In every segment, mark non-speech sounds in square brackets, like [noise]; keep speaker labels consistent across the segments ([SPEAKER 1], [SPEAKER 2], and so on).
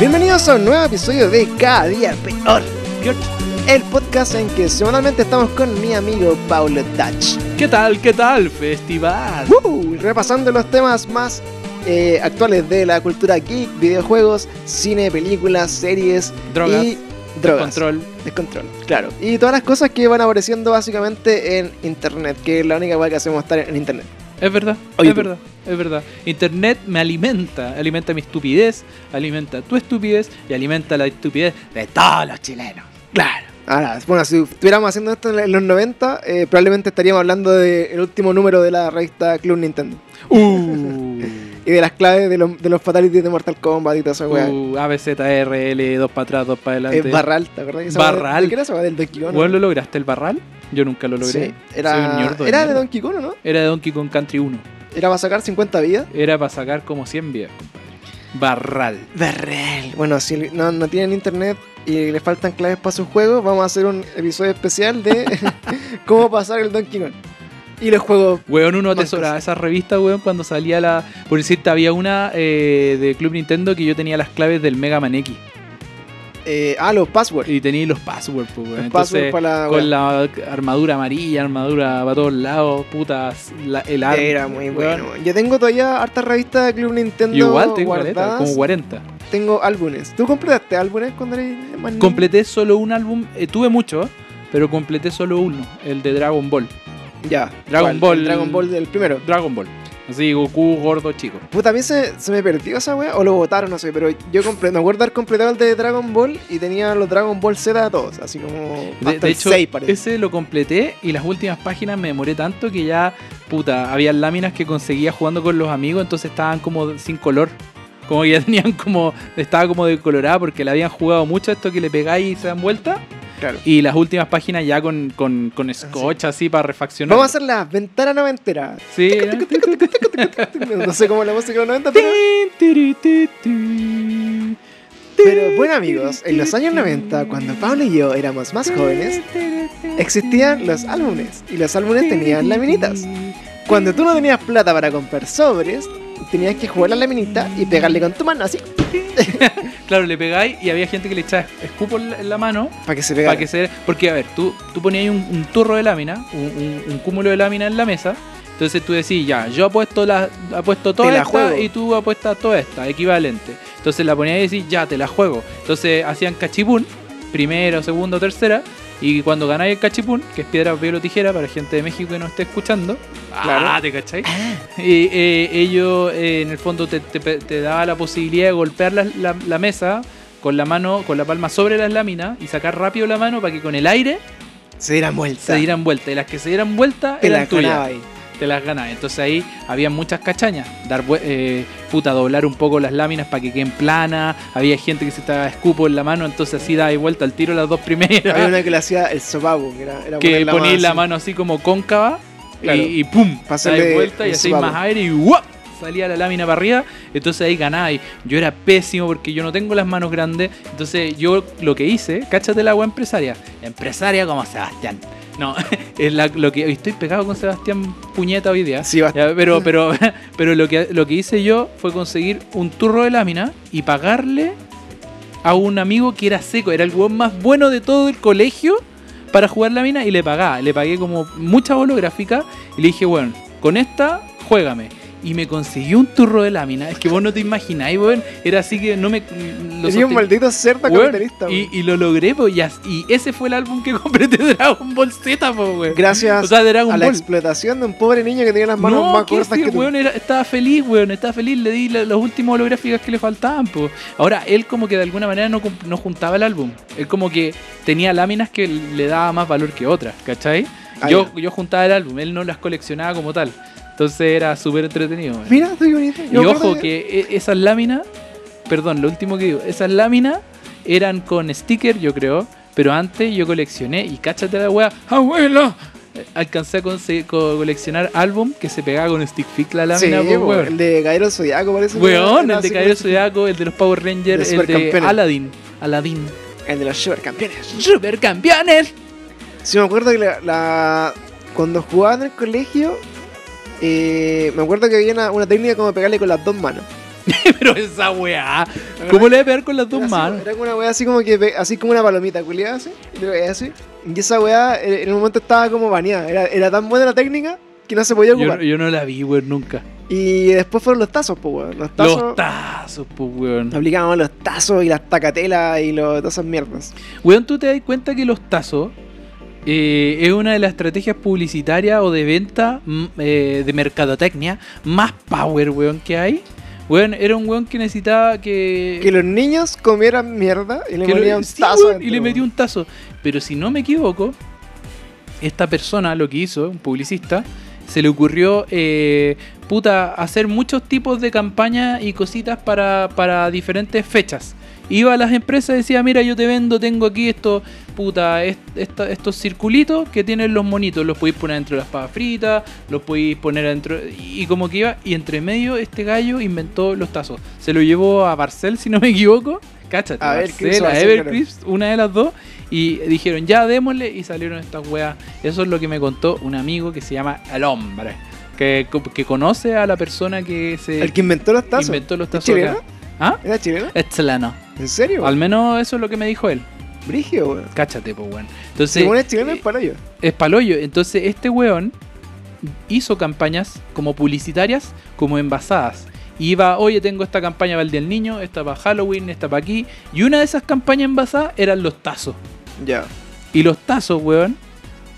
[SPEAKER 1] Bienvenidos a un nuevo episodio de Cada Día Peor, el podcast en que semanalmente estamos con mi amigo Paulo Touch,
[SPEAKER 2] ¿Qué tal? ¿Qué tal, festival?
[SPEAKER 1] ¡Woo! repasando los temas más eh, actuales de la cultura geek, videojuegos, cine, películas, series
[SPEAKER 2] Drogas,
[SPEAKER 1] Uh, y drogas.
[SPEAKER 2] Control.
[SPEAKER 1] Descontrol, claro. Y todas las cosas que van apareciendo básicamente en internet, que es la única cosa que hacemos estar en internet.
[SPEAKER 2] Es verdad,
[SPEAKER 1] Oye,
[SPEAKER 2] es
[SPEAKER 1] tú.
[SPEAKER 2] verdad, es verdad. Internet me alimenta, alimenta mi estupidez, alimenta tu estupidez y alimenta la estupidez de todos los chilenos. Claro.
[SPEAKER 1] Ahora, bueno, si estuviéramos haciendo esto en los 90, eh, probablemente estaríamos hablando del último número de la revista Club Nintendo. [laughs]
[SPEAKER 2] Uh,
[SPEAKER 1] Y de las claves de los, de los fatalities de Mortal Kombat y toda esa weá.
[SPEAKER 2] uh, ABZRL, E, dos para atrás, dos para adelante.
[SPEAKER 1] Es Barral, ¿te acordás? de esa weá?
[SPEAKER 2] Barral.
[SPEAKER 1] ¿De qué era esa weá? ¿Del Donkey Kong?
[SPEAKER 2] ¿Vos lo lograste el barral? Yo nunca lo logré.
[SPEAKER 1] Sí,
[SPEAKER 2] Soy un
[SPEAKER 1] era,
[SPEAKER 2] ñordo de
[SPEAKER 1] era de
[SPEAKER 2] mierda.
[SPEAKER 1] Donkey Kong, ¿o ¿no?
[SPEAKER 2] Era de Donkey Kong Country 1.
[SPEAKER 1] Era para sacar 50 vidas.
[SPEAKER 2] Era para sacar como 100 vidas, compadre. Barral.
[SPEAKER 1] Barral. Bueno, si no, no tienen internet y les faltan claves para sus juegos, vamos a hacer un episodio especial de [laughs] cómo pasar el Donkey Kong. Y los juegos.
[SPEAKER 2] Weón, uno
[SPEAKER 1] Más
[SPEAKER 2] atesoraba
[SPEAKER 1] cosas.
[SPEAKER 2] esas revistas, weón, cuando salía la. Por decirte, había una eh, de Club Nintendo que yo tenía las claves del Mega Man X.
[SPEAKER 1] eh, ah, los passwords.
[SPEAKER 2] Y tenía los passwords, pues, weón.
[SPEAKER 1] Los passwords
[SPEAKER 2] Entonces,
[SPEAKER 1] para la.
[SPEAKER 2] con la armadura amarilla, armadura para todos lados, putas, la- el arma.
[SPEAKER 1] Era muy
[SPEAKER 2] weón.
[SPEAKER 1] bueno. Yo tengo todavía hartas revistas de Club Nintendo.
[SPEAKER 2] Yo igual tengo caleta,
[SPEAKER 1] guardadas.
[SPEAKER 2] como 40.
[SPEAKER 1] Tengo álbumes. ¿Tú completaste álbumes cuando eres más niño?
[SPEAKER 2] Completé solo un álbum, eh, tuve muchos, pero completé solo uno, el de Dragon Ball.
[SPEAKER 1] Ya.
[SPEAKER 2] Dragon
[SPEAKER 1] ¿cuál?
[SPEAKER 2] Ball.
[SPEAKER 1] El Dragon Ball del primero.
[SPEAKER 2] Dragon Ball. Así, Goku, gordo, chico.
[SPEAKER 1] Puta, a mí se, se me perdió esa wea, o lo botaron, no sé, pero yo comple- me acuerdo haber completado el de Dragon Ball y tenía los Dragon Ball Z a todos, así como.
[SPEAKER 2] De,
[SPEAKER 1] hasta
[SPEAKER 2] de
[SPEAKER 1] el
[SPEAKER 2] hecho,
[SPEAKER 1] 6 parece.
[SPEAKER 2] ese lo completé y las últimas páginas me demoré tanto que ya, puta, había láminas que conseguía jugando con los amigos, entonces estaban como sin color. Como que ya [laughs] tenían como, estaba como decolorada porque le habían jugado mucho esto que le pegáis y se dan vuelta.
[SPEAKER 1] Claro.
[SPEAKER 2] Y las últimas páginas ya con, con, con scotch así para refaccionar.
[SPEAKER 1] Ah, Vamos a hacer la ventana noventera. [laughs]
[SPEAKER 2] Sí.
[SPEAKER 1] No sé cómo la música de los 90, pero.
[SPEAKER 2] Pero
[SPEAKER 1] Pero bueno, amigos, en los años 90, cuando Pablo y yo éramos más jóvenes, existían los álbumes y los álbumes tenían laminitas. Cuando tú no tenías plata para comprar sobres, tenías que jugar la laminita y pegarle con tu mano así,
[SPEAKER 2] Claro, le pegáis y había gente que le echaba escupo en la- en la mano
[SPEAKER 1] para que se pegara.
[SPEAKER 2] para que se... Porque, a ver, tú, tú ponías ahí un, un turro de lámina, un, un- un cúmulo de lámina en la mesa. Entonces tú decís, ya, yo apuesto, la, apuesto toda
[SPEAKER 1] Te la
[SPEAKER 2] esta
[SPEAKER 1] juego.
[SPEAKER 2] y tú apuestas toda esta, equivalente. Entonces la ponías y decís, ya, te la juego. Entonces hacían cachipún, primero, segundo, tercera. Y cuando ganáis el cachipún, que es piedra, papel o tijera, para gente de México que no esté escuchando.
[SPEAKER 1] Claro.
[SPEAKER 2] Ah, ¿te cacháis? Y eh, ello, eh, en el fondo, te, te, te daba la posibilidad de golpear la, la- la mesa con la mano, con la palma sobre las láminas y sacar rápido la mano para que con el aire
[SPEAKER 1] se diera vuelta.
[SPEAKER 2] se dieran vuelta. Y las que se dieran vuelta
[SPEAKER 1] Te la
[SPEAKER 2] eran tuyas.
[SPEAKER 1] ganaba
[SPEAKER 2] [laughs]
[SPEAKER 1] ahí.
[SPEAKER 2] Te las ganabas. Entonces ahí había muchas cachañas. Dar vue- eh, puta, doblar un poco las láminas para que queden planas. Había gente que se estaba escupo en la mano, entonces así daba vuelta al tiro las dos
[SPEAKER 1] Había
[SPEAKER 2] primeras.
[SPEAKER 1] una que le hacía el sopapo, que era, era
[SPEAKER 2] Que
[SPEAKER 1] poner
[SPEAKER 2] ponías la
[SPEAKER 1] así.
[SPEAKER 2] mano así como cóncava
[SPEAKER 1] Claro.
[SPEAKER 2] y, y pum,
[SPEAKER 1] Pasarle
[SPEAKER 2] dais vuelta y
[SPEAKER 1] un
[SPEAKER 2] hacéis
[SPEAKER 1] sopapo.
[SPEAKER 2] más aire y ¡guap! salía la lámina para arriba, entonces ahí ganáis. Yo era pésimo porque yo no tengo las manos grandes, entonces yo lo que hice, cáchate la agua empresaria, empresaria como Sebastián. No, [laughs] es la- lo que estoy pegado con Sebastián Puñeta hoy día.
[SPEAKER 1] Sí, bast-
[SPEAKER 2] Ya, pero pero, [laughs] pero lo, que, lo que hice yo fue conseguir un turro de lámina y pagarle a un amigo que era seco, era el weón más bueno de todo el colegio para jugar lámina y le pagaba. Le pagué como mucha holográfica y le dije, bueno, con esta, juégame. Y me consiguió un turro de lámina. Es que vos no te imagináis, weón. Era así que no me. Lo
[SPEAKER 1] Tenía un
[SPEAKER 2] soste-
[SPEAKER 1] maldito cerdo
[SPEAKER 2] Weón,
[SPEAKER 1] carterista.
[SPEAKER 2] y, y lo logré, pues, y, as- y ese fue el álbum que [laughs] compré de Dragon Ball Z, po, weón.
[SPEAKER 1] Gracias
[SPEAKER 2] O sea, de Dragon
[SPEAKER 1] a la
[SPEAKER 2] Ball.
[SPEAKER 1] explotación de un pobre niño que tenía [laughs] las manos
[SPEAKER 2] No,
[SPEAKER 1] más
[SPEAKER 2] ¿qué
[SPEAKER 1] cortas
[SPEAKER 2] decir,
[SPEAKER 1] que tú.
[SPEAKER 2] weón? Era- estaba feliz, weón, estaba feliz, le di la- las últimas holográficas que le faltaban, po. Ahora, él como que de alguna manera no, cum- no juntaba el álbum. Él como que tenía láminas que le daba más valor que otras, ¿cachai?
[SPEAKER 1] Ah,
[SPEAKER 2] yo, yo juntaba el álbum, él no las coleccionaba como tal. Entonces era súper entretenido, weón.
[SPEAKER 1] Mira, estoy bonito.
[SPEAKER 2] Y ojo que e- esas láminas, perdón, lo último que digo, esas láminas eran con sticker, yo creo, pero antes yo coleccioné y cáchate la wea, abuelo. Eh, Alcancé a conse- co- coleccionar álbum que se pegaba con stick fix la
[SPEAKER 1] Sí,
[SPEAKER 2] lámina, pues,
[SPEAKER 1] po,
[SPEAKER 2] weón.
[SPEAKER 1] el de Gairo Zodiaco parece. que
[SPEAKER 2] Weón,
[SPEAKER 1] era
[SPEAKER 2] el de
[SPEAKER 1] así
[SPEAKER 2] Caballero
[SPEAKER 1] como-
[SPEAKER 2] Zodiaco, el de los Power Rangers,
[SPEAKER 1] De
[SPEAKER 2] el de
[SPEAKER 1] supercampeones.
[SPEAKER 2] Aladdin. Aladdin.
[SPEAKER 1] El de los supercampeones.
[SPEAKER 2] Supercampeones. [laughs]
[SPEAKER 1] Sí, me acuerdo que la, la- cuando jugaba en el colegio, eh, me acuerdo que había una, una técnica como pegarle con las dos manos.
[SPEAKER 2] Pero esa weá. ¿Cómo le voy a pegar con las dos
[SPEAKER 1] Era así,
[SPEAKER 2] manos?
[SPEAKER 1] Era como una weá así como que pe- así como una palomita culiada así. Y le pegaba así. Y esa weá eh, en un momento estaba como baneada. Era, era tan buena la técnica que no se podía ocupar.
[SPEAKER 2] Yo, yo no la vi, weón, nunca.
[SPEAKER 1] Y después fueron los tazos, pues weón. Los tazos.
[SPEAKER 2] Los tazos, pues, weón.
[SPEAKER 1] aplicábamos los tazos y las tacatelas y los, todas esas mierdas.
[SPEAKER 2] Weón, tú te das cuenta que los tazos eh, es una de las estrategias publicitarias o de venta mm, eh, de mercadotecnia más power, weón, que hay. Weón, era un weón que necesitaba que.
[SPEAKER 1] Que los niños comieran mierda y le
[SPEAKER 2] que lo-
[SPEAKER 1] metían un
[SPEAKER 2] sí,
[SPEAKER 1] tazo.
[SPEAKER 2] weón, y
[SPEAKER 1] dentro,
[SPEAKER 2] le metí
[SPEAKER 1] weón.
[SPEAKER 2] un tazo. Pero si no me equivoco, esta persona lo que hizo, un publicista, se le ocurrió eh, puta, hacer muchos tipos de campañas y cositas para, para diferentes fechas. Iba a las empresas y decía, mira, yo te vendo, tengo aquí estos, puta, est- esta- estos circulitos que tienen los monitos, los podéis poner dentro de las papas fritas, los podéis poner dentro, y como que iba, y entre medio este gallo inventó los tazos. Se lo llevó a Barcel, si no me equivoco, cáchate,
[SPEAKER 1] A
[SPEAKER 2] a
[SPEAKER 1] ver, Crips
[SPEAKER 2] Barcel,
[SPEAKER 1] o
[SPEAKER 2] a
[SPEAKER 1] Barcel,
[SPEAKER 2] Evercrisp, una de las dos, y dijeron, ya démosle, y salieron estas weas. Eso es lo que me contó un amigo que se llama El Hombre, que, que conoce a la persona que se
[SPEAKER 1] El que inventó los tazos.
[SPEAKER 2] inventó los tazos
[SPEAKER 1] chileno?
[SPEAKER 2] acá. ¿Ah?
[SPEAKER 1] ¿Era chileno?
[SPEAKER 2] Es chileno.
[SPEAKER 1] ¿En serio?
[SPEAKER 2] Al
[SPEAKER 1] weón?
[SPEAKER 2] menos eso es lo que me dijo él.
[SPEAKER 1] Brigio, weón.
[SPEAKER 2] Cáchate, pues, weón. Entonces,
[SPEAKER 1] Si uno es chileno,
[SPEAKER 2] eh,
[SPEAKER 1] este es para yo.
[SPEAKER 2] es paloyo. Entonces, este weón hizo campañas como publicitarias, como envasadas. Iba, oye, tengo esta campaña para el Día del Niño, esta para Halloween, esta para aquí. Y una de esas campañas envasadas eran los tazos.
[SPEAKER 1] Ya.
[SPEAKER 2] Y los tazos, weón,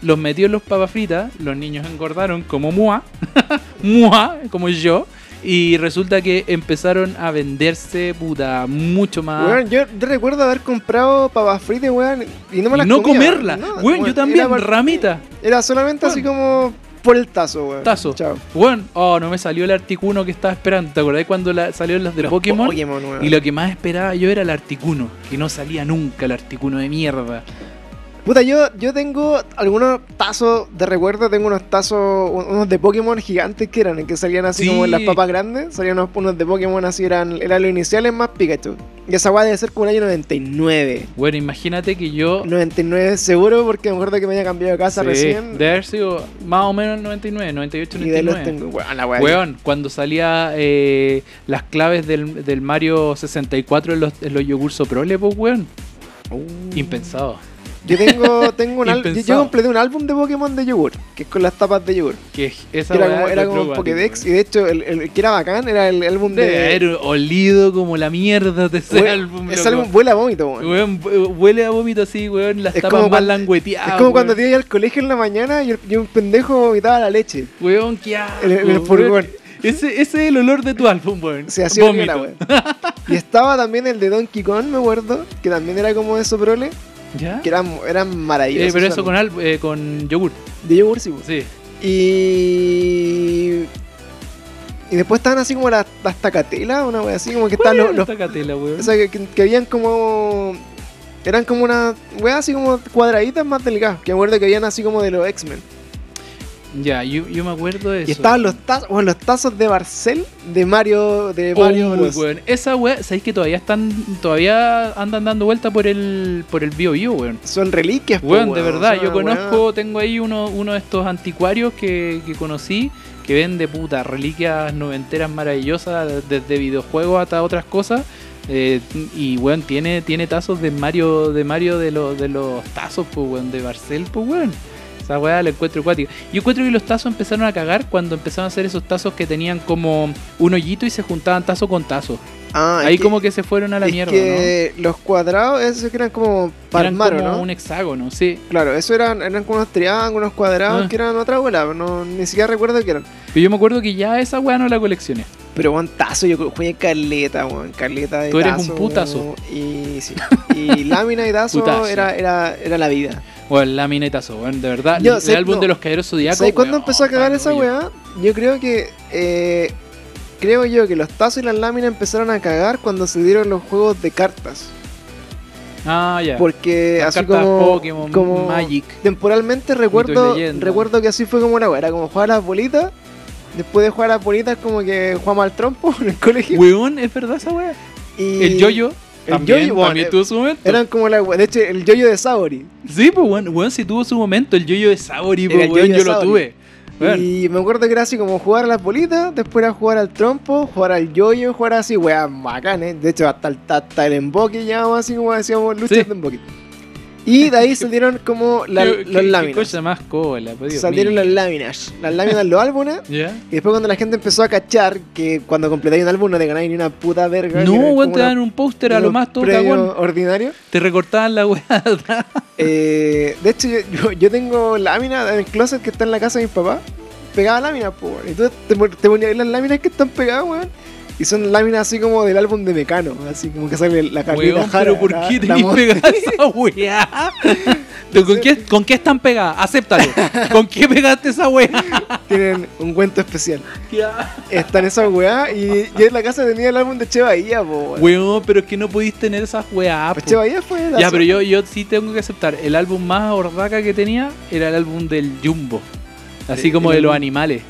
[SPEAKER 2] los metió en los papas fritas, los niños engordaron como mua, [laughs] mua, como yo, y resulta que empezaron a venderse, puta, mucho más.
[SPEAKER 1] Weón, yo recuerdo haber comprado papas fritas, weón, y no me
[SPEAKER 2] Y
[SPEAKER 1] las
[SPEAKER 2] no
[SPEAKER 1] comía,
[SPEAKER 2] comerla,
[SPEAKER 1] no,
[SPEAKER 2] weón, yo también,
[SPEAKER 1] Era, por-
[SPEAKER 2] ramita,
[SPEAKER 1] era solamente así como por el tazo, weón.
[SPEAKER 2] Tazo.
[SPEAKER 1] Chao.
[SPEAKER 2] weón, oh, no me salió el Articuno que estaba esperando, ¿te acordás cuando la, salieron las de
[SPEAKER 1] Los
[SPEAKER 2] Pokémon?
[SPEAKER 1] Pokémon, weón.
[SPEAKER 2] Y lo que más esperaba yo era el Articuno, que no salía nunca el Articuno de mierda.
[SPEAKER 1] Puta, yo, yo tengo algunos tazos de recuerdo, tengo unos tazos, un- unos de Pokémon gigantes que eran, que salían así
[SPEAKER 2] Sí.
[SPEAKER 1] como en las papas grandes, salían unos, unos de Pokémon así, eran, eran los iniciales más Pikachu. Y esa weá debe ser como el año 99.
[SPEAKER 2] Bueno, imagínate que yo...
[SPEAKER 1] 99 seguro porque me acuerdo que me había cambiado de casa
[SPEAKER 2] Sí,
[SPEAKER 1] recién.
[SPEAKER 2] de haber sido más o menos 99, 98,
[SPEAKER 1] y de ahí
[SPEAKER 2] 99.
[SPEAKER 1] los tengo. Weón, la weá.
[SPEAKER 2] Weón, cuando salía eh, las claves del, del Mario 64 en los, en los yogur soprole, pues weón,
[SPEAKER 1] Uh.
[SPEAKER 2] impensado.
[SPEAKER 1] Yo tengo, tengo un
[SPEAKER 2] [laughs]
[SPEAKER 1] al- yo, yo
[SPEAKER 2] Impensado.
[SPEAKER 1] completé un álbum de Pokémon de yogur, que es con las tapas de yogur.
[SPEAKER 2] Que es- esa
[SPEAKER 1] Que era
[SPEAKER 2] weá
[SPEAKER 1] como, era
[SPEAKER 2] la
[SPEAKER 1] como un
[SPEAKER 2] droga,
[SPEAKER 1] Pokédex, y
[SPEAKER 2] tipo,
[SPEAKER 1] de hecho el, el que era bacán era el álbum de. [laughs]
[SPEAKER 2] Debe haber olido como la mierda de ese
[SPEAKER 1] Weón,
[SPEAKER 2] álbum.
[SPEAKER 1] Ese
[SPEAKER 2] loco.
[SPEAKER 1] álbum vuela a vómito, weón.
[SPEAKER 2] Weón, hue- huele a vómito así, weón, las
[SPEAKER 1] Es
[SPEAKER 2] tapas
[SPEAKER 1] como
[SPEAKER 2] más
[SPEAKER 1] cuando-
[SPEAKER 2] langueteadas.
[SPEAKER 1] es como
[SPEAKER 2] weón.
[SPEAKER 1] cuando te iba al colegio en la mañana y, el- y un pendejo vomitaba la leche
[SPEAKER 2] Weón, qué asco,
[SPEAKER 1] en el, en el
[SPEAKER 2] weón.
[SPEAKER 1] furgón.
[SPEAKER 2] Ese, ese es el olor de tu álbum, weón.
[SPEAKER 1] Se hacía horrible la
[SPEAKER 2] Vómito.
[SPEAKER 1] weón. [laughs] Y estaba también el de Donkey Kong, me acuerdo, que también era como de soprole,
[SPEAKER 2] ¿Ya?
[SPEAKER 1] que eran, eran maravillosos.
[SPEAKER 2] Eh, pero eso
[SPEAKER 1] eran-
[SPEAKER 2] con, al- eh, con yogur,
[SPEAKER 1] De yogur, sí, pues.
[SPEAKER 2] sí.
[SPEAKER 1] Y. Y después estaban así como las, las tacatelas, una wea así, como que estaban
[SPEAKER 2] ¿Cuál
[SPEAKER 1] los,
[SPEAKER 2] era
[SPEAKER 1] los-
[SPEAKER 2] esta catela, weón?
[SPEAKER 1] O sea, que, que- que habían como. Eran como unas weas así como cuadraditas más delgadas. Que me acuerdo que habían así como de los X-Men.
[SPEAKER 2] Ya, yo, yo me acuerdo de eso.
[SPEAKER 1] Y estaban los tazos, bueno, los tazos de Barcel de Mario. De
[SPEAKER 2] Uy,
[SPEAKER 1] Mario Bros.
[SPEAKER 2] weón. Esa weá, ¿sabéis que todavía están, todavía andan dando vuelta por el por el bio bio, weón?
[SPEAKER 1] Son reliquias, po,
[SPEAKER 2] Weón, de verdad,
[SPEAKER 1] son
[SPEAKER 2] yo
[SPEAKER 1] una
[SPEAKER 2] conozco, tengo ahí uno, uno de estos anticuarios que, que conocí, que vende puta reliquias noventeras maravillosas, desde videojuegos hasta otras cosas. eh, y weón, tiene, tiene tazos de Mario, de Mario de los de los tazos, pues weón, de Barcel, pues weón. Esa weá la encuentro acuática. Yo encuentro que los tazos empezaron a cagar cuando empezaron a hacer esos tazos que tenían como un hoyito y se juntaban tazo con tazo.
[SPEAKER 1] wea. Ah, es
[SPEAKER 2] Ahí
[SPEAKER 1] que-
[SPEAKER 2] como que se fueron a la
[SPEAKER 1] es
[SPEAKER 2] mierda,
[SPEAKER 1] que los cuadrados, esos que eran como
[SPEAKER 2] ¿no? Eran
[SPEAKER 1] palmaro,
[SPEAKER 2] como
[SPEAKER 1] ¿no?
[SPEAKER 2] un hexágono, sí.
[SPEAKER 1] Claro, eso eran, eran como unos triángulos, cuadrados,
[SPEAKER 2] Ah.
[SPEAKER 1] que eran otra bola, no, ni siquiera recuerdo qué eran.
[SPEAKER 2] Pero yo me acuerdo que ya esa weá no la coleccioné.
[SPEAKER 1] Pero weón, tazo, yo jugué caleta, weón, caleta de
[SPEAKER 2] Tú eres un
[SPEAKER 1] tazo,
[SPEAKER 2] putazo.
[SPEAKER 1] Y, sí,
[SPEAKER 2] [laughs]
[SPEAKER 1] y lámina y tazo
[SPEAKER 2] Putazo.
[SPEAKER 1] Era, era, era la vida.
[SPEAKER 2] O el laminetazo, weón, de verdad.
[SPEAKER 1] Yo
[SPEAKER 2] el
[SPEAKER 1] sé-
[SPEAKER 2] álbum
[SPEAKER 1] no.
[SPEAKER 2] de los caeros zodiacos.
[SPEAKER 1] ¿Sabes cuándo
[SPEAKER 2] weón,
[SPEAKER 1] empezó a cagar esa
[SPEAKER 2] palo,
[SPEAKER 1] weá? Yo creo que. eh, creo yo que los tazos y las láminas empezaron a cagar cuando se dieron los juegos de cartas.
[SPEAKER 2] Ah, ya.
[SPEAKER 1] Porque
[SPEAKER 2] Las
[SPEAKER 1] así
[SPEAKER 2] cartas
[SPEAKER 1] como.
[SPEAKER 2] Pokémon,
[SPEAKER 1] como
[SPEAKER 2] Magic.
[SPEAKER 1] Temporalmente recuerdo,
[SPEAKER 2] leyenda.
[SPEAKER 1] recuerdo que así fue como una weá. Era como jugar a las bolitas. Después de jugar a las bolitas, como que jugamos al trompo [laughs] en el colegio.
[SPEAKER 2] Weón, es verdad esa weá.
[SPEAKER 1] Y
[SPEAKER 2] El yoyo.
[SPEAKER 1] el
[SPEAKER 2] También,
[SPEAKER 1] yo-yo, weón,
[SPEAKER 2] también
[SPEAKER 1] eh,
[SPEAKER 2] tuvo su momento.
[SPEAKER 1] Eran como la De hecho, el yoyo de Saori.
[SPEAKER 2] Sí, pues weón, weón, sí tuvo su momento. El yoyo de Saori,
[SPEAKER 1] Era
[SPEAKER 2] pues
[SPEAKER 1] el
[SPEAKER 2] weón,
[SPEAKER 1] yo-yo de
[SPEAKER 2] yo lo
[SPEAKER 1] Saori.
[SPEAKER 2] tuve. Weón.
[SPEAKER 1] Y me acuerdo que era así como jugar a las bolitas, después era jugar al trompo, jugar al yoyo, jugar así, weón, bacán, ¿eh? De hecho, hasta el, hasta el emboque llamábamos así como decíamos, luchas
[SPEAKER 2] Sí.
[SPEAKER 1] de emboque. Y de
[SPEAKER 2] [laughs]
[SPEAKER 1] ahí salieron como la-
[SPEAKER 2] Qué- qué-
[SPEAKER 1] las
[SPEAKER 2] Qué
[SPEAKER 1] láminas.
[SPEAKER 2] cosa más cola, pues, Dios
[SPEAKER 1] Salieron
[SPEAKER 2] mío.
[SPEAKER 1] las láminas. Las láminas de los álbumes.
[SPEAKER 2] ¿Ya?
[SPEAKER 1] Y después cuando la gente empezó a cachar que cuando completáis un álbum no te ganáis ni una puta verga.
[SPEAKER 2] No,
[SPEAKER 1] que era
[SPEAKER 2] weón,
[SPEAKER 1] como
[SPEAKER 2] te
[SPEAKER 1] una-
[SPEAKER 2] dan un póster a
[SPEAKER 1] unos
[SPEAKER 2] lo más todo
[SPEAKER 1] premios
[SPEAKER 2] cagón.
[SPEAKER 1] ordinario.
[SPEAKER 2] Te recortaban la weá. atrás.
[SPEAKER 1] Eh, de hecho, yo, yo, yo tengo láminas en el closet que está en la casa de mis papás. Pegaba láminas, po, weón. Entonces te, pon- te ponía ahí las láminas que están pegadas, weón. Y son láminas así como del álbum de Mecano. Así como que sale la Carlita
[SPEAKER 2] Weón,
[SPEAKER 1] Jara,
[SPEAKER 2] pero ¿por
[SPEAKER 1] la-
[SPEAKER 2] qué
[SPEAKER 1] la
[SPEAKER 2] tenéis
[SPEAKER 1] mo- [laughs]
[SPEAKER 2] pegada esa weá? ¿Pero ¿Con qué, ¿Con qué están pegadas? Acéptalo. ¿Con qué pegaste esa weá?
[SPEAKER 1] Tienen un cuento especial. Están esas weá. Y yo en la casa tenía el álbum de Che Bahía, po, weón.
[SPEAKER 2] Weón, pero es que no pudiste tener esas weá.
[SPEAKER 1] Pues
[SPEAKER 2] po.
[SPEAKER 1] Che Bahía fue la
[SPEAKER 2] Ya, pero yo, yo sí tengo que aceptar. El álbum más hordaca que tenía era el álbum del Jumbo. Así
[SPEAKER 1] Eh,
[SPEAKER 2] como
[SPEAKER 1] el
[SPEAKER 2] de los
[SPEAKER 1] álbum-
[SPEAKER 2] animales.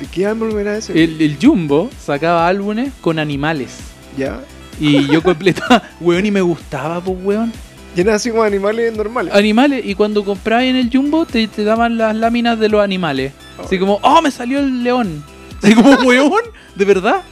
[SPEAKER 1] ¿De qué álbum era ese?
[SPEAKER 2] El, el Jumbo sacaba álbumes con animales.
[SPEAKER 1] Ya.
[SPEAKER 2] Y yo completaba, [laughs] weón, y me gustaba, pues, weón.
[SPEAKER 1] Y eran así como animales normales.
[SPEAKER 2] Animales, y cuando comprabas en el Jumbo te, te daban las láminas de los animales. Así como, oh, me salió el león. [laughs] Así como, weón, de verdad.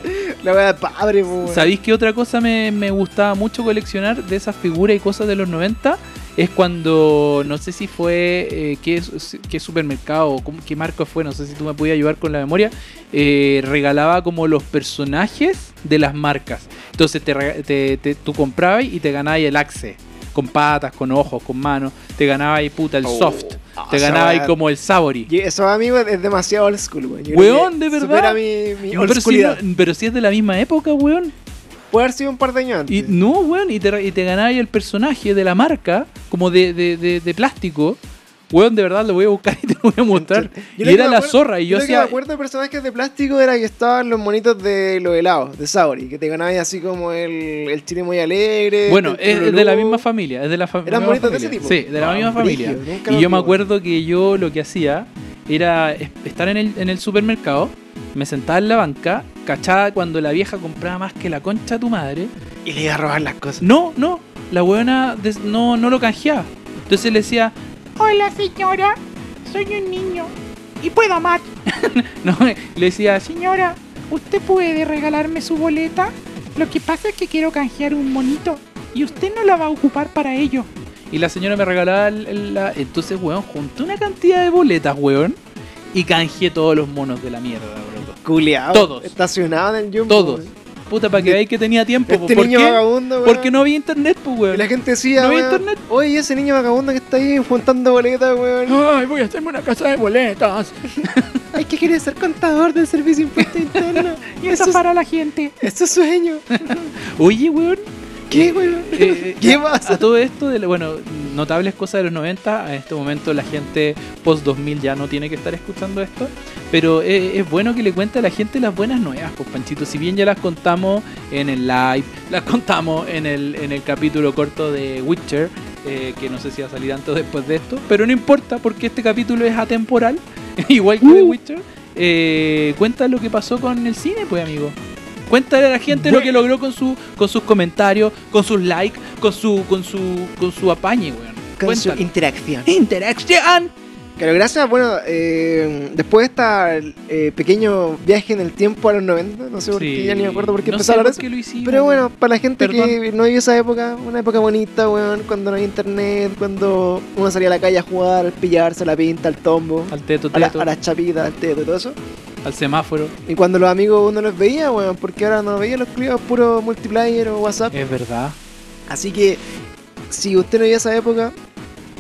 [SPEAKER 1] La weá de padre, po, weón.
[SPEAKER 2] ¿Sabéis qué otra cosa me, me gustaba mucho coleccionar de esas figuras y cosas de los 90? Es cuando, no sé si fue, eh, qué, su- qué supermercado, o cómo- qué marca fue, no sé si tú me podías ayudar con la memoria, eh, regalaba como los personajes de las marcas. Entonces te, rega- te- te- tú comprabas y te ganabas el axe, con patas, con ojos, con manos, te ganabas y puta el
[SPEAKER 1] Oh.
[SPEAKER 2] soft,
[SPEAKER 1] Ah,
[SPEAKER 2] te
[SPEAKER 1] esa
[SPEAKER 2] ganabas y
[SPEAKER 1] weá-
[SPEAKER 2] como el sabori.
[SPEAKER 1] Y eso, amigo, es demasiado old school, weón. Yo creo
[SPEAKER 2] Weón,
[SPEAKER 1] que
[SPEAKER 2] de verdad.
[SPEAKER 1] Supera mi, mi old
[SPEAKER 2] Pero si,
[SPEAKER 1] schoolidad.
[SPEAKER 2] no- pero si es de la misma época, weón.
[SPEAKER 1] Puede haber sido un par de años antes.
[SPEAKER 2] Y no, weón, y te, y te ganabas el personaje de la marca, como de, de, de, de plástico. Weón, de verdad lo voy a buscar y te lo voy a mostrar.
[SPEAKER 1] Yo lo
[SPEAKER 2] Y
[SPEAKER 1] que
[SPEAKER 2] era
[SPEAKER 1] me
[SPEAKER 2] la
[SPEAKER 1] acuerdo-
[SPEAKER 2] zorra, y yo
[SPEAKER 1] lo que me
[SPEAKER 2] hacía.
[SPEAKER 1] acuerdo de personajes de plástico era que estaban los monitos de los helados, de Saori, que te ganabas así como el, el chile muy alegre.
[SPEAKER 2] eh, Bueno,
[SPEAKER 1] el
[SPEAKER 2] es
[SPEAKER 1] tururú.
[SPEAKER 2] de la misma familia, es de la fa-
[SPEAKER 1] Eran
[SPEAKER 2] misma
[SPEAKER 1] bonitos de ese
[SPEAKER 2] familia.
[SPEAKER 1] tipo.
[SPEAKER 2] Sí, de la
[SPEAKER 1] Ah,
[SPEAKER 2] misma
[SPEAKER 1] brígido,
[SPEAKER 2] familia.
[SPEAKER 1] nunca
[SPEAKER 2] Y
[SPEAKER 1] los
[SPEAKER 2] yo me
[SPEAKER 1] vi,
[SPEAKER 2] acuerdo que yo lo que hacía era es- estar en el, en el supermercado, me sentaba en la banca, cachada cuando la vieja compraba más que la concha a tu madre,
[SPEAKER 1] Y le iba a robar las cosas.
[SPEAKER 2] No, no, la weona des- no, no lo canjeaba. Entonces le decía, [laughs] hola señora, soy un niño y puedo amar. no, le decía, señora, ¿usted puede regalarme su boleta? Lo que pasa es que quiero canjear un monito y usted no la va a ocupar para ello. Y la señora me regalaba el- el- la... Entonces, weón, junté una cantidad de boletas, weón, y canjeé todos los monos de la mierda, bro.
[SPEAKER 1] Culeado.
[SPEAKER 2] Todos.
[SPEAKER 1] Estacionado en el Jumbo.
[SPEAKER 2] Todos.
[SPEAKER 1] weón.
[SPEAKER 2] Puta, para que veáis que tenía tiempo.
[SPEAKER 1] Este
[SPEAKER 2] ¿Por
[SPEAKER 1] niño
[SPEAKER 2] qué?
[SPEAKER 1] vagabundo, weón.
[SPEAKER 2] Porque no había internet, pues,
[SPEAKER 1] Y
[SPEAKER 2] weón.
[SPEAKER 1] la gente decía,
[SPEAKER 2] No había
[SPEAKER 1] weón,
[SPEAKER 2] internet.
[SPEAKER 1] oye, ese niño vagabundo que está ahí juntando boletas, weón.
[SPEAKER 2] Ay, voy a hacerme una casa de boletas.
[SPEAKER 1] Ay, que quiere ser contador del servicio de impuesto interno.
[SPEAKER 2] [laughs] Y
[SPEAKER 1] eso es-
[SPEAKER 2] para la gente.
[SPEAKER 1] es su sueño.
[SPEAKER 2] Oye, weón.
[SPEAKER 1] ¿Qué, weón?
[SPEAKER 2] eh,
[SPEAKER 1] [laughs] ¿Qué pasa?
[SPEAKER 2] A todo esto, de, la- bueno, notables cosas de los 90. En este momento la gente post-2000 ya no tiene que estar escuchando esto. Pero eh, es bueno que le cuente a la gente las buenas nuevas, pues Panchito. Si bien ya las contamos en el live, las contamos en el, en el capítulo corto de Witcher, eh, que no sé si va a salir antes o después de esto. Pero no importa, porque este capítulo es atemporal, [laughs] igual que The
[SPEAKER 1] Uh.
[SPEAKER 2] Witcher. Eh, cuenta lo que pasó con el cine, pues, amigo. Cuéntale a la gente lo que logró con su con sus comentarios, con sus likes, con su con su con su apañe, weón.
[SPEAKER 1] Con su
[SPEAKER 2] Cuéntalo.
[SPEAKER 1] interacción.
[SPEAKER 2] Interacción.
[SPEAKER 1] Claro, gracias. Bueno, eh, después de este pequeño viaje en el tiempo a los 90, no sé por qué, ya ni me acuerdo por qué
[SPEAKER 2] no
[SPEAKER 1] empezó a
[SPEAKER 2] sé
[SPEAKER 1] hablar de eso.
[SPEAKER 2] por qué lo hicimos,
[SPEAKER 1] Pero bueno, para la gente que
[SPEAKER 2] Perdón.
[SPEAKER 1] no vivió esa época, una época bonita, weón, cuando no había internet, cuando uno salía a la calle a jugar, al pillarse, a la pinta, al tombo,
[SPEAKER 2] weón. al teto,
[SPEAKER 1] a, la-
[SPEAKER 2] teto
[SPEAKER 1] a las chapitas, al teto y todo eso.
[SPEAKER 2] al semáforo,
[SPEAKER 1] Y cuando los amigos uno los veía, weón, porque ahora no los veía los críos, puro multiplayer o WhatsApp.
[SPEAKER 2] es verdad.
[SPEAKER 1] Así que, si usted no vivió esa época,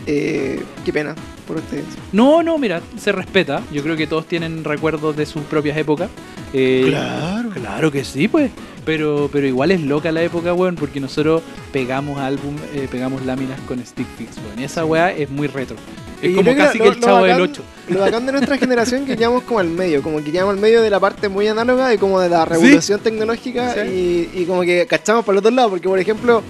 [SPEAKER 1] eh, qué pena por ustedes.
[SPEAKER 2] No, no, mira, se respeta. Yo creo que todos tienen recuerdos de sus propias épocas. Eh,
[SPEAKER 1] Claro.
[SPEAKER 2] Claro que sí, pues. Pero, pero igual es loca la época, weón, porque nosotros pegamos álbum, eh, pegamos láminas con stick fix, weón. Y esa weá es muy retro. Es
[SPEAKER 1] Y
[SPEAKER 2] como
[SPEAKER 1] creo que
[SPEAKER 2] casi
[SPEAKER 1] lo-
[SPEAKER 2] que el
[SPEAKER 1] lo
[SPEAKER 2] chavo del
[SPEAKER 1] bacán-
[SPEAKER 2] 8.
[SPEAKER 1] Lo bacán de
[SPEAKER 2] [laughs]
[SPEAKER 1] nuestra generación que llevamos como al medio, como que llevamos al medio de la parte muy análoga y como de la revolución tecnológica y, y como que cachamos para los dos lados, porque por ejemplo,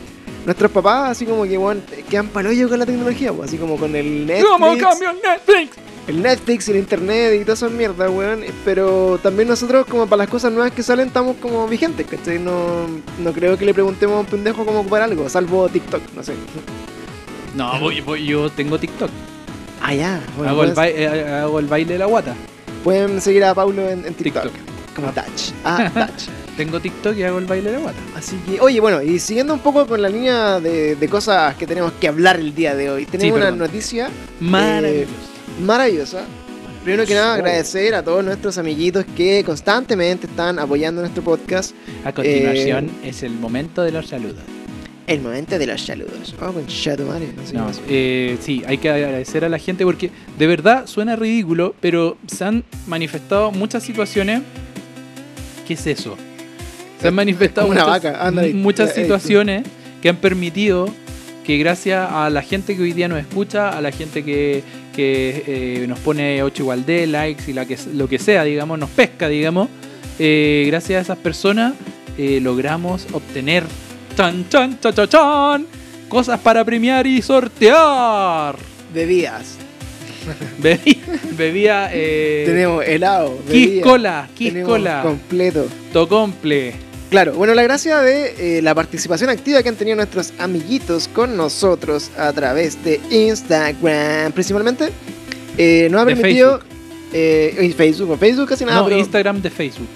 [SPEAKER 1] nuestros papás así como que bueno, quedan para hoyo con la tecnología, pues, así como con el Netflix,
[SPEAKER 2] ¿Cómo cambio el Netflix?
[SPEAKER 1] el Netflix, el internet y todas esas mierdas, weón, pero también nosotros como para las cosas nuevas que salen estamos como vigentes, ¿cachai? No, no creo que le preguntemos a un pendejo cómo ocupar algo, salvo TikTok, no sé.
[SPEAKER 2] No, voy- voy- yo tengo TikTok.
[SPEAKER 1] Ah, ya, bueno,
[SPEAKER 2] hago, el
[SPEAKER 1] pues,
[SPEAKER 2] bai- eh, hago el baile de la guata.
[SPEAKER 1] Pueden seguir a Paulo en, en TikTok,
[SPEAKER 2] TikTok.
[SPEAKER 1] Como
[SPEAKER 2] [laughs]
[SPEAKER 1] Touch. Ah, Touch.
[SPEAKER 2] Tengo TikTok y hago el baile de guata.
[SPEAKER 1] Así que, oye, bueno, y siguiendo un poco con la línea de, de cosas que tenemos que hablar el día de hoy, tenemos una
[SPEAKER 2] perdón.
[SPEAKER 1] noticia
[SPEAKER 2] Maravilloso.
[SPEAKER 1] maravillosa. Primero que nada,
[SPEAKER 2] Oh.
[SPEAKER 1] agradecer a todos nuestros amiguitos que constantemente están apoyando nuestro podcast.
[SPEAKER 2] A continuación
[SPEAKER 1] eh,
[SPEAKER 2] es el momento de los saludos.
[SPEAKER 1] El momento de los saludos. Oh, con Shatumare. No sé
[SPEAKER 2] No,
[SPEAKER 1] qué pasó.
[SPEAKER 2] eh, sí, hay que agradecer a la gente porque de verdad suena ridículo, pero se han manifestado muchas situaciones. ¿Qué es eso? Se han manifestado
[SPEAKER 1] Como una
[SPEAKER 2] muchas,
[SPEAKER 1] vaca, anda ahí.
[SPEAKER 2] muchas
[SPEAKER 1] Eh, eh,
[SPEAKER 2] situaciones que han permitido que gracias a la gente que hoy día nos escucha, a la gente que, que, eh, nos pone 8 igual de likes y la que, lo que sea, digamos, nos pesca, digamos, eh, gracias a esas personas eh, logramos obtener chan, chan, chan, chan, chan, cosas para premiar y
[SPEAKER 1] [laughs]
[SPEAKER 2] sortear.
[SPEAKER 1] Bebidas.
[SPEAKER 2] Bebí- Bebía, eh,
[SPEAKER 1] Tenemos helado.
[SPEAKER 2] Kiss
[SPEAKER 1] bebidas.
[SPEAKER 2] Cola, Kiss
[SPEAKER 1] Tenemos
[SPEAKER 2] Cola,
[SPEAKER 1] Completo.
[SPEAKER 2] Tocomple.
[SPEAKER 1] Claro, bueno, la gracia de eh, la participación activa que han tenido nuestros amiguitos con nosotros a través de Instagram, principalmente, eh, nos ha
[SPEAKER 2] De
[SPEAKER 1] permitido. eh, y Facebook, o Facebook casi nada.
[SPEAKER 2] No,
[SPEAKER 1] Ah, pero-
[SPEAKER 2] Instagram de Facebook.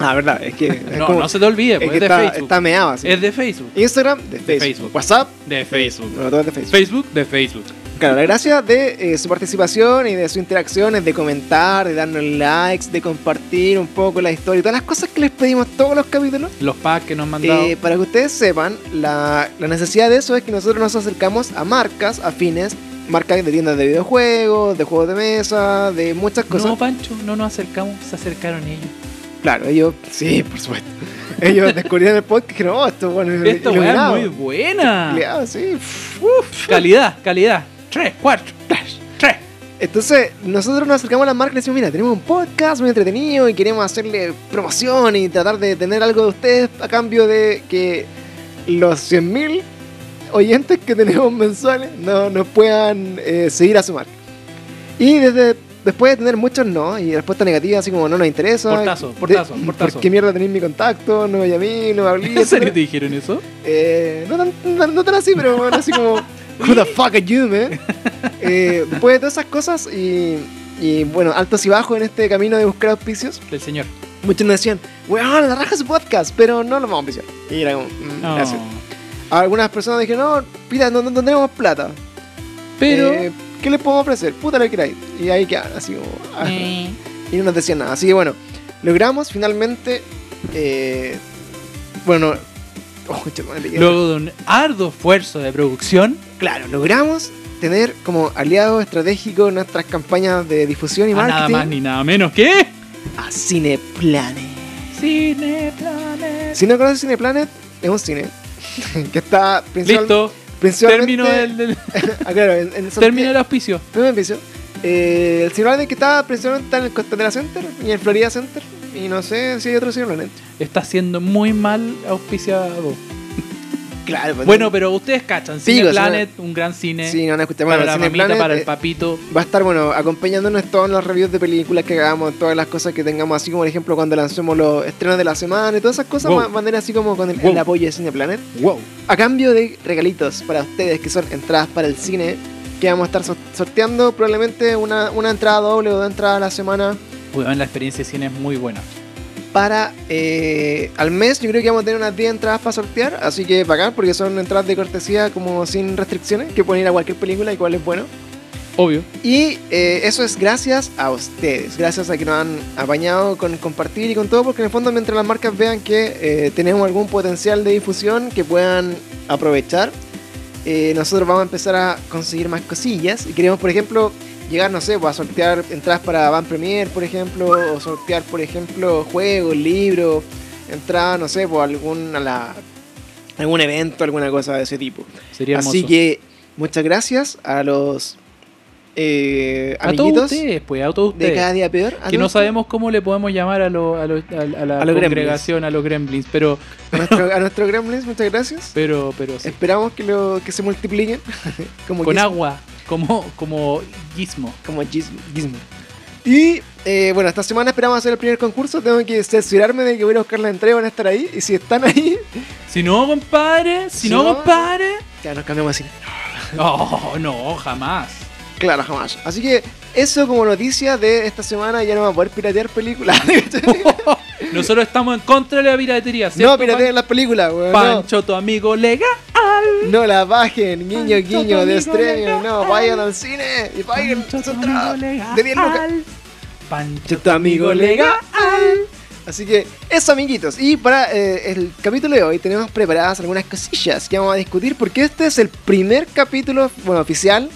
[SPEAKER 1] Ah, verdad, es
[SPEAKER 2] [laughs]
[SPEAKER 1] que. es
[SPEAKER 2] No,
[SPEAKER 1] como-
[SPEAKER 2] no se te olvide,
[SPEAKER 1] es
[SPEAKER 2] pues,
[SPEAKER 1] que
[SPEAKER 2] es de
[SPEAKER 1] está,
[SPEAKER 2] Facebook.
[SPEAKER 1] está meado así.
[SPEAKER 2] Es de Facebook.
[SPEAKER 1] Instagram, de Facebook.
[SPEAKER 2] Facebook.
[SPEAKER 1] WhatsApp,
[SPEAKER 2] De Facebook.
[SPEAKER 1] bueno, todo es de Facebook.
[SPEAKER 2] Facebook de Facebook.
[SPEAKER 1] Claro, la gracia de eh, su participación y de su interacción es de comentar, de darnos likes, de compartir un poco la historia y todas las cosas que les pedimos todos los capítulos.
[SPEAKER 2] Los packs que nos han mandado.
[SPEAKER 1] Eh, para que ustedes sepan, la, la necesidad de eso es que nosotros nos acercamos a marcas afines, marcas de tiendas de videojuegos, de juegos de mesa, de muchas cosas.
[SPEAKER 2] no, Pancho, no nos acercamos, se acercaron ellos.
[SPEAKER 1] Claro, ellos, sí, por supuesto. [laughs] Ellos descubrieron el podcast y dijeron, oh, esto bueno, es
[SPEAKER 2] Esta weá
[SPEAKER 1] iluminado".
[SPEAKER 2] es muy buena.
[SPEAKER 1] Iluminado, sí. pff.
[SPEAKER 2] Calidad, calidad. 3, 4, 3, 3.
[SPEAKER 1] Entonces, nosotros nos acercamos a las marcas y decimos, mira, tenemos un podcast muy entretenido y queremos hacerle promoción y tratar de tener algo de ustedes a cambio de que los 100.000 oyentes que tenemos mensuales no, nos puedan eh, seguir a su marca. Y desde después de tener muchos no y respuesta negativa, así como no nos interesa.
[SPEAKER 2] Portazo, portazo,
[SPEAKER 1] de-
[SPEAKER 2] portazo.
[SPEAKER 1] ¿Por qué mierda tenéis mi contacto? No me llamé,
[SPEAKER 2] [laughs]
[SPEAKER 1] no me hablé.
[SPEAKER 2] ¿En serio
[SPEAKER 1] etcétera.
[SPEAKER 2] te dijeron eso?
[SPEAKER 1] Eh, no, tan, no tan- no tan así, pero bueno, así
[SPEAKER 2] [laughs]
[SPEAKER 1] como, who the fuck are you, man? Eh, después de todas esas cosas y, y, bueno, altos y bajos en este camino de buscar auspicios,
[SPEAKER 2] Del señor.
[SPEAKER 1] muchos nos decían, weón, la raja su podcast, pero no lo vamos a auspiciar. Y era como, "Mm,
[SPEAKER 2] No.
[SPEAKER 1] gracias. Algunas personas dijeron, no, pita, no, no, no tenemos plata.
[SPEAKER 2] Pero.
[SPEAKER 1] Eh, ¿Qué les podemos ofrecer? Puta lo que queráis. Y ahí quedaron, así como, "Ah".
[SPEAKER 2] eh,
[SPEAKER 1] y no nos decían nada. Así que bueno, logramos finalmente, eh, bueno, oh, chetumare, ya-
[SPEAKER 2] Luego de un arduo esfuerzo de producción,
[SPEAKER 1] Claro, logramos tener como aliado estratégico nuestras campañas de difusión y
[SPEAKER 2] a Ah, nada más
[SPEAKER 1] marketing
[SPEAKER 2] ni nada menos que.
[SPEAKER 1] a Cineplanet.
[SPEAKER 2] Cineplanet.
[SPEAKER 1] Si no conoces Cineplanet, es un cine [laughs] que está principal-
[SPEAKER 2] Listo.
[SPEAKER 1] principalmente.
[SPEAKER 2] Término del, del-
[SPEAKER 1] [laughs] Ah, claro, en, en Santiago-
[SPEAKER 2] término del auspicio.
[SPEAKER 1] primer piso. Eh, el Cineplanet que está principalmente en el Costanera Center y en Florida Center. Y no sé si hay otro Cineplanet.
[SPEAKER 2] Está siendo muy mal auspiciado.
[SPEAKER 1] Claro, pues,
[SPEAKER 2] Bueno, pero ustedes cachan.
[SPEAKER 1] Sigo,
[SPEAKER 2] Cineplanet, un gran cine.
[SPEAKER 1] Sí, no, no escuché. Bueno,
[SPEAKER 2] para la mamita,
[SPEAKER 1] Cineplanet.
[SPEAKER 2] para el
[SPEAKER 1] eh,
[SPEAKER 2] papito.
[SPEAKER 1] Va a estar, bueno, acompañándonos todas las reviews de películas que hagamos, todas las cosas que tengamos, así como, por ejemplo, cuando lancemos los estrenos de la semana y todas esas cosas,
[SPEAKER 2] Wow.
[SPEAKER 1] va van a ir así como con el,
[SPEAKER 2] Wow.
[SPEAKER 1] el apoyo de Cineplanet.
[SPEAKER 2] Wow.
[SPEAKER 1] A cambio de regalitos para ustedes, que son entradas para el cine, que vamos a estar so- sorteando probablemente una, una entrada doble o dos entradas a la semana
[SPEAKER 2] la experiencia de cine es muy buena.
[SPEAKER 1] para eh, al mes. Yo creo que vamos a tener unas 10 entradas para sortear, así que bacán, porque son entradas de cortesía como sin restricciones, que pueden ir a cualquier película, igual es bueno.
[SPEAKER 2] Obvio.
[SPEAKER 1] Y eh, eso es gracias a ustedes, gracias a que nos han apañado con compartir y con todo, porque en el fondo mientras las marcas vean que eh, tenemos algún potencial de difusión que puedan aprovechar, eh, nosotros vamos a empezar a conseguir más cosillas y queremos, por ejemplo, llegar, no sé, pues, a sortear entradas para Van Premier, por ejemplo, o sortear, por ejemplo, juegos, libros, entradas, no sé, por algún, a la- algún evento, alguna cosa de ese tipo.
[SPEAKER 2] Sería hermoso.
[SPEAKER 1] Así que muchas gracias a los eh,
[SPEAKER 2] a todos
[SPEAKER 1] amiguitos
[SPEAKER 2] ustedes, pues, a todos
[SPEAKER 1] de cada
[SPEAKER 2] ustedes.
[SPEAKER 1] día peor. Ah, a
[SPEAKER 2] Que no
[SPEAKER 1] todos
[SPEAKER 2] sabemos cómo le podemos llamar a, lo- a, lo- a- a la
[SPEAKER 1] A los
[SPEAKER 2] congregación, a los gremlins, pero,
[SPEAKER 1] ustedes. A nuestro, a nuestro Gremlins, muchas gracias.
[SPEAKER 2] pero, pero sí.
[SPEAKER 1] Esperamos que, lo, que se multipliquen. [laughs] como
[SPEAKER 2] Con
[SPEAKER 1] Gizmo-
[SPEAKER 2] agua, como, como gizmo.
[SPEAKER 1] Como Gizmo. Gizmo. Y eh, bueno, esta semana esperamos hacer el primer concurso. Tengo que censurarme de que voy a ir a buscar la entrega, van a estar ahí. Y si están ahí, [laughs]
[SPEAKER 2] Si no, compadre, si
[SPEAKER 1] Si
[SPEAKER 2] no,
[SPEAKER 1] no- [laughs]
[SPEAKER 2] compadre.
[SPEAKER 1] ya nos cambiamos así.
[SPEAKER 2] Oh, no, jamás. [laughs]
[SPEAKER 1] Claro, jamás. Así que eso como noticia de esta semana ya no va a poder piratear películas. [laughs]
[SPEAKER 2] Nosotros estamos en contra de la piratería, ¿cierto?
[SPEAKER 1] no pirateen las películas, weón. No,
[SPEAKER 2] Pancho, tu amigo legal.
[SPEAKER 1] no la bajen, guiño,
[SPEAKER 2] Pancho,
[SPEAKER 1] guiño, de
[SPEAKER 2] amigo
[SPEAKER 1] estreno.
[SPEAKER 2] legal.
[SPEAKER 1] No, vayan al cine y paguen
[SPEAKER 2] Pancho,
[SPEAKER 1] su
[SPEAKER 2] tu
[SPEAKER 1] entrada
[SPEAKER 2] amigo legal.
[SPEAKER 1] de 10 lucas.
[SPEAKER 2] Pancho, tu amigo legal.
[SPEAKER 1] Así que eso, amiguitos. Y para eh, el capítulo de hoy tenemos preparadas algunas cosillas que vamos a discutir porque este es el primer capítulo, bueno, oficial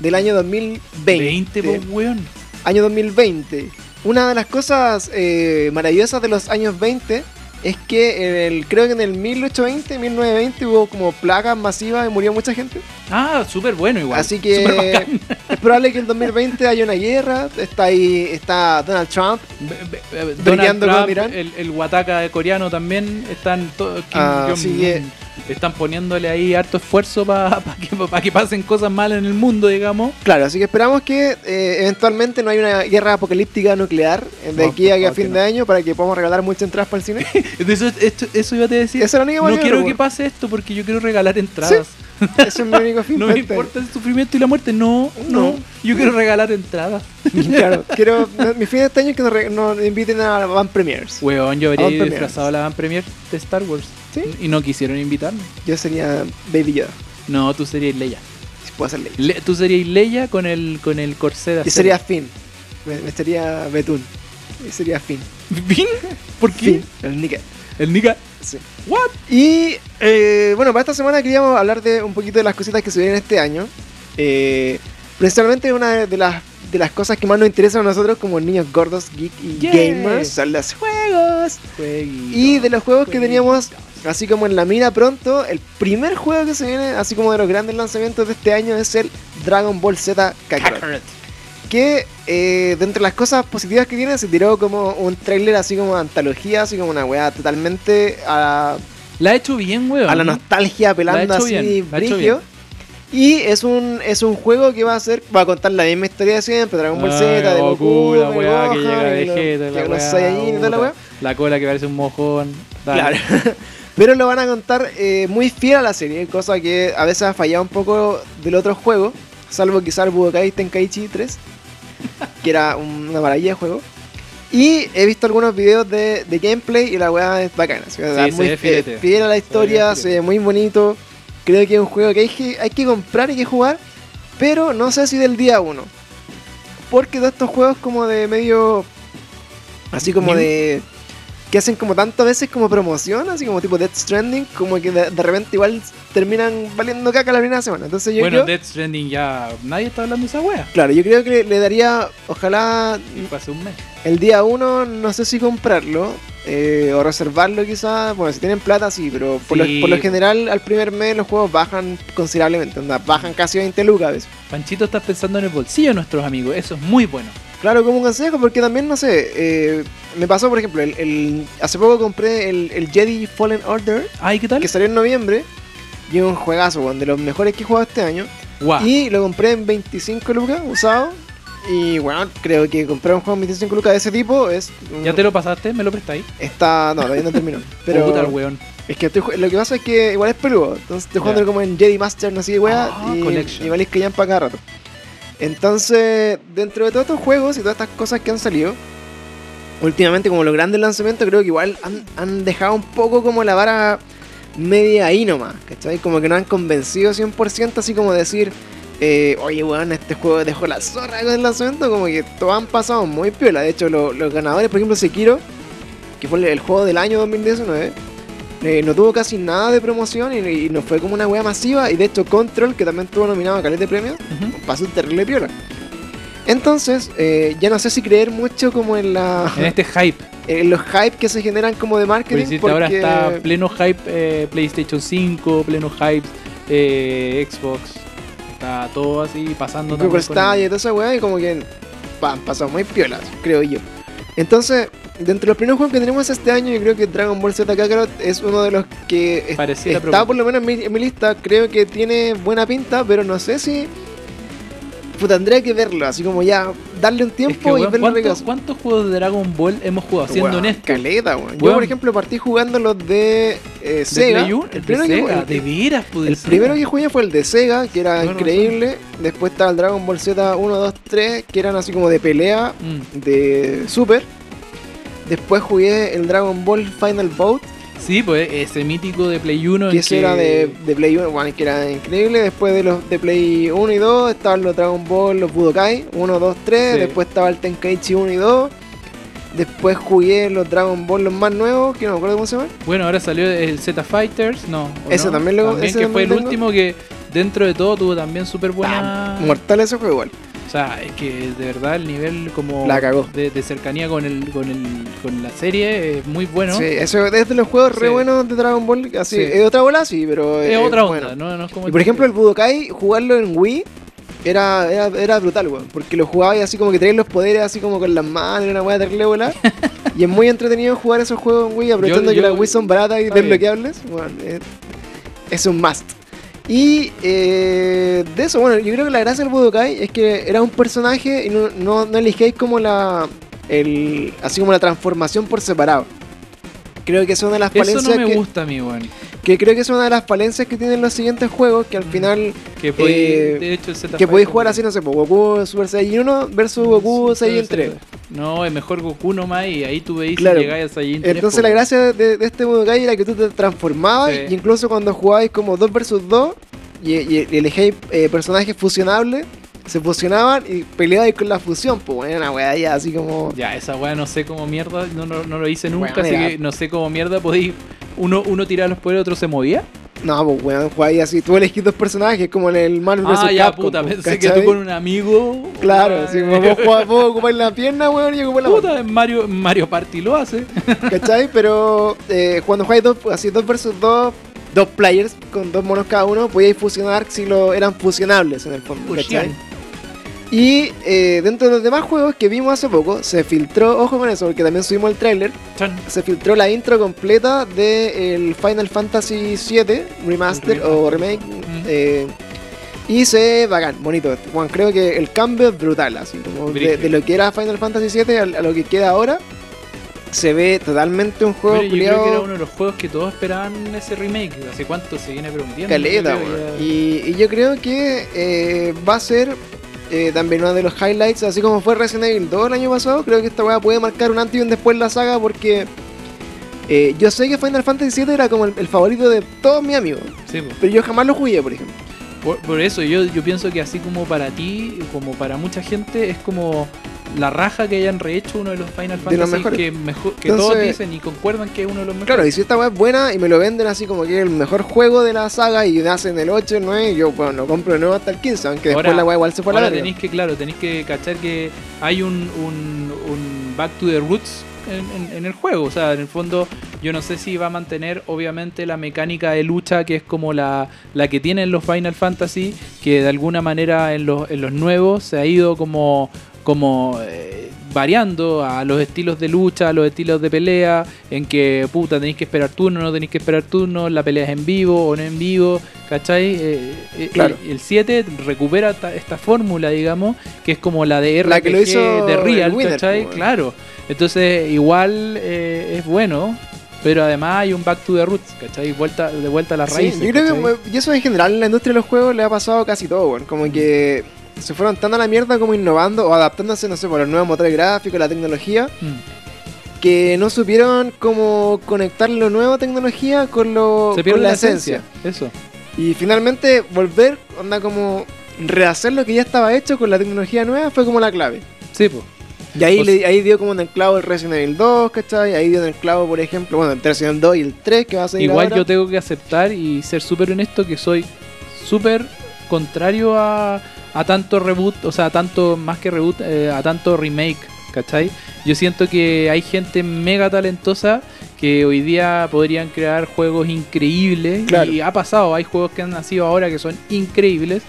[SPEAKER 1] del año 2020.
[SPEAKER 2] 20, pues, weón.
[SPEAKER 1] año 2020. Una de las cosas eh, maravillosas de los años 20 es que en el- creo que en el 1820, 1920 hubo como plagas masivas y murió mucha gente.
[SPEAKER 2] Ah, súper bueno igual.
[SPEAKER 1] Así que-
[SPEAKER 2] Súper bacán.
[SPEAKER 1] [laughs] Es probable que en el 2020 haya una guerra, está ahí está Donald Trump,
[SPEAKER 2] Be- be- be-
[SPEAKER 1] Brillando
[SPEAKER 2] Donald
[SPEAKER 1] con
[SPEAKER 2] Trump,
[SPEAKER 1] Irán.
[SPEAKER 2] El, el guataca coreano también están to- Kim
[SPEAKER 1] Ah,
[SPEAKER 2] Jong-un.
[SPEAKER 1] sí, eh.
[SPEAKER 2] Están poniéndole ahí harto esfuerzo para que, pa [laughs] que pasen cosas malas en el mundo, digamos.
[SPEAKER 1] Claro, así que esperamos que eh, eventualmente no haya una guerra apocalíptica nuclear eh, de
[SPEAKER 2] No,
[SPEAKER 1] aquí a,
[SPEAKER 2] por
[SPEAKER 1] que a
[SPEAKER 2] favor
[SPEAKER 1] fin
[SPEAKER 2] que
[SPEAKER 1] de año para que podamos regalar muchas entradas para el cine.
[SPEAKER 2] De Eso, esto- eso iba a decir.
[SPEAKER 1] Esa es la única
[SPEAKER 2] [laughs] no
[SPEAKER 1] manera,
[SPEAKER 2] quiero
[SPEAKER 1] po.
[SPEAKER 2] que pase esto porque yo quiero regalar entradas.
[SPEAKER 1] Ese es mi único fin.
[SPEAKER 2] [laughs]
[SPEAKER 1] este
[SPEAKER 2] No me
[SPEAKER 1] frente.
[SPEAKER 2] importa el sufrimiento y la muerte. No,
[SPEAKER 1] No.
[SPEAKER 2] no. Yo quiero regalar entradas.
[SPEAKER 1] [laughs] Claro, quiero, mi fin de este año es que nos, re- nos inviten a Van Premiers.
[SPEAKER 2] Weón, yo habría
[SPEAKER 1] Van
[SPEAKER 2] ido
[SPEAKER 1] Premier.
[SPEAKER 2] disfrazado a la Van Premier de Star Wars.
[SPEAKER 1] Ah, ¿Sí?
[SPEAKER 2] Y no quisieron invitarme.
[SPEAKER 1] Yo sería Baby Yoda,
[SPEAKER 2] No, tú serías Leia.
[SPEAKER 1] si puedo hacerle.
[SPEAKER 2] Le- tú serías Leia con el, con el corsé de
[SPEAKER 1] Yo
[SPEAKER 2] acero. [laughs]
[SPEAKER 1] sería Finn. Me, me estaría Betún. Yo sería Finn.
[SPEAKER 2] ¿Fin? ¿Por qué?
[SPEAKER 1] Finn, el Nika.
[SPEAKER 2] El Nika.
[SPEAKER 1] Sí.
[SPEAKER 2] ¿What?
[SPEAKER 1] Y eh, bueno, para esta semana queríamos hablar de un poquito de las cositas que se vienen este año. Eh, principalmente una de, de las, de las cosas que más nos interesan a nosotros como niños gordos, geek y
[SPEAKER 2] Yeah.
[SPEAKER 1] gamers son los juegos. Y de los juegos que teníamos así como en la mira pronto, el primer juego que se viene, así como de los grandes lanzamientos de este año, es el Dragon Ball Z Kakarot.
[SPEAKER 2] Kakarot.
[SPEAKER 1] que eh, de entre las cosas positivas que tiene se tiró como un tráiler así como de antología, así como una weá totalmente a,
[SPEAKER 2] La ha hecho bien, weón.
[SPEAKER 1] a la nostalgia apelando
[SPEAKER 2] La ha hecho
[SPEAKER 1] así
[SPEAKER 2] bien, la ha hecho
[SPEAKER 1] brillo. Y es un es un juego que va a ser va a contar la misma historia de siempre, Dragon Ball Z,
[SPEAKER 2] Ay,
[SPEAKER 1] de
[SPEAKER 2] Goku,
[SPEAKER 1] Goku,
[SPEAKER 2] la
[SPEAKER 1] de
[SPEAKER 2] weá que
[SPEAKER 1] Gohan,
[SPEAKER 2] llega
[SPEAKER 1] y
[SPEAKER 2] de
[SPEAKER 1] lo-
[SPEAKER 2] Vegeta,
[SPEAKER 1] que
[SPEAKER 2] la
[SPEAKER 1] los
[SPEAKER 2] weá,
[SPEAKER 1] Saiyajin y toda la
[SPEAKER 2] puta.
[SPEAKER 1] weá.
[SPEAKER 2] La cola que parece un mojón. Dale.
[SPEAKER 1] Claro. Pero lo van a contar eh, muy fiel a la serie, cosa que a veces ha fallado un poco del otro juego, salvo quizá el Budokai Tenkaichi 3, [laughs] que era un- una maravilla de juego. Y he visto algunos videos de, de gameplay y la weá es bacana. o sea,
[SPEAKER 2] Sí, se
[SPEAKER 1] muy
[SPEAKER 2] ve
[SPEAKER 1] eh,
[SPEAKER 2] filete.
[SPEAKER 1] fiel a la historia,
[SPEAKER 2] filete.
[SPEAKER 1] se ve muy bonito. Creo que es un juego que hay, que hay que comprar y que jugar, pero no sé si del día uno. Porque todos estos juegos como de medio... Así como
[SPEAKER 2] New.
[SPEAKER 1] de que hacen como tantas veces como promoción, así como tipo Death Stranding, como que de, de repente igual terminan valiendo caca la primera semana. Entonces yo
[SPEAKER 2] [laughs]
[SPEAKER 1] creo,
[SPEAKER 2] Bueno, Death Stranding ya. Nadie está hablando de esa wea.
[SPEAKER 1] claro, yo creo que le daría, ojalá
[SPEAKER 2] Y fue hace un mes.
[SPEAKER 1] el día uno, no sé si comprarlo eh, o reservarlo quizás, bueno, si tienen plata sí, pero por,
[SPEAKER 2] Sí.
[SPEAKER 1] lo, por lo general al primer mes los juegos bajan considerablemente, onda, bajan casi 20 lucas a veces.
[SPEAKER 2] Panchito está pensando en el bolsillo de nuestros amigos. Eso es muy bueno.
[SPEAKER 1] Claro, como un consejo, porque también, no sé, eh, me pasó, por ejemplo, el, el- hace poco compré el, el Jedi Fallen Order,
[SPEAKER 2] Ay, ¿qué tal?
[SPEAKER 1] que salió en noviembre. Y es un juegazo, weón, de los mejores que he jugado este año.
[SPEAKER 2] Guau.
[SPEAKER 1] Y lo compré en 25 lucas, usado. Y bueno, creo que comprar un juego en 25 lucas de ese tipo es.
[SPEAKER 2] ¿Ya te lo pasaste? ¿Me lo prestáis?
[SPEAKER 1] Está. No, todavía no terminó. Pero.
[SPEAKER 2] [laughs] Puta el weón.
[SPEAKER 1] es que estoy ju- lo que pasa es que igual es peludo. Entonces estoy
[SPEAKER 2] Ya.
[SPEAKER 1] jugando como en Jedi Master, no sé qué wea.
[SPEAKER 2] Ah,
[SPEAKER 1] y
[SPEAKER 2] Collection.
[SPEAKER 1] y valís que ya para cada rato. Entonces, dentro de todos estos juegos y todas estas cosas que han salido, últimamente como los grandes lanzamientos, creo que igual han, han dejado un poco como la vara media ahí nomás, ¿cachai? Como que no han convencido 100%, así como decir, eh, oye, weón, este juego dejó la zorra con el lanzamiento, como que todos han pasado muy piola. De hecho, lo- los ganadores, por ejemplo, Sekiro, que fue el juego del año 2019, eh, no tuvo casi nada de promoción y, y no fue como una wea masiva. Y de hecho, Control, que también tuvo nominado a Caleta de Premios,
[SPEAKER 2] Ujú.
[SPEAKER 1] pasó un terrible piola. Entonces, eh, ya no sé si creer mucho como en la
[SPEAKER 2] En este hype.
[SPEAKER 1] [laughs] en los hype que se generan como de marketing.
[SPEAKER 2] Pues, sí,
[SPEAKER 1] porque...
[SPEAKER 2] Ahora está pleno hype eh, PlayStation 5, pleno hype eh, Xbox. Está todo así pasando.
[SPEAKER 1] Google
[SPEAKER 2] también con
[SPEAKER 1] Stadia
[SPEAKER 2] el-
[SPEAKER 1] y toda esa weá, y como que han pasado muy piolas, creo yo. Entonces, dentro de los primeros juegos que tenemos este año, yo creo que Dragon Ball Z Kakarot es uno de los que es-
[SPEAKER 2] Pareciera
[SPEAKER 1] está
[SPEAKER 2] prometedor.
[SPEAKER 1] por lo menos en mi, en mi lista. Creo que tiene buena pinta, pero no sé si Puta, tendría que verlo, así como ya darle un tiempo
[SPEAKER 2] Es que, weón,
[SPEAKER 1] y verlo
[SPEAKER 2] ¿cuántos, cuántos juegos de Dragon Ball hemos jugado? Siendo
[SPEAKER 1] Weón,
[SPEAKER 2] honesto.
[SPEAKER 1] Caleta, weón. Yo,
[SPEAKER 2] Weón.
[SPEAKER 1] por ejemplo, partí jugando los de eh,
[SPEAKER 2] ¿De
[SPEAKER 1] Sega.
[SPEAKER 2] Play uno?
[SPEAKER 1] el
[SPEAKER 2] ¿El
[SPEAKER 1] primero,
[SPEAKER 2] de
[SPEAKER 1] que,
[SPEAKER 2] Sega?
[SPEAKER 1] el-
[SPEAKER 2] ¿De veras, pues, del
[SPEAKER 1] el
[SPEAKER 2] Sega?
[SPEAKER 1] primero que jugué fue el de Sega, que era
[SPEAKER 2] Bueno,
[SPEAKER 1] increíble. Después estaba el Dragon Ball Z 1, 2, 3, que eran así como de pelea,
[SPEAKER 2] Mm.
[SPEAKER 1] de Super. Después jugué el Dragon Ball Final Bout,
[SPEAKER 2] Sí, pues ese mítico de Play 1. en
[SPEAKER 1] que ese era de, de Play 1, bueno, que era increíble. Después de los de Play 1 y 2 estaban los Dragon Ball, los Budokai 1, 2, 3.
[SPEAKER 2] Sí.
[SPEAKER 1] Después estaba el Tenkaichi 1 y 2. Después jugué los Dragon Ball, los más nuevos, que no me acuerdo cómo se llaman.
[SPEAKER 2] Bueno, ahora salió el Z Fighters, no. ¿o
[SPEAKER 1] Ese
[SPEAKER 2] no?
[SPEAKER 1] también lo- ese
[SPEAKER 2] que
[SPEAKER 1] también
[SPEAKER 2] fue el
[SPEAKER 1] tengo.
[SPEAKER 2] último que dentro de todo tuvo también súper buena.
[SPEAKER 1] Mortal ese juego igual.
[SPEAKER 2] O sea, es que de verdad el nivel como
[SPEAKER 1] La cagó.
[SPEAKER 2] De, de cercanía con el, con el con la serie es muy bueno.
[SPEAKER 1] Sí, eso es de los juegos re
[SPEAKER 2] Sí.
[SPEAKER 1] buenos de Dragon Ball. Así,
[SPEAKER 2] Sí.
[SPEAKER 1] Es otra bola, sí, pero
[SPEAKER 2] es
[SPEAKER 1] es
[SPEAKER 2] otra
[SPEAKER 1] bueno.
[SPEAKER 2] onda, ¿no? No es como
[SPEAKER 1] Y por ejemplo, el Budokai, jugarlo en Wii era, era, era brutal, weón. Porque lo jugaba y así como que traías los poderes así como con las manos, era una weá terrible,
[SPEAKER 2] [laughs]
[SPEAKER 1] bola. y es muy entretenido jugar esos juegos en Wii, aprovechando
[SPEAKER 2] Yo-
[SPEAKER 1] que
[SPEAKER 2] yo-
[SPEAKER 1] las Wii son baratas y
[SPEAKER 2] Está bien.
[SPEAKER 1] desbloqueables. Weón, es, es un must. Y eh, de eso, bueno, yo creo que la gracia del Budokai es que era un personaje y no, no, no eligéis como la. El, así como la transformación por separado. Creo que es una de las
[SPEAKER 2] eso
[SPEAKER 1] falencias
[SPEAKER 2] no me
[SPEAKER 1] que,
[SPEAKER 2] gusta a mí, weón.
[SPEAKER 1] que creo que es una de las falencias que tienen los siguientes juegos, que al
[SPEAKER 2] Mm.
[SPEAKER 1] final
[SPEAKER 2] Que podéis,
[SPEAKER 1] Eh,
[SPEAKER 2] de hecho, el Z
[SPEAKER 1] que podéis
[SPEAKER 2] Fighters-
[SPEAKER 1] jugar así, no sé, pues, Goku Super Saiyan 1 versus
[SPEAKER 2] Mm,
[SPEAKER 1] Goku Saiyan 3.
[SPEAKER 2] No, es mejor Goku nomás y ahí tú veis
[SPEAKER 1] Claro.
[SPEAKER 2] si llegáis a Saiyan 3.
[SPEAKER 1] Entonces la
[SPEAKER 2] pues,
[SPEAKER 1] gracia de, de este Budokai era que tú te transformabas
[SPEAKER 2] Sí.
[SPEAKER 1] y incluso cuando jugabais como 2 versus 2 y, y- y elegíais eh, personajes fusionables, se fusionaban y peleabais con la fusión, pues bueno, era una weá ya así como...
[SPEAKER 2] Ya, esa weá no sé cómo mierda, no, no, no lo hice nunca,
[SPEAKER 1] Weón,
[SPEAKER 2] así
[SPEAKER 1] era-
[SPEAKER 2] que no sé cómo mierda podéis. Uno, uno tiraba los poderes, otro se movía.
[SPEAKER 1] No, pues bueno, jugabais así, tú elegís dos personajes como en el Marvel vs.
[SPEAKER 2] Ah, ya,
[SPEAKER 1] Capcom,
[SPEAKER 2] puta,
[SPEAKER 1] pues,
[SPEAKER 2] pensé que
[SPEAKER 1] ¿cachai?
[SPEAKER 2] tú con un amigo.
[SPEAKER 1] Claro,
[SPEAKER 2] weón,
[SPEAKER 1] así
[SPEAKER 2] eh,
[SPEAKER 1] como vos, jugás- vos ocupáis la pierna, weón, y yo ocupáis la mano.
[SPEAKER 2] Puta, Mario, Mario Party lo hace.
[SPEAKER 1] ¿Cachai? Pero eh, cuando jugáis dos, así dos versus dos, dos players con dos monos cada uno, podíais fusionar si lo eran fusionables en el fondo. ¿cachai? Y eh, dentro de los demás juegos que vimos hace poco, se filtró, ojo con eso, porque también subimos el tráiler,
[SPEAKER 2] Chan.
[SPEAKER 1] se filtró la intro completa del Final Fantasy VII Remaster
[SPEAKER 2] El
[SPEAKER 1] o Remake. eh, y se ve bacán, bonito. Juan, creo que el cambio es brutal, así como de,
[SPEAKER 2] Brígido.
[SPEAKER 1] de lo que era Final Fantasy VII a, a lo que queda ahora. Se ve totalmente un juego
[SPEAKER 2] Pero yo creo que era
[SPEAKER 1] culiao
[SPEAKER 2] uno de los juegos que todos esperaban ese remake. ¿Hace cuánto se viene preguntando?
[SPEAKER 1] caleta,
[SPEAKER 2] Yo creo que
[SPEAKER 1] weón.
[SPEAKER 2] ya-
[SPEAKER 1] Y, y yo creo que eh, va a ser eh, también uno de los highlights, así como fue Resident Evil 2 el año pasado. Creo que esta weá puede marcar un antes y un después en la saga porque eh, yo sé que Final Fantasy VII era como el, el favorito de todos mis amigos,
[SPEAKER 2] Sí, po.
[SPEAKER 1] pero yo jamás lo jugué, por ejemplo.
[SPEAKER 2] por, por eso yo, yo pienso que así como para ti, como para mucha gente, es como la raja que hayan rehecho uno de los Final
[SPEAKER 1] De los
[SPEAKER 2] Fantasy
[SPEAKER 1] mejores.
[SPEAKER 2] que, mejor, que
[SPEAKER 1] Entonces-
[SPEAKER 2] todos dicen y concuerdan que es uno de los mejores.
[SPEAKER 1] Claro, y si esta weá es buena y me lo venden así como que es el mejor juego de la saga y hacen el 8, el 9, yo bueno, lo compro de nuevo hasta el 15, aunque después
[SPEAKER 2] Ahora-
[SPEAKER 1] la weá igual se fue a la
[SPEAKER 2] Ahora
[SPEAKER 1] verga.
[SPEAKER 2] tenéis que, claro, tenéis que cachar que hay un, un, un back to the roots en, en- en el juego. O sea, en el fondo, yo no sé si va a mantener, obviamente, la mecánica de lucha que es como la, la que tienen los Final Fantasy, que de alguna manera en los, en los nuevos se ha ido como, como eh, variando a los estilos de lucha, a los estilos de pelea, en que puta, tenéis que esperar turno, no tenéis que esperar turno, la pelea es en vivo o no en vivo, ¿cachai? Eh, eh,
[SPEAKER 1] Claro.
[SPEAKER 2] el- El 7 recupera ta- esta fórmula, digamos, que es como la de RPG
[SPEAKER 1] La que lo hizo
[SPEAKER 2] de Real,
[SPEAKER 1] el Wither,
[SPEAKER 2] ¿cachai?
[SPEAKER 1] pues,
[SPEAKER 2] Claro. Entonces, igual eh, es bueno, pero además hay un back to the roots, ¿cachai? Vuelta, de vuelta a las
[SPEAKER 1] Sí,
[SPEAKER 2] raíces.
[SPEAKER 1] yo creo que
[SPEAKER 2] ¿cachai?
[SPEAKER 1] we- y eso en general en la industria de los juegos le ha pasado casi todo, weón. Como que se fueron tan a la mierda como innovando o adaptándose, no sé, por los nuevos motores gráficos, la tecnología,
[SPEAKER 2] Mm.
[SPEAKER 1] que no supieron cómo conectar lo nuevo tecnología con lo
[SPEAKER 2] Se pierde
[SPEAKER 1] con
[SPEAKER 2] la esencia. Eso.
[SPEAKER 1] Y finalmente volver, onda como rehacer lo que ya estaba hecho con la tecnología nueva fue como la clave.
[SPEAKER 2] Sí, pues.
[SPEAKER 1] Y ahí,
[SPEAKER 2] O
[SPEAKER 1] le- ahí dio como en el clavo el Resident Evil 2, ¿cachai? Ahí dio en el clavo, por ejemplo, bueno, el Resident Evil 2 y el 3 que va a seguir
[SPEAKER 2] Igual
[SPEAKER 1] ahora.
[SPEAKER 2] yo tengo que aceptar y ser súper honesto que soy súper contrario a, a tanto reboot, o sea, a tanto más que reboot, eh, a tanto remake, ¿cachai? Yo siento que hay gente mega talentosa que hoy día podrían crear juegos increíbles
[SPEAKER 1] Claro.
[SPEAKER 2] y ha pasado, hay juegos que han nacido ahora que son increíbles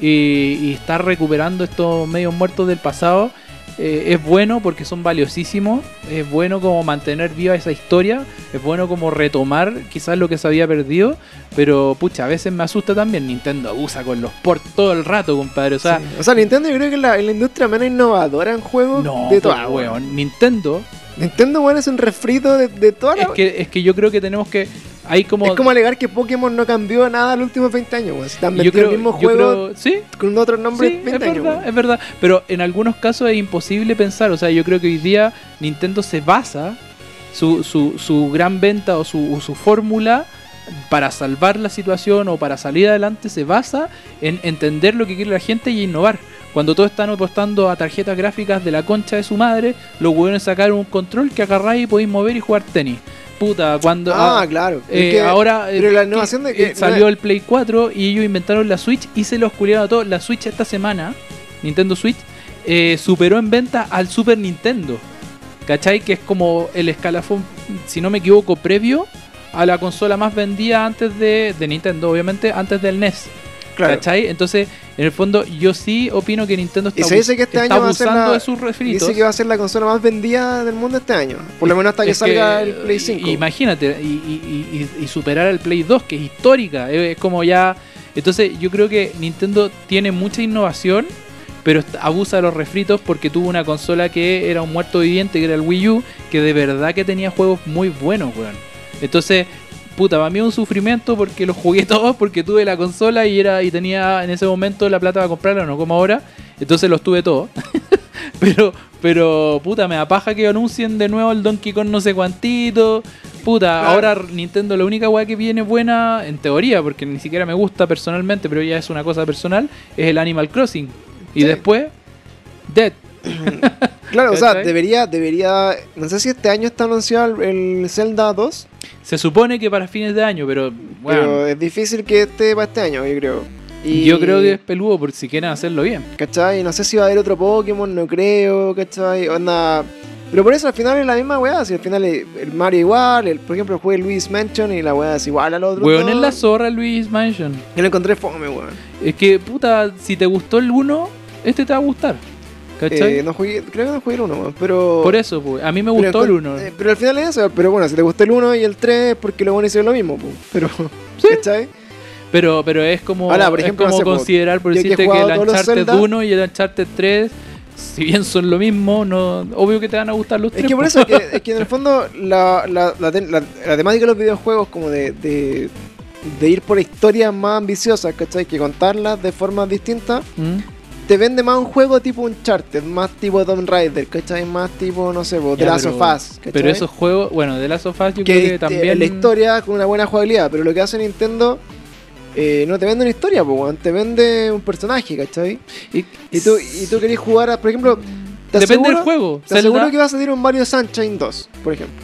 [SPEAKER 2] y, y está recuperando estos medios muertos del pasado eh, es bueno porque son valiosísimos, es bueno como mantener viva esa historia, es bueno como retomar quizás lo que se había perdido, pero pucha, a veces me asusta también. Nintendo abusa con los ports todo el rato, compadre. O sea,
[SPEAKER 1] Sí. O sea, Nintendo yo creo que es la, la industria menos innovadora en juegos
[SPEAKER 2] no,
[SPEAKER 1] de
[SPEAKER 2] pues,
[SPEAKER 1] todas. weón.
[SPEAKER 2] weón, Nintendo,
[SPEAKER 1] Nintendo, bueno, es un refrito de, de toda la...
[SPEAKER 2] es que, es que yo creo que tenemos que. Hay como.
[SPEAKER 1] Es como alegar que Pokémon no cambió nada en los últimos 20 años, weón. Si Están
[SPEAKER 2] yo
[SPEAKER 1] vendiendo
[SPEAKER 2] creo,
[SPEAKER 1] el mismo
[SPEAKER 2] yo
[SPEAKER 1] juego
[SPEAKER 2] creo- sí,
[SPEAKER 1] con otro nombre
[SPEAKER 2] Sí,
[SPEAKER 1] 20
[SPEAKER 2] es
[SPEAKER 1] años.
[SPEAKER 2] verdad,
[SPEAKER 1] weón.
[SPEAKER 2] es verdad. Pero en algunos casos es imposible pensar. O sea, yo creo que hoy día Nintendo se basa su, su, su gran venta o su, o su fórmula para salvar la situación o para salir adelante se basa en entender lo que quiere la gente y innovar. Cuando todos están apostando a tarjetas gráficas de la concha de su madre, los hueones sacaron un control que agarráis y podéis mover y jugar tenis. Puta, cuando...
[SPEAKER 1] Ah,
[SPEAKER 2] ah,
[SPEAKER 1] claro. Es
[SPEAKER 2] eh,
[SPEAKER 1] que-
[SPEAKER 2] ahora eh,
[SPEAKER 1] pero la
[SPEAKER 2] que-
[SPEAKER 1] innovación de
[SPEAKER 2] eh,
[SPEAKER 1] que-
[SPEAKER 2] salió el Play 4 y ellos inventaron la Switch y se los culiaron a todos. La Switch esta semana, Nintendo Switch, eh, superó en venta al Super Nintendo. ¿Cachai? Que es como el escalafón, si no me equivoco, previo a la consola más vendida antes de, de Nintendo, obviamente, antes del NES.
[SPEAKER 1] claro.
[SPEAKER 2] ¿Cachai? Entonces, en el fondo, yo sí opino que Nintendo está,
[SPEAKER 1] Y se
[SPEAKER 2] abus-
[SPEAKER 1] dice que este
[SPEAKER 2] está
[SPEAKER 1] año va a ser
[SPEAKER 2] abusando
[SPEAKER 1] la-
[SPEAKER 2] de sus refritos.
[SPEAKER 1] Dice que va a ser la consola más vendida del mundo este año. Por lo menos hasta que
[SPEAKER 2] Es
[SPEAKER 1] salga
[SPEAKER 2] que,
[SPEAKER 1] el Play
[SPEAKER 2] y-
[SPEAKER 1] 5.
[SPEAKER 2] Imagínate, y, y- y- y superar al Play 2, que es histórica, es es como ya... Entonces yo creo que Nintendo tiene mucha innovación, pero est- abusa de los refritos porque tuvo una consola que era un muerto viviente, que era el Wii U, que de verdad que tenía juegos muy buenos, weón. Entonces, puta, para mí es un sufrimiento porque los jugué [laughs] todos, porque tuve la consola y era y tenía en ese momento la plata para comprarla, no como ahora, entonces los tuve todos. [laughs] pero, pero, puta, me apaja que anuncien de nuevo el Donkey Kong no sé cuantito. Puta,
[SPEAKER 1] Claro.
[SPEAKER 2] ahora Nintendo la única weá que viene buena, en teoría, porque ni siquiera me gusta personalmente, pero ya es una cosa personal, es el Animal Crossing. Y
[SPEAKER 1] Sí.
[SPEAKER 2] después, Dead.
[SPEAKER 1] Claro, o sea,
[SPEAKER 2] ¿Cachai?
[SPEAKER 1] debería, debería. No sé si este año está anunciado el, el Zelda 2,
[SPEAKER 2] Se supone que para fines de año, pero bueno,
[SPEAKER 1] pero es difícil que esté para este año, yo creo. Y,
[SPEAKER 2] yo creo que es peludo por si quieren hacerlo bien.
[SPEAKER 1] ¿Cachai? No sé si va a haber otro Pokémon, no creo, ¿cachai? Onda. Pero por eso al final es la misma weá, si al final eh, el Mario igual, el, por ejemplo jugué Luis Mansion y la weá es igual al otro.
[SPEAKER 2] Weón
[SPEAKER 1] todo.
[SPEAKER 2] es la zorra Luis Mansion.
[SPEAKER 1] Yo lo encontré fome, weón.
[SPEAKER 2] Es que, puta, si te gustó el uno, este te va a gustar. ¿Cachai?
[SPEAKER 1] Eh, no jugué, creo que no jugué el uno, weón, pero...
[SPEAKER 2] por eso, pues, a mí me
[SPEAKER 1] pero
[SPEAKER 2] gustó el
[SPEAKER 1] encon-
[SPEAKER 2] uno.
[SPEAKER 1] eh, pero al final es eso, pero bueno, si te gustó el 1 y el 3 es porque los buenos hicieron lo mismo, pues. Pero,
[SPEAKER 2] Sí.
[SPEAKER 1] ¿cachai?
[SPEAKER 2] Pero, pero es como,
[SPEAKER 1] Ahora, por
[SPEAKER 2] es
[SPEAKER 1] ejemplo,
[SPEAKER 2] como
[SPEAKER 1] no sé, po,
[SPEAKER 2] considerar, por
[SPEAKER 1] yo que he
[SPEAKER 2] decirte, que
[SPEAKER 1] jugado
[SPEAKER 2] el
[SPEAKER 1] todos los
[SPEAKER 2] Uncharted
[SPEAKER 1] Zelda-
[SPEAKER 2] 1 y el Uncharted 3, si bien son lo mismo, no, obvio que te van a gustar los
[SPEAKER 1] Es
[SPEAKER 2] tres.
[SPEAKER 1] que por
[SPEAKER 2] po.
[SPEAKER 1] eso, es que, es que en el fondo la, la, la tem- la- la temática de los videojuegos como de, de, de ir por historias más ambiciosas, ¿cachai? Que contarlas de formas distintas,
[SPEAKER 2] ¿Mm?
[SPEAKER 1] te vende más un juego tipo Uncharted, más tipo Tomb Raider, ¿cachai? Más tipo, no sé, po, The
[SPEAKER 2] Ya,
[SPEAKER 1] Last
[SPEAKER 2] pero-
[SPEAKER 1] of Us, ¿cachai?
[SPEAKER 2] Pero esos juegos, bueno, de Last of Us
[SPEAKER 1] que
[SPEAKER 2] yo creo que
[SPEAKER 1] este,
[SPEAKER 2] también...
[SPEAKER 1] la historia con una buena jugabilidad, pero lo que hace Nintendo eh, no te vende una historia, po, weón, te vende un personaje, ¿cachai?
[SPEAKER 2] Y-
[SPEAKER 1] Y tú, y tú querés jugar, a- por ejemplo, te
[SPEAKER 2] Depende
[SPEAKER 1] aseguro,
[SPEAKER 2] del juego.
[SPEAKER 1] Te aseguro
[SPEAKER 2] Zelda-
[SPEAKER 1] que va a salir un Mario Sunshine 2, por ejemplo.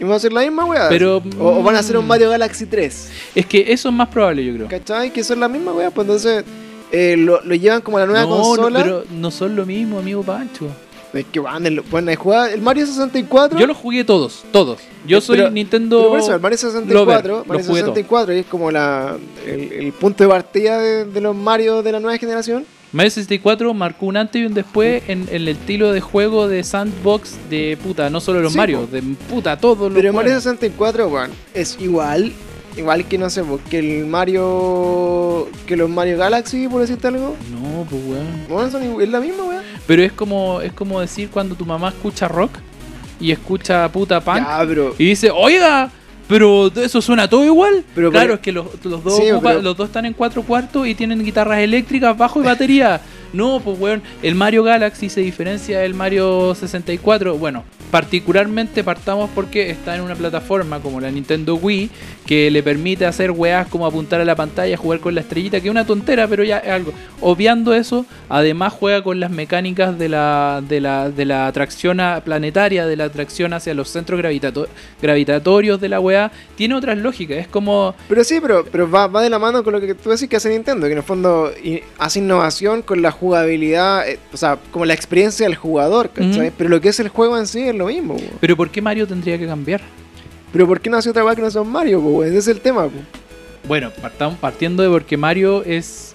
[SPEAKER 1] Y va a ser la misma weá.
[SPEAKER 2] Pero,
[SPEAKER 1] o, o van a hacer un
[SPEAKER 2] mm.
[SPEAKER 1] Mario Galaxy 3.
[SPEAKER 2] Es que eso es más probable, yo creo.
[SPEAKER 1] ¿Cachai? Que son la misma weá. Pues entonces eh, lo, lo llevan como a la nueva consola.
[SPEAKER 2] pero no son lo mismo, amigo Pancho.
[SPEAKER 1] Es que van, el, bueno, he jugado el Mario 64.
[SPEAKER 2] Yo los jugué todos, todos. Yo soy
[SPEAKER 1] Eh, Pero-
[SPEAKER 2] Nintendo.
[SPEAKER 1] pero por eso, el Mario 64,
[SPEAKER 2] Lover,
[SPEAKER 1] Mario
[SPEAKER 2] lo jugué todo.
[SPEAKER 1] 64 es como la, el, el punto de partida de, de los Mario de la nueva generación.
[SPEAKER 2] Mario 64 marcó un antes y un después en, en el estilo de juego de sandbox de puta, no solo los
[SPEAKER 1] Sí,
[SPEAKER 2] Mario, de puta, todos los.
[SPEAKER 1] Pero Mario
[SPEAKER 2] juegos.
[SPEAKER 1] 64, weón, es igual. Igual que no sé, pues, que el Mario. que los Mario Galaxy, por decirte algo.
[SPEAKER 2] No, pues weón.
[SPEAKER 1] Bueno, son igu- es la misma, weón.
[SPEAKER 2] Pero es como, es como decir cuando tu mamá escucha rock y escucha puta punk
[SPEAKER 1] Ya, pero.
[SPEAKER 2] y dice, oiga, pero eso suena todo igual.
[SPEAKER 1] Pero, e-
[SPEAKER 2] claro,
[SPEAKER 1] pero-
[SPEAKER 2] es que los, los dos
[SPEAKER 1] Sí,
[SPEAKER 2] ocupa-
[SPEAKER 1] pero-
[SPEAKER 2] los dos están en cuatro cuartos y tienen guitarras eléctricas, bajo y batería.
[SPEAKER 1] [laughs]
[SPEAKER 2] No, pues weón, el Mario Galaxy se diferencia del Mario 64. Bueno, particularmente partamos porque está en una plataforma como la Nintendo Wii que le permite hacer weas como apuntar a la pantalla, jugar con la estrellita, que es una tontera, pero ya es algo. Obviando eso, además juega con las mecánicas de la, de la, de la atracción a- planetaria, de la atracción hacia los centros gravitato- gravitatorios de la wea. Tiene otras lógicas, es como...
[SPEAKER 1] Pero sí, pero, pero va, va de la mano con lo que tú decís que hace Nintendo, que en el fondo i- hace innovación con la jugabilidad, eh, o sea, como la experiencia del jugador, ¿cachai?
[SPEAKER 2] Ujú.
[SPEAKER 1] Pero lo que es el juego en sí es lo mismo, weón.
[SPEAKER 2] Pero ¿por qué Mario tendría que cambiar?
[SPEAKER 1] Pero ¿por qué no hace otra weá que no son Mario, po, weón? Ese es el tema, po.
[SPEAKER 2] Bueno, partam- partiendo de porque Mario es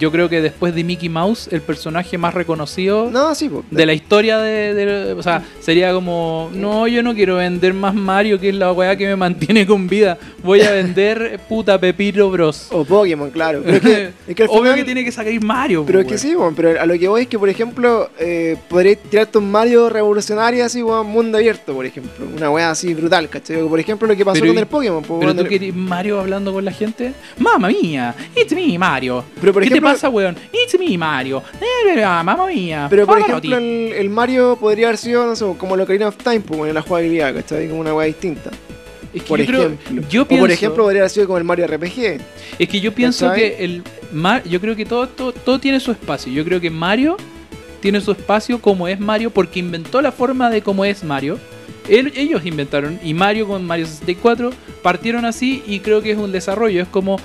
[SPEAKER 2] yo creo que después de Mickey Mouse, el personaje más reconocido
[SPEAKER 1] No, sí, po.
[SPEAKER 2] de la historia de, de- O sea, sería como, no, yo no quiero vender más Mario, que es la weá que me mantiene con vida. Voy a vender eh, puta Pepito Bros.
[SPEAKER 1] O Pokémon, claro. Pero es
[SPEAKER 2] [laughs]
[SPEAKER 1] que, es que al
[SPEAKER 2] Obvio
[SPEAKER 1] final-
[SPEAKER 2] que tiene que sacar Mario. pues,
[SPEAKER 1] Pero es
[SPEAKER 2] po,
[SPEAKER 1] que
[SPEAKER 2] weón.
[SPEAKER 1] sí, weón, pero a lo que voy es que, por ejemplo, eh, podréis tirarte un Mario revolucionario así, weón, mundo abierto, por ejemplo. Una weá así brutal, ¿cachai? Por ejemplo, lo que pasó
[SPEAKER 2] Pero
[SPEAKER 1] con
[SPEAKER 2] y-
[SPEAKER 1] el Pokémon. po,
[SPEAKER 2] Pero
[SPEAKER 1] weón,
[SPEAKER 2] tú
[SPEAKER 1] el-
[SPEAKER 2] querés Mario hablando con la gente. Mamma mía, it's me Mario.
[SPEAKER 1] Pero, por
[SPEAKER 2] ¿Qué
[SPEAKER 1] ejemplo-
[SPEAKER 2] te pasa, weón? It's me Mario. Eh, eh, ah, mamma mía.
[SPEAKER 1] Pero por
[SPEAKER 2] Pavarotti.
[SPEAKER 1] ejemplo, el, el Mario podría haber sido, no sé, como lo Ocarina of Time, pues, bueno, la jugabilidad, ¿cachai? Como una weá distinta.
[SPEAKER 2] Es que
[SPEAKER 1] Por
[SPEAKER 2] yo creo-
[SPEAKER 1] ejemplo.
[SPEAKER 2] yo
[SPEAKER 1] O por
[SPEAKER 2] pienso-
[SPEAKER 1] ejemplo, podría haber sido como el Mario RPG.
[SPEAKER 2] Es que yo pienso
[SPEAKER 1] ¿Cachai?
[SPEAKER 2] que el Ma- yo creo que todo, todo, todo tiene su espacio. Yo creo que Mario tiene su espacio como es Mario porque inventó la forma de cómo es Mario. Él- ellos inventaron y Mario con Mario 64 partieron así y creo que es un desarrollo. Es como,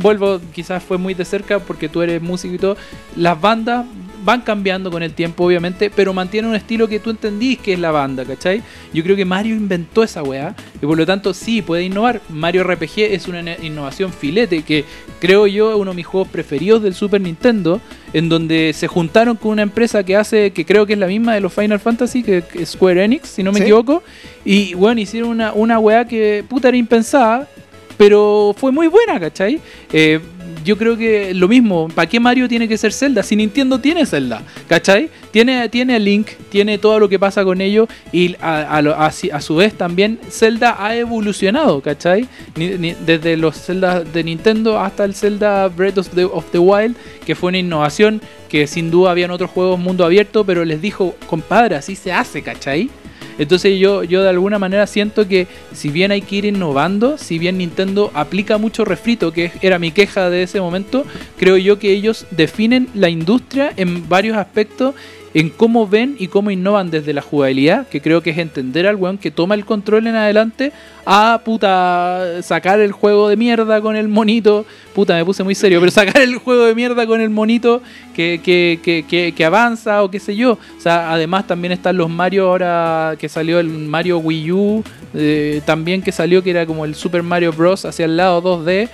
[SPEAKER 2] vuelvo, quizás fue muy de cerca porque tú eres músico y todo. Las bandas van cambiando con el tiempo obviamente, pero mantienen un estilo que tú entendís que es la banda, ¿cachai? Yo creo que Mario inventó esa weá y por lo tanto sí puede innovar. Mario RPG es una ne- innovación filete que creo yo es uno de mis juegos preferidos del Super Nintendo, en donde se juntaron con una empresa que hace, que creo que es la misma de los Final Fantasy, que que es Square Enix, si no me
[SPEAKER 1] Sí.
[SPEAKER 2] equivoco, y bueno, hicieron una, una weá que puta era impensada, pero fue muy buena, ¿cachai? Eh, yo creo que lo mismo, ¿para qué Mario tiene que ser Zelda? Si Nintendo tiene Zelda, ¿cachai? Tiene, tiene Link, tiene todo lo que pasa con ello y a, a lo- a si- a su vez también Zelda ha evolucionado, ¿cachai? Ni- ni- desde los Zelda de Nintendo hasta el Zelda Breath of the, of the Wild, que fue una innovación que sin duda habían otros juegos mundo abierto, pero les dijo, compadre, así se hace, ¿cachai? Entonces yo, yo de alguna manera siento que si bien hay que ir innovando, si bien Nintendo aplica mucho refrito, que era mi queja de ese momento, creo yo que ellos definen la industria en varios aspectos, en cómo ven y cómo innovan desde la jugabilidad, que creo que es entender al weón que toma el control en adelante a puta sacar el juego de mierda con el monito, puta me puse muy serio, pero sacar el juego de mierda con el monito que, que, que, que, que avanza o qué sé yo. O sea, además también están los Mario ahora que salió el Mario Wii U, eh, también que salió que era como el Super Mario Bros. hacia el lado 2D,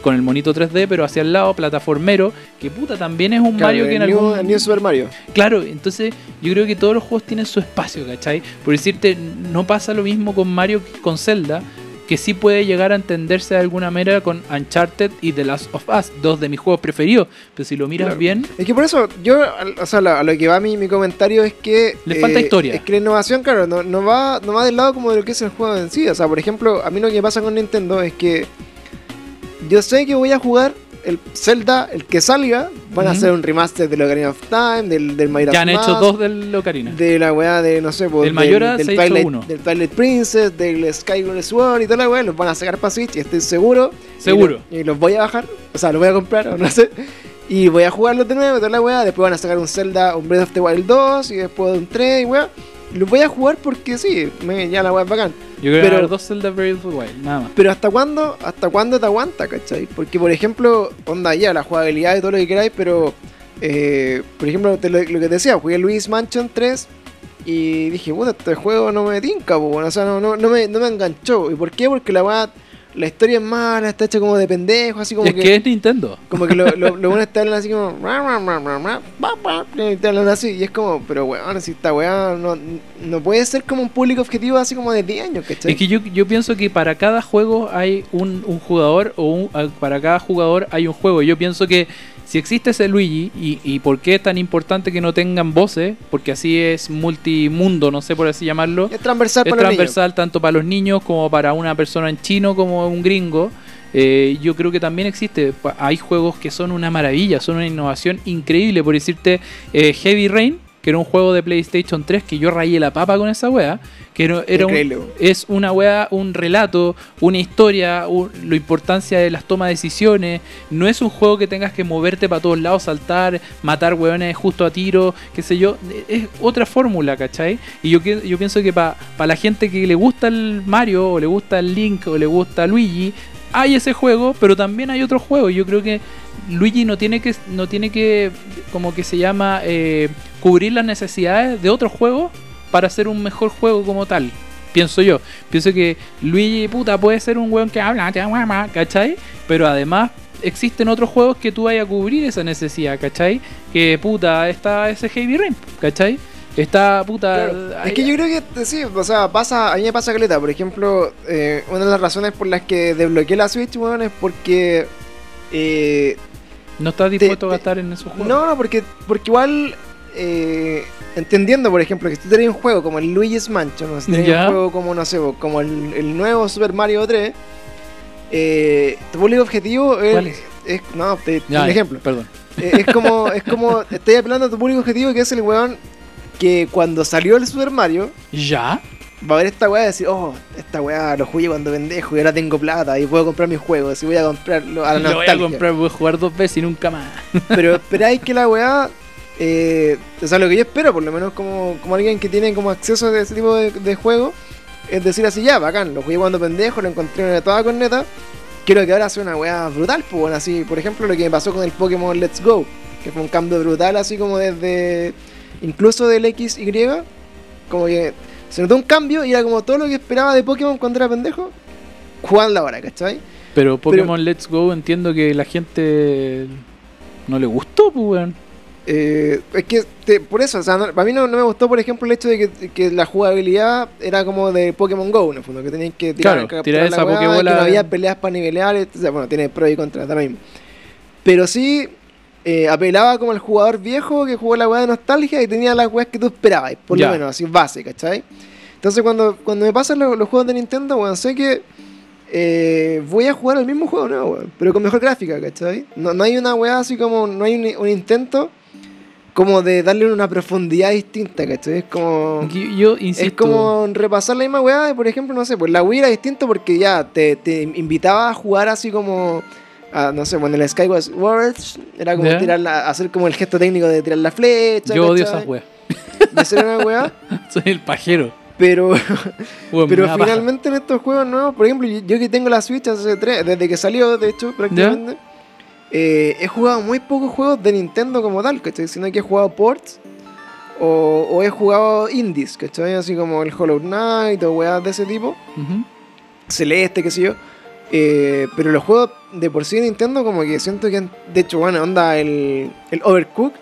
[SPEAKER 2] con el monito 3D, pero hacia el lado plataformero, que puta también es un
[SPEAKER 1] Claro,
[SPEAKER 2] Mario que en
[SPEAKER 1] el,
[SPEAKER 2] algún...
[SPEAKER 1] New, el New Super Mario.
[SPEAKER 2] Claro, entonces yo creo que todos los juegos tienen su espacio, ¿cachai? Por decirte, no pasa lo mismo con Mario que con Zelda, que sí puede llegar a entenderse de alguna manera con Uncharted y The Last of Us, dos de mis juegos preferidos. Pero si lo miras
[SPEAKER 1] Claro.
[SPEAKER 2] bien,
[SPEAKER 1] Es que por eso, yo, al- o sea, la- a lo que va mi, mi comentario es que. eh,
[SPEAKER 2] Le falta historia.
[SPEAKER 1] Es que la innovación, claro, no, no va, no va del lado como de lo que es el juego en sí. O sea, por ejemplo, a mí lo que pasa con Nintendo es que. Yo sé que voy a jugar el Zelda, el que salga. Van a
[SPEAKER 2] Ujú.
[SPEAKER 1] hacer un remaster del Ocarina of Time, del, del Majora's
[SPEAKER 2] ya han hecho
[SPEAKER 1] Mask,
[SPEAKER 2] dos del Ocarina.
[SPEAKER 1] De la weá de, no sé, pues,
[SPEAKER 2] Del Majora se ha hecho
[SPEAKER 1] Twilight,
[SPEAKER 2] uno.
[SPEAKER 1] del Twilight Princess, del Skyward Sword y toda la weá, los van a sacar para Switch y estoy seguro.
[SPEAKER 2] Seguro.
[SPEAKER 1] Y, lo- y los voy a bajar, o sea, los voy a comprar, o no sé. Y voy a jugarlos de nuevo, y toda la weá. Después van a sacar un Zelda, un Breath of the Wild 2 y después un 3 y weá. Y Los voy a jugar porque sí, me- ya la weá es bacán.
[SPEAKER 2] Yo creo que
[SPEAKER 1] pero-
[SPEAKER 2] van a haber dos Zelda Breath of the Wild, nada más.
[SPEAKER 1] Pero ¿hasta cuándo? ¿Hasta cuándo te aguanta, cachai? Porque, por ejemplo, onda ya, la jugabilidad y todo lo que queráis, pero, eh, por ejemplo, te lo, lo que te decía, jugué Luis Mansion 3 y dije, puta, este juego no me tinca, po, bueno, o sea, no, no, no, me, no me enganchó. ¿Y por qué? Porque la weá, la historia es mala, está hecha como de pendejo, así como
[SPEAKER 2] es que, es Nintendo.
[SPEAKER 1] como que lo, lo, lo bueno es que te hablan así como. "Ra, ra, ra, ra, ra, ba, ba", y te hablan así. Y es como, pero weón, si esta weá no, no puede ser como un público objetivo así como de 10 años, ¿cachai?
[SPEAKER 2] Es que yo, yo pienso que para cada juego hay un, un jugador o un- a- para cada jugador hay un juego. Yo pienso que si existe ese Luigi y, y por qué es tan importante que no tengan voces, porque así es multimundo, no sé por así llamarlo,
[SPEAKER 1] es transversal
[SPEAKER 2] es
[SPEAKER 1] para los niños.
[SPEAKER 2] transversal tanto para los niños como para una persona en chino como un gringo. Eh, yo creo que también existe. Pa- Hay juegos que son una maravilla, son una innovación increíble. Por decirte, eh, Heavy Rain, que era un juego de PlayStation 3 que yo rayé la papa con esa wea, que era, era un,
[SPEAKER 1] Increíble, weón.
[SPEAKER 2] es una weá, un relato, una historia, un- la importancia de las tomas de decisiones. No es un juego que tengas que moverte para todos lados, saltar, matar weones justo a tiro, qué sé yo. Es otra fórmula, ¿cachai? Y yo, que- yo pienso que para la gente que le gusta el Mario, o le gusta el Link, o le gusta Luigi, hay ese juego, pero también hay otro juego. Yo creo que Luigi no tiene que, no tiene que como que se llama, eh, cubrir las necesidades de otro juego para hacer un mejor juego como tal. Pienso yo. Pienso que Luigi, puta, puede ser un weón que habla, te ama, ¿cachai? Pero además existen otros juegos que tú vayas a cubrir esa necesidad, ¿cachai? Que puta, está ese Heavy Rain, ¿cachai? Está puta.
[SPEAKER 1] Claro. Es que yo creo que eh, sí, o sea, pasa, a mí me pasa caleta. Por ejemplo, eh, una de las razones por las que desbloqueé la Switch, weón, es porque. eh,
[SPEAKER 2] no estás dispuesto a
[SPEAKER 1] te-
[SPEAKER 2] gastar en esos juegos.
[SPEAKER 1] no, no, porque, porque igual. eh, entendiendo, por ejemplo, que si tú tenés un juego como el Luigi's Mansion, o si tenés
[SPEAKER 2] Ya.
[SPEAKER 1] un juego como, no sé, bo, como el, el nuevo Super Mario 3, eh, tu público objetivo es.
[SPEAKER 2] ¿Cuál es?
[SPEAKER 1] es- no, te, te-
[SPEAKER 2] Ya,
[SPEAKER 1] un
[SPEAKER 2] ya,
[SPEAKER 1] ejemplo.
[SPEAKER 2] Perdón.
[SPEAKER 1] Eh, es como, es
[SPEAKER 2] [laughs]
[SPEAKER 1] como, estoy apelando a tu público objetivo que es el weón que cuando salió el Super Mario
[SPEAKER 2] ¿Ya?
[SPEAKER 1] va a ver esta weá y decir, oh, esta weá lo jugué cuando pendejo y ahora tengo plata y puedo comprar mis juegos y voy a comprarlo a la
[SPEAKER 2] Lo voy
[SPEAKER 1] nostalgia.
[SPEAKER 2] a comprar, voy a jugar dos veces y nunca más.
[SPEAKER 1] Pero esperáis que la weá, eh, o sea, lo que yo espero, por lo menos como, como alguien que tiene como acceso a ese tipo de, de juego, es decir así, ya, bacán, lo jugué cuando pendejo, lo encontré en toda corneta, quiero que ahora sea una weá brutal, pues bueno, así, por ejemplo, lo que me pasó con el Pokémon Let's Go, que fue un cambio brutal, así como desde, incluso del XY, como que se notó un cambio y era como todo lo que esperaba de Pokémon cuando era pendejo, jugando ahora, ¿cachai?
[SPEAKER 2] Pero Pokémon Let's Go entiendo que la gente no le gustó, pues, weón.
[SPEAKER 1] Eh, es que te- por eso, o sea, no- para mí no, no me gustó, por ejemplo, el hecho de que, que la jugabilidad era como de Pokémon Go, en el fondo, que tenías que tirar,
[SPEAKER 2] Claro,
[SPEAKER 1] capturar
[SPEAKER 2] tirar
[SPEAKER 1] la
[SPEAKER 2] esa
[SPEAKER 1] weá,
[SPEAKER 2] pokebola.
[SPEAKER 1] que no había peleas para nivelar, et- o sea, bueno, tiene pro y contra también Pero sí eh, apelaba como al jugador viejo que jugó la weá de nostalgia y tenía las weas que tú esperabas, por
[SPEAKER 2] Ya.
[SPEAKER 1] lo menos, así base, ¿cachai? Entonces cuando, cuando me pasan los, los juegos de Nintendo, weón, sé que eh, voy a jugar el mismo juego, ¿no, weón? Pero con mejor gráfica, ¿cachai? No, no hay una weá así como, no hay un, un intento como de darle una profundidad distinta, ¿cachai? Es como...
[SPEAKER 2] Yo, yo insisto.
[SPEAKER 1] Es como repasar la misma weá, y, por ejemplo, no sé, pues la Wii era distinto porque ya te, te invitaba a jugar así como, a, no sé, bueno, en el Skyward Sword era como
[SPEAKER 2] Ya.
[SPEAKER 1] tirar la- hacer como el gesto técnico de tirar la flecha.
[SPEAKER 2] Yo odio
[SPEAKER 1] ¿cachai?
[SPEAKER 2] esas weas.
[SPEAKER 1] De hacer una weá,
[SPEAKER 2] [laughs] Soy el pajero.
[SPEAKER 1] pero,
[SPEAKER 2] Weón, me
[SPEAKER 1] pero
[SPEAKER 2] da paja.
[SPEAKER 1] finalmente en estos juegos nuevos, por ejemplo, yo, yo que tengo la Switch hace tres, desde que salió, de hecho, prácticamente, eh, he jugado muy pocos juegos de Nintendo como tal, ¿cachai? Sino que he jugado ports o, o he jugado indies, ¿cachai? Así como el Hollow Knight o weas de ese tipo.
[SPEAKER 2] Ujú.
[SPEAKER 1] celeste, qué sé yo. Eh, pero los juegos de por sí de Nintendo, como que siento que han. De hecho, bueno, onda el, el Overcook,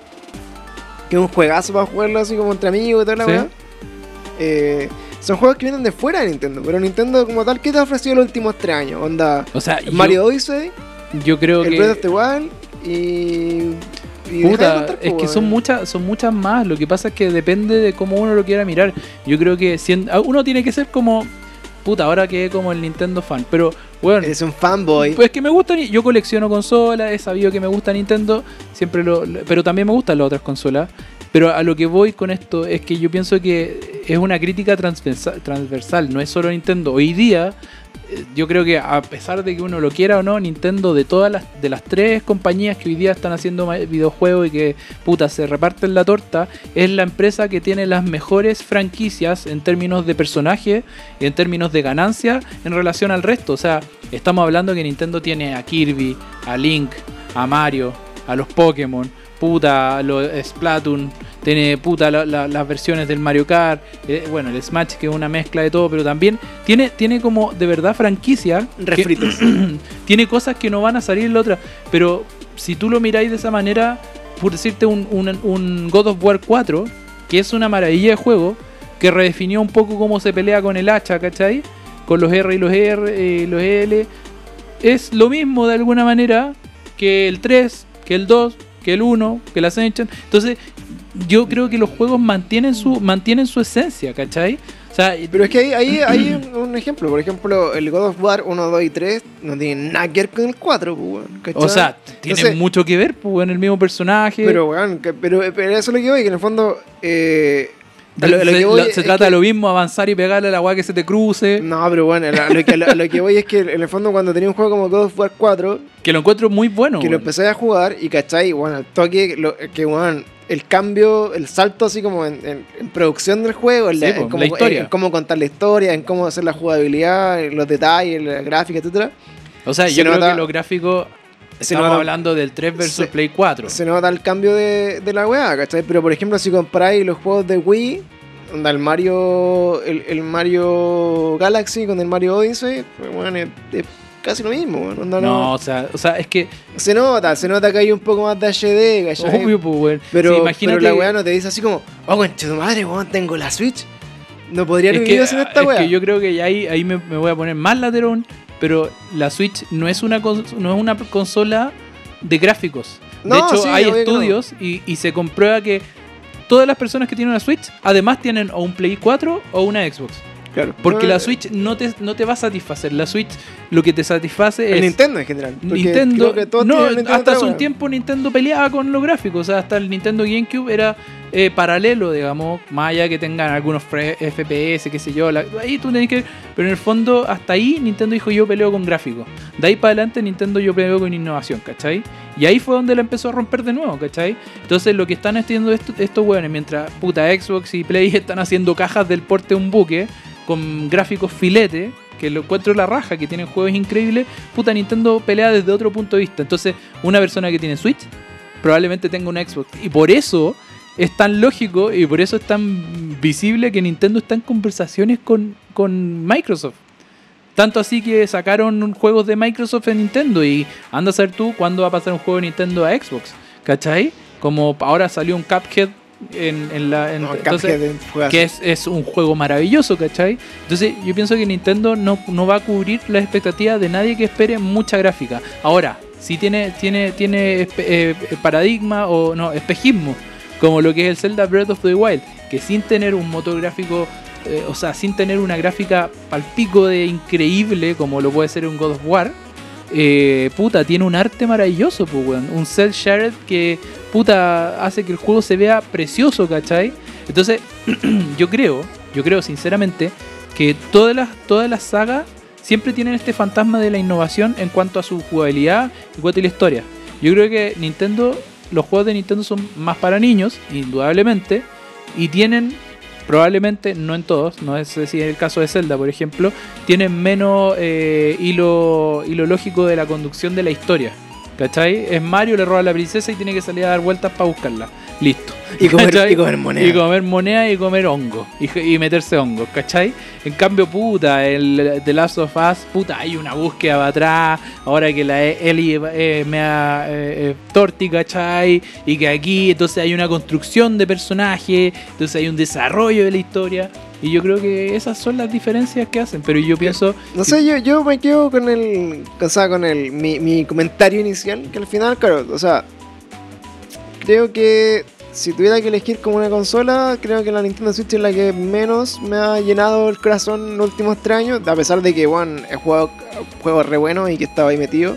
[SPEAKER 1] que es un juegazo para jugarlo así como entre amigos y toda la
[SPEAKER 2] Sí.
[SPEAKER 1] weá. Eh, son juegos que vienen de fuera de Nintendo, pero Nintendo como tal, ¿qué te ha ofrecido los últimos tres años? Onda
[SPEAKER 2] O sea, yo-
[SPEAKER 1] Mario Odyssey,
[SPEAKER 2] yo, creo
[SPEAKER 1] el Breath of
[SPEAKER 2] que.
[SPEAKER 1] the Wild y. y deja de
[SPEAKER 2] Puta,
[SPEAKER 1] contar,
[SPEAKER 2] es
[SPEAKER 1] po,
[SPEAKER 2] que son
[SPEAKER 1] weón.
[SPEAKER 2] muchas, son muchas más. Lo que pasa es que depende de cómo uno lo quiera mirar. Yo creo que si- ah, uno tiene que ser como. Puta, ahora quedé como el Nintendo fan. Pero, weón,
[SPEAKER 1] Eres un fanboy.
[SPEAKER 2] Pues que me gustan, yo colecciono consolas, he sabido que me gusta Nintendo, siempre lo, lo- pero también me gustan las otras consolas. Pero a lo que voy con esto es que yo pienso que es una crítica transversal, transversal no es solo Nintendo. Hoy día, eh, yo creo que a pesar de que uno lo quiera o no, Nintendo de todas las, de las tres compañías que hoy día están haciendo ma- videojuegos y que puta se reparten la torta, es la empresa que tiene las mejores franquicias en términos de personaje, en términos de ganancia, en relación al resto. O sea, estamos hablando que Nintendo tiene a Kirby, a Link, a Mario, a los Pokémon, puta, a los Splatoon, tiene puta la- la- las versiones del Mario Kart, eh, bueno, el Smash que es una mezcla de todo, pero también tiene, tiene como de verdad franquicia. que-
[SPEAKER 1] Refritos.
[SPEAKER 2] [clears throat] tiene cosas que no van a salir en la otra, pero si tú lo miráis de esa manera, por decirte un, un- un God of War 4, que es una maravilla de juego, que redefinió un poco cómo se pelea con el hacha, ¿cachai? Con los R y los R, eh, los L. Es lo mismo de alguna manera que el 3, que el 2, que el 1, que la Ascension. Entonces, yo creo que los juegos mantienen su, mantienen su esencia, ¿cachai? O sea,
[SPEAKER 1] Pero es que ahí, ahí hay un- un ejemplo. Por ejemplo, el God of War 1, 2 y 3 no tienen nada que ver con el 4, pues, weón, ¿cachai?
[SPEAKER 2] o sea tienen
[SPEAKER 1] Entonces-
[SPEAKER 2] mucho que ver, pues, en el mismo personaje.
[SPEAKER 1] Pero, weón, que- pero, pero eso es lo que voy, que en el fondo. eh, a lo- a lo
[SPEAKER 2] se
[SPEAKER 1] que voy
[SPEAKER 2] lo- se
[SPEAKER 1] es
[SPEAKER 2] trata
[SPEAKER 1] que-
[SPEAKER 2] de
[SPEAKER 1] Mm.
[SPEAKER 2] lo mismo, avanzar y pegarle a la weá que se te cruce.
[SPEAKER 1] [laughs] No, pero bueno, a lo, que, a lo- a lo que voy es que en el fondo cuando tenía un juego como God of War 4,
[SPEAKER 2] Que lo encuentro muy bueno.
[SPEAKER 1] que lo
[SPEAKER 2] weón.
[SPEAKER 1] empecé a jugar y cachai, bueno, al toque, lo- que bueno, el cambio, el salto así como en, en- en producción del juego, en,
[SPEAKER 2] Sí,
[SPEAKER 1] la,
[SPEAKER 2] po,
[SPEAKER 1] en cómo,
[SPEAKER 2] la historia.
[SPEAKER 1] en cómo contar la historia, en cómo hacer la jugabilidad, en los detalles, la gráfica, etcétera
[SPEAKER 2] o sea,
[SPEAKER 1] se
[SPEAKER 2] yo creo
[SPEAKER 1] nota-
[SPEAKER 2] que los gráficos.
[SPEAKER 1] se
[SPEAKER 2] Estamos
[SPEAKER 1] nota-
[SPEAKER 2] hablando del 3 versus
[SPEAKER 1] se-
[SPEAKER 2] Play 4.
[SPEAKER 1] se nota el cambio de, de la weá, ¿cachai? Pero por ejemplo, si comparáis los juegos de Wii, onda el Mario, el, el Mario Galaxy con el Mario Odyssey, pues, bueno, es, es casi lo mismo. weón. Onda, no.
[SPEAKER 2] No, o sea, o sea, es que.
[SPEAKER 1] Se nota, se nota que hay un poco más de HD, ¿cachai?
[SPEAKER 2] Obvio, pues, weón.
[SPEAKER 1] Pero,
[SPEAKER 2] Sí, imagínate-
[SPEAKER 1] pero la weá no te dice así como, oh, concha tu madre, weón, tengo la Switch. No podría
[SPEAKER 2] es
[SPEAKER 1] haber
[SPEAKER 2] que,
[SPEAKER 1] vivido sin esta
[SPEAKER 2] es
[SPEAKER 1] weá.
[SPEAKER 2] que yo creo que ya ahí, ahí me, me voy a poner más laterón, pero la Switch no es una, cons- no es una consola de gráficos. De
[SPEAKER 1] No,
[SPEAKER 2] hecho,
[SPEAKER 1] sí,
[SPEAKER 2] hay
[SPEAKER 1] obvio que no.
[SPEAKER 2] estudios y, y se comprueba que todas las personas que tienen una Switch además tienen o un Play 4 o una Xbox.
[SPEAKER 1] Claro.
[SPEAKER 2] Porque
[SPEAKER 1] No, eh,
[SPEAKER 2] la Switch no te, no te va a satisfacer. La Switch lo que te satisface
[SPEAKER 1] El
[SPEAKER 2] es
[SPEAKER 1] Nintendo en general. porque
[SPEAKER 2] Nintendo,
[SPEAKER 1] creo que todos
[SPEAKER 2] no,
[SPEAKER 1] tienen Nintendo
[SPEAKER 2] hasta
[SPEAKER 1] otra
[SPEAKER 2] hace un
[SPEAKER 1] weá.
[SPEAKER 2] tiempo Nintendo peleaba con los gráficos, o sea, hasta el Nintendo GameCube era eh, paralelo, digamos, más allá que tengan algunos fre- FPS, qué sé yo, la- ahí tú tenés que, pero en el fondo hasta ahí Nintendo dijo yo peleo con gráficos, de ahí para adelante Nintendo yo peleo con innovación, ¿cachai? Y ahí fue donde la empezó a romper de nuevo, ¿cachai? Entonces lo que están haciendo esto- estos hueones, mientras puta Xbox y Play [laughs] están haciendo cajas del porte de un buque, con gráficos filete, que lo encuentro la raja, que tienen juegos increíbles, puta Nintendo pelea desde otro punto de vista. Entonces, una persona que tiene Switch probablemente tenga una Xbox. Y por eso es tan lógico y por eso es tan visible que Nintendo está en conversaciones con, con Microsoft. Tanto así que sacaron juegos de Microsoft en Nintendo y anda a saber tú cuándo va a pasar un juego de Nintendo a Xbox. ¿Cachai? Como ahora salió un Cuphead en, en la... en-
[SPEAKER 1] No,
[SPEAKER 2] entonces-
[SPEAKER 1] Cuphead juega
[SPEAKER 2] que es, es un juego maravilloso, ¿cachai? Entonces yo pienso que Nintendo no, no va a cubrir las expectativas de nadie que espere mucha gráfica. Ahora, si tiene, tiene, tiene espe- eh, paradigma o no, espejismo, como lo que es el Zelda Breath of the Wild, que sin tener un motor gráfico, eh, o sea, sin tener una gráfica palpico de increíble como lo puede ser un God of War, eh, puta, tiene un arte maravilloso, pues, weón. Un cel shaded que, puta, hace que el juego se vea precioso, ¿cachai? Entonces, [clears throat] yo creo, yo creo sinceramente, que todas las, todas las sagas siempre tienen este fantasma de la innovación en cuanto a su jugabilidad en cuanto a la historia. Yo creo que Nintendo, los juegos de Nintendo son más para niños, indudablemente, y tienen, probablemente, no en todos, no es decir, el caso de Zelda, por ejemplo, tienen menos eh, hilo, hilo lógico de la conducción de la historia. ¿Cachai? Es Mario, le roba a la princesa y tiene que salir a dar vueltas para buscarla. Listo.
[SPEAKER 1] [laughs] Y comer,
[SPEAKER 2] [laughs] ¿Cachai?
[SPEAKER 1] y comer moneda.
[SPEAKER 2] Y comer moneda y comer hongo. Y, y meterse hongo, ¿cachai? En cambio, puta, el The Last of Us, puta, hay una búsqueda para atrás. Ahora que la E- Ellie eh, me ha eh, eh, torti, ¿cachai? Y que aquí, entonces hay una construcción de personaje, entonces hay un desarrollo de la historia. Y yo creo que esas son las diferencias que hacen. Pero yo pienso.
[SPEAKER 1] No sé, yo, yo me quedo con el. O sea, con el. Mi, mi comentario inicial, que al final, claro, o sea. Creo que si tuviera que elegir como una consola, creo que la Nintendo Switch es la que menos me ha llenado el corazón en los últimos tres años. A pesar de que, bueno, he jugado juegos re buenos y que estaba ahí metido.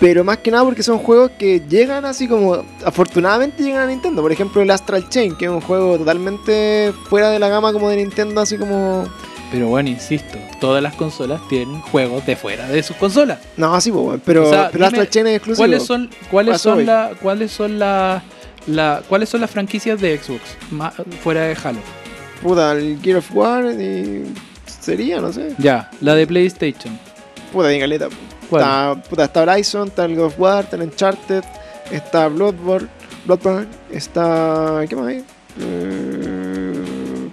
[SPEAKER 1] Pero más que nada porque son juegos que llegan así como. Afortunadamente llegan a Nintendo. Por ejemplo, el Astral Chain, que es un juego totalmente fuera de la gama como de Nintendo, así como.
[SPEAKER 2] Pero bueno, insisto, todas las consolas tienen juegos de fuera de sus consolas.
[SPEAKER 1] No, sí, po, weón, pero,
[SPEAKER 2] O sea,
[SPEAKER 1] pero
[SPEAKER 2] dime,
[SPEAKER 1] Astral Chain es exclusivo.
[SPEAKER 2] ¿Cuáles son, cuáles
[SPEAKER 1] Pasó hoy.
[SPEAKER 2] son, la, cuáles son la, la- cuáles son las franquicias de Xbox ma- fuera de Halo?
[SPEAKER 1] Puta, el Gear of War y... Sería, no sé.
[SPEAKER 2] Ya, la de PlayStation.
[SPEAKER 1] Puta, bien caleta. po.
[SPEAKER 2] ¿Cuál?
[SPEAKER 1] Está, puta, está Horizon, está el God of War, está el Uncharted, está Bloodborne, Bloodborne está... ¿Qué más hay? Eh,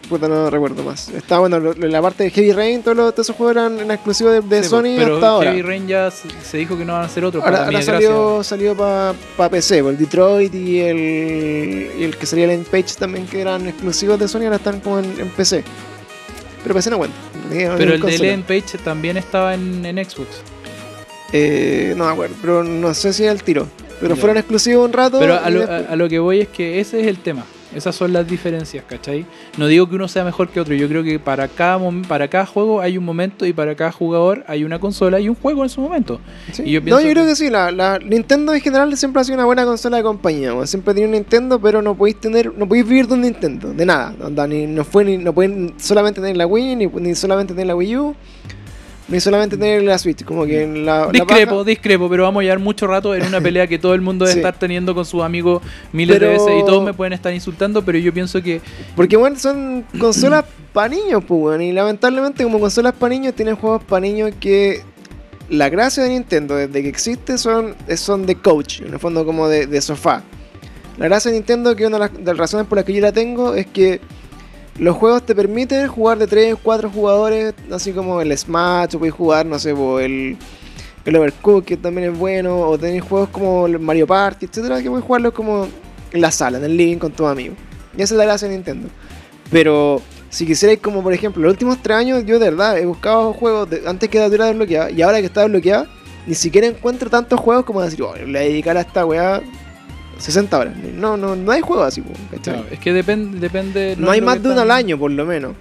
[SPEAKER 1] Puta, no recuerdo más. Está, bueno, lo- lo- la parte de Heavy Rain, todos, los- todos esos juegos eran, eran exclusivos de, de
[SPEAKER 2] Sí,
[SPEAKER 1] Sony
[SPEAKER 2] pero
[SPEAKER 1] hasta ahora.
[SPEAKER 2] Heavy Rain ya se se dijo que no van a ser otros.
[SPEAKER 1] Ahora,
[SPEAKER 2] para mi
[SPEAKER 1] ahora
[SPEAKER 2] desgracia.
[SPEAKER 1] salió, salió para PC, po, el Detroit y el, y el que sería el Page también, que eran exclusivos de Sony, ahora están como en, en PC. Pero PC no cuenta. porque no
[SPEAKER 2] Pero
[SPEAKER 1] es
[SPEAKER 2] el de
[SPEAKER 1] consola.
[SPEAKER 2] Ellen Page también estaba en, en Xbox.
[SPEAKER 1] Eh, no me acuerdo, pero no sé si era el tiro. Pero
[SPEAKER 2] Ya.
[SPEAKER 1] fueron exclusivos un rato.
[SPEAKER 2] Pero
[SPEAKER 1] y
[SPEAKER 2] a lo,
[SPEAKER 1] después-
[SPEAKER 2] a- a lo que voy es que ese es el tema. Esas son las diferencias, ¿cachai? No digo que uno sea mejor que otro. Yo creo que para cada, mom- para cada juego hay un momento y para cada jugador hay una consola y un juego en su momento.
[SPEAKER 1] Sí.
[SPEAKER 2] Y yo
[SPEAKER 1] no,
[SPEAKER 2] pienso
[SPEAKER 1] yo creo
[SPEAKER 2] que-
[SPEAKER 1] que sí. La, la- Nintendo en general siempre ha sido una buena consola de compañía. weón. Siempre tenía un Nintendo, pero no podéis tener, no podéis vivir de un Nintendo, de nada. Onda, ni- no fue ni, no pueden solamente tener la Wii, ni, ni solamente tener la Wii U, ni solamente tener la Switch. Como que en Ah, la, la
[SPEAKER 2] Discrepo,
[SPEAKER 1] baja-
[SPEAKER 2] discrepo, pero vamos a llevar mucho rato en
[SPEAKER 1] [laughs]
[SPEAKER 2] una pelea que todo el mundo debe
[SPEAKER 1] Sí.
[SPEAKER 2] estar teniendo con sus amigos miles de
[SPEAKER 1] Pero-
[SPEAKER 2] veces y todos me pueden estar insultando, pero yo pienso que
[SPEAKER 1] Porque bueno, son consolas para niños, pues, weón, Y lamentablemente, como consolas para niños, tienen juegos para niños que. La gracia de Nintendo, desde que existe, son, son de coach, en el fondo como de, de sofá. La gracia de Nintendo, que una de las, de las razones por las que yo la tengo, es que Los juegos te permiten jugar de 3, 4 jugadores, así como el Smash, o puedes jugar, no sé, po, el, el Overcooked, que también es bueno, o tenés juegos como el Mario Party, etcétera, que puedes jugarlos como en la sala, en el living con tus amigos. Y esa es la gracia de Nintendo. Pero si quisierais, como por ejemplo, los últimos 3 años, yo de verdad he buscado juegos de- antes que la dura desbloqueada, y ahora que está desbloqueada, ni siquiera encuentro tantos juegos como decir, oh, le voy a dedicar a esta weá 60 horas. No, no, no hay juegos así, po, ¿cachai?
[SPEAKER 2] Claro, es que depende. depende
[SPEAKER 1] No
[SPEAKER 2] es
[SPEAKER 1] hay
[SPEAKER 2] lo
[SPEAKER 1] más
[SPEAKER 2] que
[SPEAKER 1] de uno
[SPEAKER 2] están-
[SPEAKER 1] al año, por lo menos.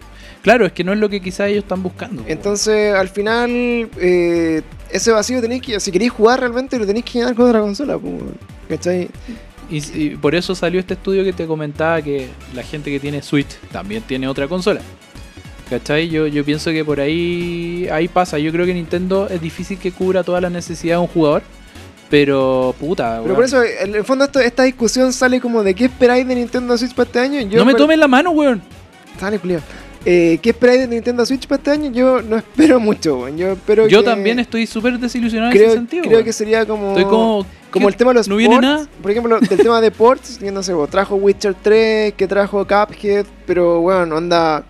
[SPEAKER 2] Claro, es que no es lo que quizás ellos están buscando. po.
[SPEAKER 1] Entonces, al final, eh, ese vacío tenéis que, si queréis jugar realmente, lo tenéis que llenar con otra consola. po, ¿Cachai?
[SPEAKER 2] Y, y por eso salió este estudio que te comentaba que la gente que tiene Switch también tiene otra consola. ¿Cachai? Yo, yo pienso que por ahí, ahí pasa. Yo creo que Nintendo es difícil que cubra todas las necesidades de un jugador. Pero puta,
[SPEAKER 1] Pero
[SPEAKER 2] weón.
[SPEAKER 1] por eso, en el fondo, esto- esta discusión sale como de qué esperáis de Nintendo Switch para este año. Yo
[SPEAKER 2] no me
[SPEAKER 1] per-
[SPEAKER 2] tomen la mano, weón.
[SPEAKER 1] Sale, culiao. Eh, ¿Qué esperáis de Nintendo Switch para este año? Yo no espero mucho. weón. Yo espero
[SPEAKER 2] Yo
[SPEAKER 1] que-
[SPEAKER 2] también estoy súper desilusionado en
[SPEAKER 1] creo,
[SPEAKER 2] ese sentido.
[SPEAKER 1] creo
[SPEAKER 2] weón.
[SPEAKER 1] que sería como.
[SPEAKER 2] Estoy como.
[SPEAKER 1] Como el tema de los
[SPEAKER 2] ¿No viene
[SPEAKER 1] ports,
[SPEAKER 2] nada?
[SPEAKER 1] por ejemplo, del tema de ports, que no sé, vos, trajo Witcher 3, que trajo Cuphead, pero bueno, onda,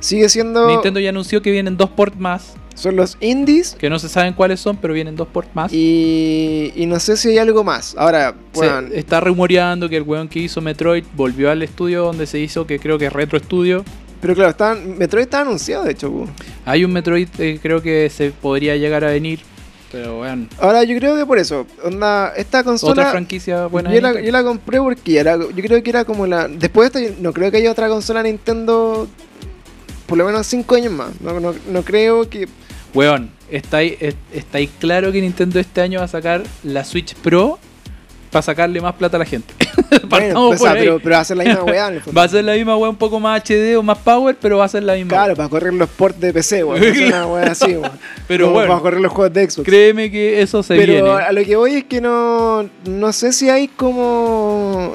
[SPEAKER 1] sigue siendo,
[SPEAKER 2] Nintendo ya anunció que vienen dos ports más.
[SPEAKER 1] son los indies
[SPEAKER 2] Que no se saben cuáles son, pero vienen dos ports más.
[SPEAKER 1] y, y no sé si hay algo más. Ahora,
[SPEAKER 2] Se
[SPEAKER 1] bueno,
[SPEAKER 2] está rumoreando que el weón que hizo Metroid volvió al estudio donde se hizo, que creo que es Retro Studio.
[SPEAKER 1] pero claro, está, Metroid está anunciado, de hecho. po.
[SPEAKER 2] Hay un Metroid que creo que se podría llegar a venir, pero weón.
[SPEAKER 1] Ahora, yo creo que por eso, onda, esta
[SPEAKER 2] Otra
[SPEAKER 1] consola...
[SPEAKER 2] franquicia buena. de
[SPEAKER 1] Yo la,
[SPEAKER 2] Nintendo.
[SPEAKER 1] yo la compré porque era, yo creo que era como la... Después de esta, no creo que haya otra consola Nintendo por lo menos 5 años más. No, no, no creo
[SPEAKER 2] [laughs]
[SPEAKER 1] que...
[SPEAKER 2] Weón, está ahí, es- está ahí claro que Nintendo este año va a sacar la Switch Pro para sacarle más plata a la gente. [laughs]
[SPEAKER 1] Bueno,
[SPEAKER 2] Partamos
[SPEAKER 1] pues,
[SPEAKER 2] por
[SPEAKER 1] ah,
[SPEAKER 2] ahí.
[SPEAKER 1] pero, pero va a ser la misma weá.
[SPEAKER 2] [laughs]
[SPEAKER 1] en el fondo.
[SPEAKER 2] Va a ser la misma weón, un poco más HD o más power, pero va a ser la misma.
[SPEAKER 1] Claro, para correr los ports de PC, weón. Es una weá así, weón.
[SPEAKER 2] [laughs] Pero
[SPEAKER 1] Como Para
[SPEAKER 2] bueno,
[SPEAKER 1] correr los juegos de Xbox.
[SPEAKER 2] créeme que eso se
[SPEAKER 1] Pero
[SPEAKER 2] viene.
[SPEAKER 1] a lo que voy es que no. No sé si hay como.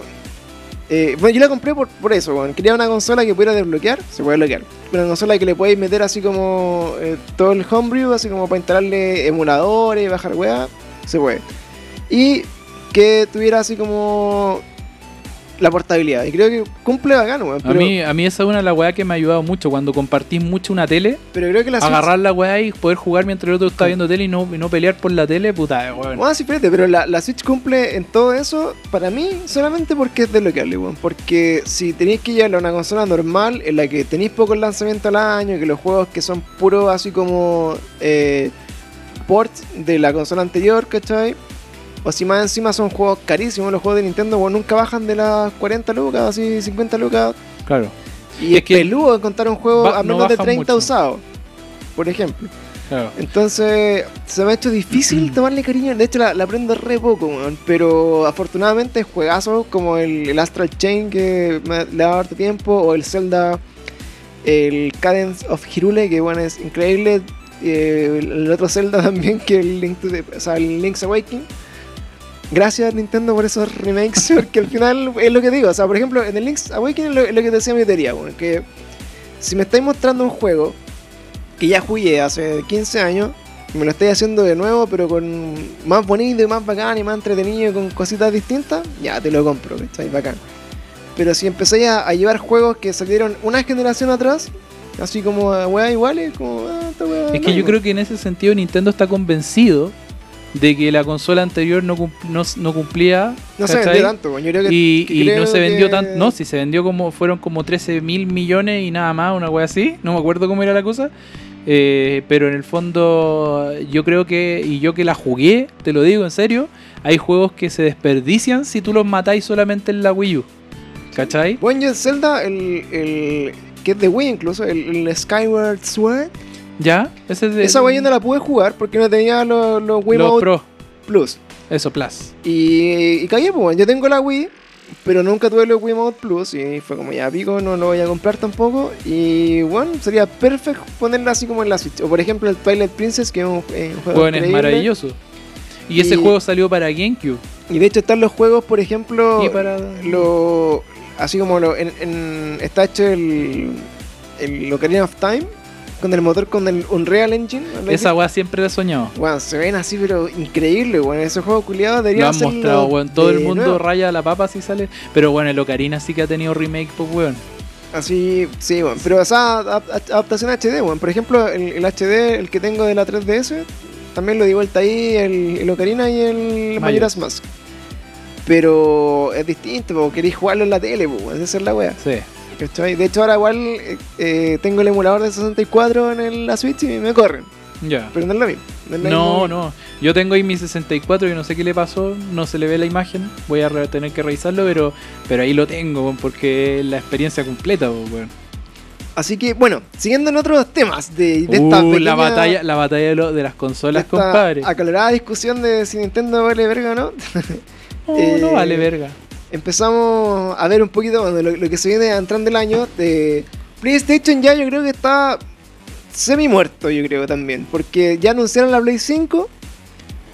[SPEAKER 1] eh, bueno, yo la compré por, por eso, weón. Quería una consola que pudiera desbloquear. Se puede bloquear. Una consola que le podéis meter así como. eh, todo el homebrew, así como para instalarle emuladores, bajar weá. Se puede. Y que tuviera así como. La portabilidad. Y creo que cumple bacán, weón.
[SPEAKER 2] a,
[SPEAKER 1] Pero,
[SPEAKER 2] mí, a mí esa es una de las weas que me ha ayudado mucho. Cuando compartís mucho una tele,
[SPEAKER 1] pero creo que la Switch-
[SPEAKER 2] agarrar la weá y poder jugar mientras el otro está viendo tele y no, y no pelear por la tele, puta, eh, weón.
[SPEAKER 1] Bueno, Ah, sí, espérate, pero la, la Switch cumple en todo eso, para mí, solamente porque es desbloqueable, weón. Porque si tenéis que llevarla a una consola normal, en la que tenéis pocos lanzamientos al año, que los juegos que son puros así como eh, ports de la consola anterior, ¿cachai? O si más encima son juegos carísimos, los juegos de Nintendo, weón, nunca bajan de las 40 lucas, así 50 lucas.
[SPEAKER 2] Claro.
[SPEAKER 1] Y
[SPEAKER 2] Es
[SPEAKER 1] es
[SPEAKER 2] que
[SPEAKER 1] peludo encontrar un juego
[SPEAKER 2] ba-
[SPEAKER 1] a
[SPEAKER 2] no
[SPEAKER 1] menos de
[SPEAKER 2] bajan
[SPEAKER 1] 30
[SPEAKER 2] mucho.
[SPEAKER 1] usado, por ejemplo.
[SPEAKER 2] Claro.
[SPEAKER 1] Entonces, se me ha hecho difícil tomarle cariño. De hecho, la, la aprendo re poco, weón. Pero afortunadamente, juegazos como el, el Astral Chain que me ha- le ha dado harto tiempo, o el Zelda, el Cadence of Hirule, que bueno, es increíble. eh, el, el otro Zelda [laughs] también, que el, Link to the- o sea, el Link's Awakening. Gracias Nintendo por esos remakes, [laughs] porque al final es lo que digo. O sea, por ejemplo, en el Link's Awakening es lo, es lo que decía mi teoría, weón, que si me estáis mostrando un juego que ya jugué hace 15 años, y me lo estáis haciendo de nuevo, pero con más bonito y más bacán y más entretenido y con cositas distintas, ya te lo compro, estáis bacán. Pero si empezáis a, a llevar juegos que salieron una generación atrás, así como a weas iguales, como ah, esta wea
[SPEAKER 2] Es que yo creo que en ese sentido Nintendo está convencido de que la consola anterior no, cumpl- no, no cumplía.
[SPEAKER 1] No se
[SPEAKER 2] ¿cachai?
[SPEAKER 1] vendió tanto, weón. yo creo que.
[SPEAKER 2] Y,
[SPEAKER 1] que
[SPEAKER 2] y
[SPEAKER 1] creo
[SPEAKER 2] no se vendió
[SPEAKER 1] que-
[SPEAKER 2] tanto. No, si se vendió como fueron como 13 mil millones y nada más, una wea así. No me acuerdo cómo era la cosa. Eh, pero en el fondo, yo creo que. Y yo que la jugué, te lo digo en serio. Hay juegos que se desperdician si tú los matáis solamente en la Wii U. ¿Cachai?
[SPEAKER 1] Bueno, yo en Zelda, el, el- que es de Wii incluso, el, el Skyward Sword,
[SPEAKER 2] ¿Ya? Ese es de-
[SPEAKER 1] esa wea yo no la pude jugar porque no tenía los, los Wii
[SPEAKER 2] los Pro.
[SPEAKER 1] Plus.
[SPEAKER 2] Eso, Plus.
[SPEAKER 1] Y, y cagué, pues, weón. yo tengo la Wii, pero nunca tuve los Wiimote Plus. Y fue como ya pico, no lo voy a comprar tampoco. Y bueno, sería perfecto ponerla así como en la Switch. O por ejemplo, el Twilight Princess, que es un, eh, un juego.
[SPEAKER 2] Weón, es
[SPEAKER 1] increíble.
[SPEAKER 2] maravilloso. Y ese
[SPEAKER 1] Y-
[SPEAKER 2] juego salió para GameCube.
[SPEAKER 1] Y de hecho, están los juegos, por ejemplo.
[SPEAKER 2] y para.
[SPEAKER 1] lo así como lo, en, en- está hecho el, el Ocarina of Time con el motor con el Unreal Engine ¿no?
[SPEAKER 2] Esa weá siempre la he soñado.
[SPEAKER 1] Weón, se ven así pero increíble weón esos juegos culiados
[SPEAKER 2] Lo
[SPEAKER 1] deberían
[SPEAKER 2] han
[SPEAKER 1] hacerlo
[SPEAKER 2] mostrado, weón. Todo
[SPEAKER 1] de
[SPEAKER 2] el mundo
[SPEAKER 1] nuevo.
[SPEAKER 2] raya a la papa si sale. Pero bueno, el Ocarina sí que ha tenido remake, pues, weón.
[SPEAKER 1] Así, sí, bueno. Pero esa adap- adaptación HD, bueno. Por ejemplo, el, el HD, el que tengo de la 3DS, también lo di vuelta ahí, el, el Ocarina y el Majora's
[SPEAKER 2] Mayoras.
[SPEAKER 1] Mask. Pero es distinto, porque queréis jugarlo en la tele, pues, bueno, esa es la wea.
[SPEAKER 2] Sí.
[SPEAKER 1] ¿cachai? De hecho, ahora igual eh, eh, tengo el emulador de 64 en el- la Switch y me corren.
[SPEAKER 2] Ya.
[SPEAKER 1] Pero no es lo mismo. es lo
[SPEAKER 2] No,
[SPEAKER 1] mismo.
[SPEAKER 2] no. Yo tengo ahí mi 64 y no sé qué le pasó. No se le ve la imagen. Voy a re- tener que revisarlo, pero, pero ahí lo tengo, weón, porque es la experiencia completa, pues, weón.
[SPEAKER 1] Así que, bueno, siguiendo en otros temas de, de esta
[SPEAKER 2] Uh,
[SPEAKER 1] pequeña-
[SPEAKER 2] la batalla, la batalla de, lo- de las
[SPEAKER 1] de
[SPEAKER 2] consolas,
[SPEAKER 1] esta
[SPEAKER 2] compadre.
[SPEAKER 1] acalorada discusión de si Nintendo vale verga o no,
[SPEAKER 2] No,
[SPEAKER 1] eh,
[SPEAKER 2] Uh, no vale verga.
[SPEAKER 1] empezamos a ver un poquito bueno, lo, lo que se viene entrando el año. De PlayStation ya yo creo que está semi muerto, yo creo también. Porque ya anunciaron la Play 5.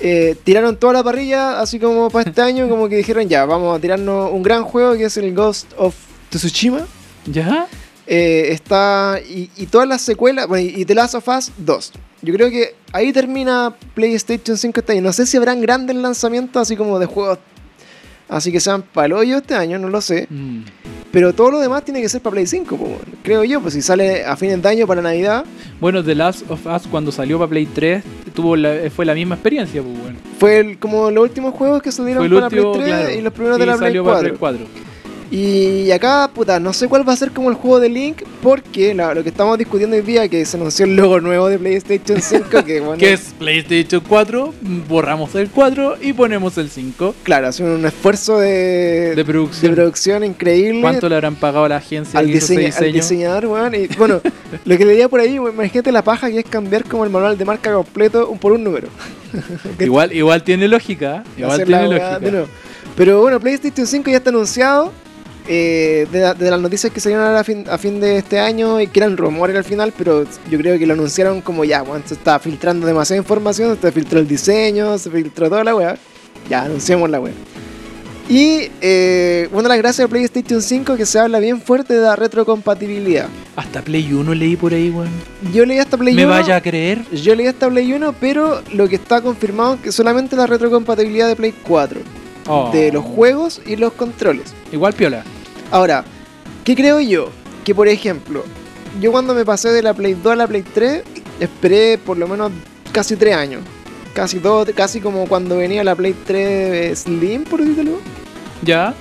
[SPEAKER 1] eh, tiraron toda la parrilla, así como para este año, como que dijeron ya, vamos a tirarnos un gran juego que es el Ghost of Tsushima.
[SPEAKER 2] ¿Ya?
[SPEAKER 1] Eh, está. Y, y todas las secuelas. Bueno, y y The Last of Us 2. Yo creo que ahí termina PlayStation 5 este año. No sé si habrán grandes lanzamientos así como de juegos. Así que sean palollo este año, no lo sé.
[SPEAKER 2] Mm.
[SPEAKER 1] Pero todo lo demás tiene que ser para Play 5, po, weón. creo yo. Pues si sale a fines de año para Navidad,
[SPEAKER 2] Bueno, The Last of Us cuando salió para Play 3 tuvo la- fue la misma experiencia, pues bueno.
[SPEAKER 1] fue el- como los últimos juegos que salieron
[SPEAKER 2] Fue el
[SPEAKER 1] para
[SPEAKER 2] último,
[SPEAKER 1] Play 3
[SPEAKER 2] claro,
[SPEAKER 1] y los primeros de
[SPEAKER 2] y
[SPEAKER 1] la Play
[SPEAKER 2] salió
[SPEAKER 1] 4.
[SPEAKER 2] para Play 4.
[SPEAKER 1] Y acá, puta, no sé cuál va a ser como el juego de Link, porque la- lo que estamos discutiendo hoy día, que se anunció el logo nuevo de PlayStation 5,
[SPEAKER 2] [laughs]
[SPEAKER 1] que bueno,
[SPEAKER 2] Que es PlayStation 4, borramos el 4 y ponemos el 5
[SPEAKER 1] Claro, hace un esfuerzo de,
[SPEAKER 2] de
[SPEAKER 1] de
[SPEAKER 2] producción.
[SPEAKER 1] producción increíble.
[SPEAKER 2] ¿Cuánto le habrán pagado a la agencia
[SPEAKER 1] al,
[SPEAKER 2] que hizo ese
[SPEAKER 1] diseña- al
[SPEAKER 2] diseño?
[SPEAKER 1] diseñador, weón. Y bueno, lo que le diría por ahí, weón, imagínate la paja que es cambiar como el manual de marca completo un por un número. Que
[SPEAKER 2] Igual, igual tiene lógica. ¿eh? Igual
[SPEAKER 1] hacer la
[SPEAKER 2] tiene
[SPEAKER 1] weá de
[SPEAKER 2] lógica.
[SPEAKER 1] nuevo. Pero bueno, PlayStation 5 ya está anunciado. eh, de, la- de las noticias que salieron ahora a fin, a fin de este año y que eran rumores al final, pero yo creo que lo anunciaron como ya, weón, se está filtrando demasiada información, se filtró el diseño, se filtró toda la weá. Ya, anunciamos la weá. Y eh, una de las gracias de PlayStation 5 que se habla bien fuerte de la retrocompatibilidad.
[SPEAKER 2] Hasta Play 1 leí por ahí, weón.
[SPEAKER 1] Yo leí hasta Play
[SPEAKER 2] ¿Me
[SPEAKER 1] 1.
[SPEAKER 2] vaya a creer?
[SPEAKER 1] Yo leí hasta Play 1, pero lo que está confirmado es que solamente la retrocompatibilidad de Play 4
[SPEAKER 2] Oh.
[SPEAKER 1] de los juegos y los controles.
[SPEAKER 2] Igual piola.
[SPEAKER 1] Ahora, ¿qué creo yo? Que por ejemplo, yo cuando me pasé de la Play 2 a la Play 3, esperé por lo menos casi 3 años. Casi dos, casi como cuando venía la Play 3 Slim, por decirlo.
[SPEAKER 2] ¿Ya?